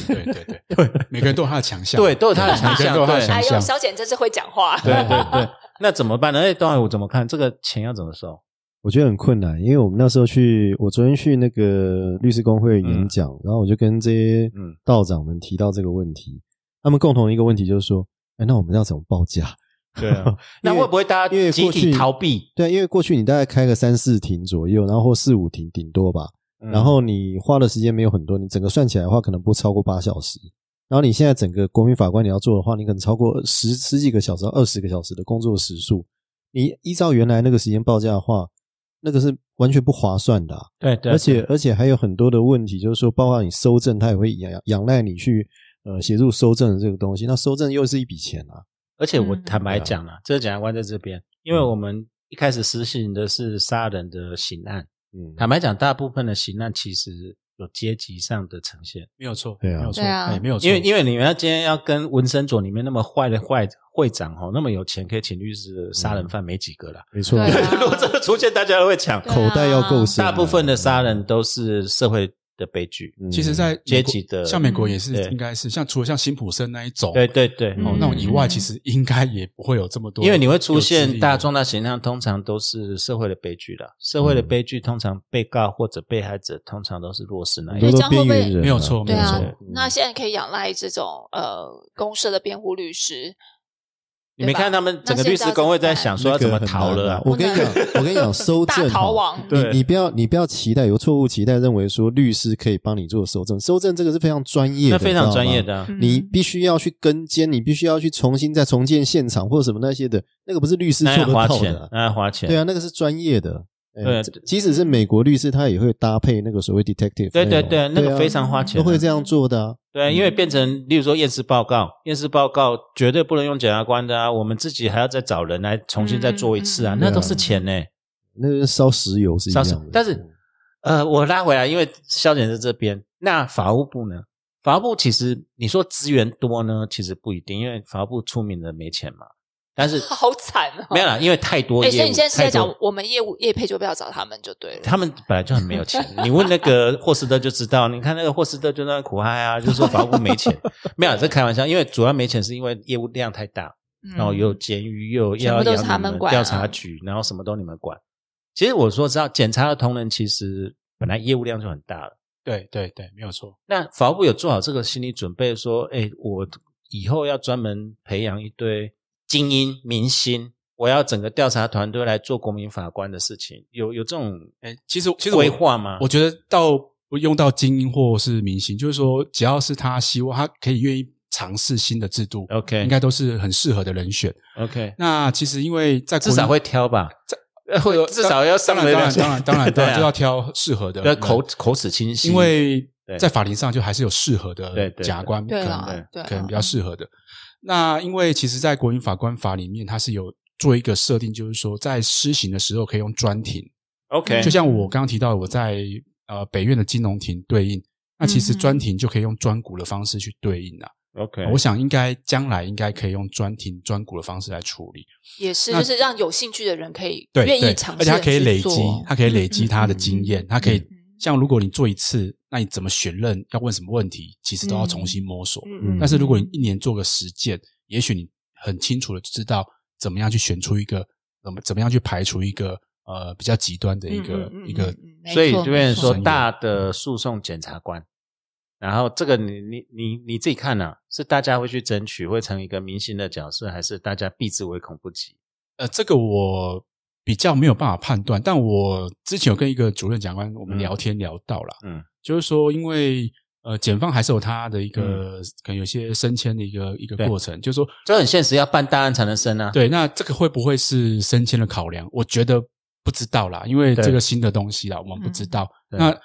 S4: 对对 对对，每个人都有他的强项，
S1: 对，都有他的强
S4: 每个人
S1: 项，
S4: 都有他的
S1: 对
S4: 强
S3: 哎呦，
S4: 项
S3: 小简真是会讲话，
S1: 对对对， 那怎么办呢？哎，段伟，我怎么看这个钱要怎么收？
S2: 我觉得很困难，因为我们那时候去，我昨天去那个律师工会演讲，然后我就跟这些
S1: 嗯
S2: 道长们提到这个问题，他们共同一个问题就是说，哎，那我们要怎么报价？
S1: 对啊， 那会不会大
S2: 因
S1: 家
S2: 为
S1: 集
S2: 过去
S1: 体逃避？
S2: 对，因为过去你大概开个三四庭左右，然后或四五庭顶多吧，
S1: 嗯
S2: 然后你花的时间没有很多，你整个算起来的话，可能不超过八小时。然后你现在整个国民法官你要做的话，你可能超过十十几个小时、二十个小时的工作时数。你依照原来那个时间报价的话，那个是完全不划算的啊、
S1: 对对，
S2: 而且而且还有很多的问题，就是说，包括你收证，他也会仰仰赖你去呃协助收证的这个东西。那收证又是一笔钱啊，
S1: 而且我
S3: 嗯
S1: 坦白讲了，这个检察官在这边，因为我们一开始实行的是杀人的刑案，
S2: 嗯，
S1: 坦白讲，大部分的刑案其实有阶级上的呈现，
S4: 没有错，
S2: 对啊
S4: 没有错，
S3: 对啊
S4: 哎没有错，
S1: 因为因为你们要今天要跟文森佐里面那么坏的坏会长哦，那么有钱可以请律师的杀人犯没几个啦。
S2: 没错，
S3: 对啊
S1: 如果真的出现，大家都会抢。
S3: 对啊
S2: 口袋要够深啊、
S1: 大部分的杀人都是社会的悲剧，
S2: 嗯
S4: 其实，在
S1: 阶
S4: 美国
S1: 级的
S4: 像美国也
S1: 嗯对
S4: 是，应该是像除了像辛普森那一种，
S1: 对对对，
S3: 嗯
S4: 哦，那种以外，其实应该也不会有这么多，
S1: 因为你会出现大众大形象，通常都是社会的悲剧了。社会的悲剧通常被告或者被害者通常都是弱势那一
S2: 很
S1: 方
S2: 多
S3: 对这
S2: 都
S3: 样会
S2: 边
S3: 不会
S2: 缘人啊、
S4: 没有错
S3: 对啊
S4: 没有错，
S3: 那现在可以仰赖这种呃公社的辩护律师，
S1: 你没
S3: 对吧
S1: 看他们整个律师工会在想说要怎么逃了、啊
S2: 我？跟 你讲，我跟你讲，收
S3: 大
S2: 证
S3: 逃
S2: 哈
S3: 亡
S2: 你
S1: 对
S2: 你不要你不要期待有错误期待，认为说律师可以帮你做收证，收证这个是非常专业的，
S1: 那非常专业
S2: 你知道吗。
S1: 的啊、
S3: 嗯
S2: 你必须要去跟监，你必须要去重新再重建现场或者什么那些的，那个不是律师
S1: 那
S2: 做
S1: 要
S2: 得
S1: 花
S2: 到
S1: 钱
S2: 的，啊，
S1: 那要花钱。
S2: 对啊，那个是专业的。哎
S1: 对啊
S2: 这即使是美国律师，他也会搭配那个所谓 detective，
S1: 对对
S2: 那种
S1: 对，那
S2: 对
S1: 个
S2: 啊
S1: 非常花钱
S2: 都
S1: 啊、
S2: 会这样做的啊。
S1: 对，因为变成，例如说验尸报告，验尸报告绝对不能用检察官的啊，我们自己还要再找人来重新再做一次啊，
S3: 嗯嗯嗯
S1: 那都是钱呢、
S2: 那个烧石油是一
S1: 上
S2: 样
S1: 市
S2: 的，
S1: 但是呃，我拉回来，因为肖检在这边，那法务部呢？法务部其实你说资源多呢，其实不一定，因为法务部出名的没钱嘛。但是
S3: 好惨啊！
S1: 没有啦，因为太多
S3: 哎，
S1: 业务，
S3: 所以你现在是在
S1: 太多
S3: 讲我们业务业配就不要找他们就对了。
S1: 他们本来就很没有 钱。你问那个霍斯特就知道，你看那个霍斯特就那样苦嗨 啊，就说法务部没钱，没有这开玩笑，因为主要没钱是因为业务量太大，
S3: 嗯
S1: 然后又有监狱，又有
S3: 全
S1: 要
S3: 部都
S1: 要
S3: 是
S1: 你
S3: 他们管啊
S1: 调查局，然后什么都你们管。其实我说知道，检察的同仁其实本来业务量就很大了。
S4: 对对对，没有错，
S1: 那法务部有做好这个心理准备，说，哎，我以后要专门培养一堆精英明星，我要整个调查团队来做国民法官的事情，有有这种
S4: 哎，其实其实我
S1: 规划吗？
S4: 我觉得到不用到精英或是明星，就是说只要是他希望他可以愿意尝试新的制度
S1: OK
S4: 应该都是很适合的人选。
S1: OK，
S4: 那其实因为在国
S1: 至少会挑吧，呃会至少要上
S4: 当
S1: 了
S4: 然当
S1: 两
S4: 然当然当然
S1: 对
S4: 当
S1: 啊
S4: 然就要挑适合的
S1: 不要
S4: 人，
S1: 口口齿清晰，
S4: 因为
S1: 对
S4: 在法庭上就还是有适合的
S1: 对对
S4: 检察官，
S3: 对
S4: 可
S3: 啦
S4: 能
S3: 对啦啊
S4: 可能比较适合的。那因为其实，在国民法官法里面，它是有做一个设定，就是说在施行的时候可以用专庭，
S1: OK
S4: 就像我刚刚提到，我在呃北院的金融庭对应，那其实
S3: 嗯哼
S4: 专庭就可以用专股的方式去对应啊。
S1: OK，
S4: 我想应该将来应该可以用专庭专股的方式来处理，
S3: 也是，
S4: 那
S3: 就是让有兴趣的人可以
S4: 对
S3: 愿
S4: 对
S3: 意尝，试
S4: 而且
S3: 地
S4: 它可以
S3: 去
S4: 累
S3: 做哦
S4: 积，它可以累积它的经验，它可以
S3: 嗯
S4: 像如果你做一次，那你怎么选任，要问什么问题，其实都要重新摸索。
S3: 嗯嗯
S4: 但是如果你一年做个实践，也许你很清楚的知道怎么样去选出一个，怎么怎么样去排除一个呃比较极端的一个、
S3: 嗯嗯嗯嗯
S4: 一个
S3: 嗯没
S1: 所以
S3: 错
S1: 这边
S3: 没错
S1: 说大的诉讼检察官，然后这个你你你你自己看呐、是大家会去争取，会成一个明星的角色，还是大家避之唯恐不及？
S4: 呃，这个我比较没有办法判断，但我之前有跟一个主任长官我们聊天聊到啦，
S1: 嗯
S4: 就是说因为。呃，检方还是有他的一个、可能有些升迁的一个一个
S1: 嗯对
S4: 过程，就是说，
S1: 这很现实，要办大案才能升啊。，
S4: 对，那这个会不会是升迁的考量？我觉得不知道啦，因为
S1: 对
S4: 这个新的东西啦，我们不知道。
S1: 嗯
S4: 那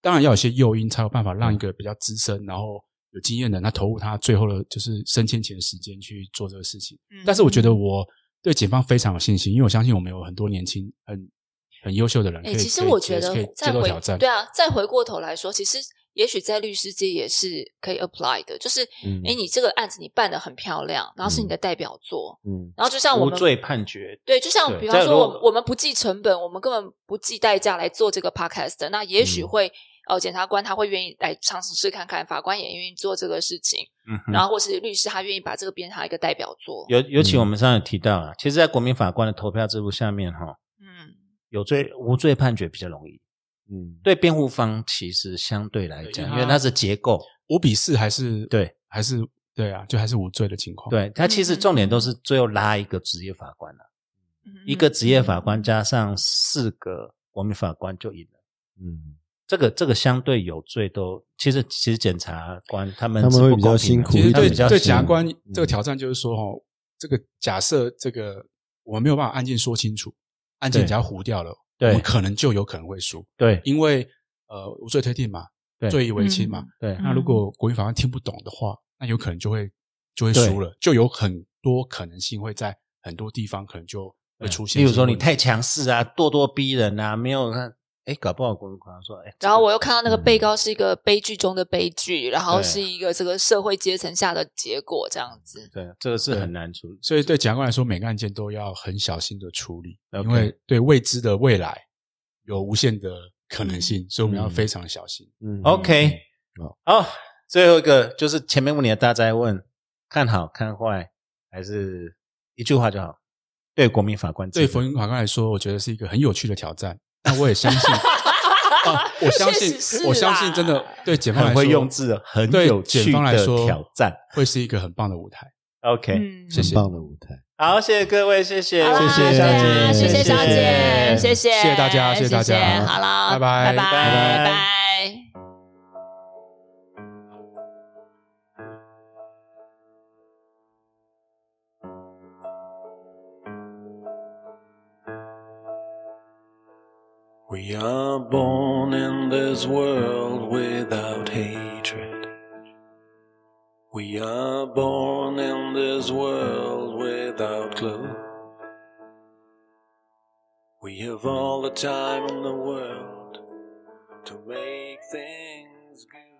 S4: 当然要有一些诱因，才有办法让一个比较资深，然后有
S3: 嗯
S4: 经验的人，他投入他最后的就是升迁前的时间去做这个事情。但是我觉得我对检方非常有信心，因为我相信我们有很多年轻、很很优秀的人可
S3: 哎、
S4: 以。
S3: 其实
S4: 可以
S3: 我觉
S4: 接
S3: 得
S4: 可以接
S3: 再
S4: 受
S3: 回
S4: 挑战，
S3: 对啊，再回过头来说，其实也许在律师界也是可以 apply 的，就是哎、
S2: 嗯
S3: 诶你这个案子你办的很漂亮，然后是你的代表作，
S2: 嗯，
S3: 然后就像我
S1: 无
S3: 们
S1: 罪判决，
S3: 对，就像
S1: 对
S3: 比方
S1: 在
S3: 说
S1: 如
S3: 我
S1: 果
S3: 们我们不计成本，我们根本不计代价来做这个 podcast，的那也许
S2: 嗯
S3: 会、呃检察官他会愿意来尝试看看，法官也愿意做这个事情，
S1: 嗯哼
S3: 然后或是律师他愿意把这个变成他一个代表作，
S1: 尤尤
S4: 嗯
S1: 其我们上次有提到啊，其实，在国民法官的投票制度下面，哈，
S3: 嗯。
S1: 有罪无罪判决比较容易。
S2: 嗯，
S1: 对辩护方其实相对来讲，
S4: 对
S1: 因为它是结构，
S4: 五比四还是
S1: 对，
S4: 还是对啊，就还是无罪的情况。，
S1: 对它其实重点都是最后拉一个职业法官了、
S3: 嗯
S1: 一个职业法官加上四个国民法官就赢了。
S2: 嗯，
S1: 这个这个相对有罪都，其实其实检察官他们
S2: 他们
S1: 是
S2: 会
S1: 不
S2: 比较
S1: 公平
S2: 辛
S1: 的
S2: 苦
S4: 其
S1: 他
S4: 实
S1: 们
S4: 对
S1: 比较
S4: 对
S1: 辛
S4: 检察
S1: 苦嗯
S4: 官这个挑战就是说，哦，这个假设这个我们没有办法案件说清楚，案件
S1: 对
S4: 只要糊掉了，
S1: 对
S4: 我们可能就有可能会输，
S1: 对
S4: 因为呃无罪推定嘛，
S1: 对
S4: 罪以为轻
S3: 嗯
S4: 嘛。
S1: 对
S4: 那如果国民法官听不懂的话，那有可能就会就会输了，就有很多可能性会在很多地方可能就会出现。
S1: 例如说你太强势啊，咄咄逼人啊，没有看，哎，搞不好国民法官说，哎，这
S3: 然后
S1: 个
S3: 我又看到那个被告是一个悲剧中的悲剧，然后
S1: 对
S3: 是一个这个社会阶层下的结果，这样子。
S1: 对这个是很难处理。
S4: 所以对检察官来说，每个案件都要很小心的处理
S1: OK
S4: 因为对未知的未来有无限的可能性，所以我们要非常小心。
S2: 嗯
S1: OK，
S2: 好
S1: 好，最后一个就是前面问你的大灾问，看好看坏，还是一句话就好。对国民法官制
S4: 对
S1: 度，
S4: 冯云法官来说，我觉得是一个很有趣的挑战。那我 也相信，啊、我 相
S3: 确实是
S4: 信，
S3: 啦
S4: 我相信，真的对检方来
S1: 很
S4: 说
S1: 会用字，很
S4: 对
S1: 有趣
S4: 检方来
S1: 的
S4: 说
S1: 挑战。
S4: 会是一个很棒的舞台。
S1: OK，、
S3: 嗯，
S4: 谢谢
S2: 很棒的舞台，
S1: 好，谢谢各位，谢谢，
S3: 好啦
S1: 谢
S3: 对
S1: 小
S3: 啊
S1: 姐，
S3: 谢谢小姐，谢谢，
S4: 谢谢大家谢谢大家
S3: 好啦，
S4: 拜拜
S3: 拜
S1: 拜
S3: 拜拜。
S5: We are born in this world without hatred. We are born in this world without clue. We have all the time in the world to make things good.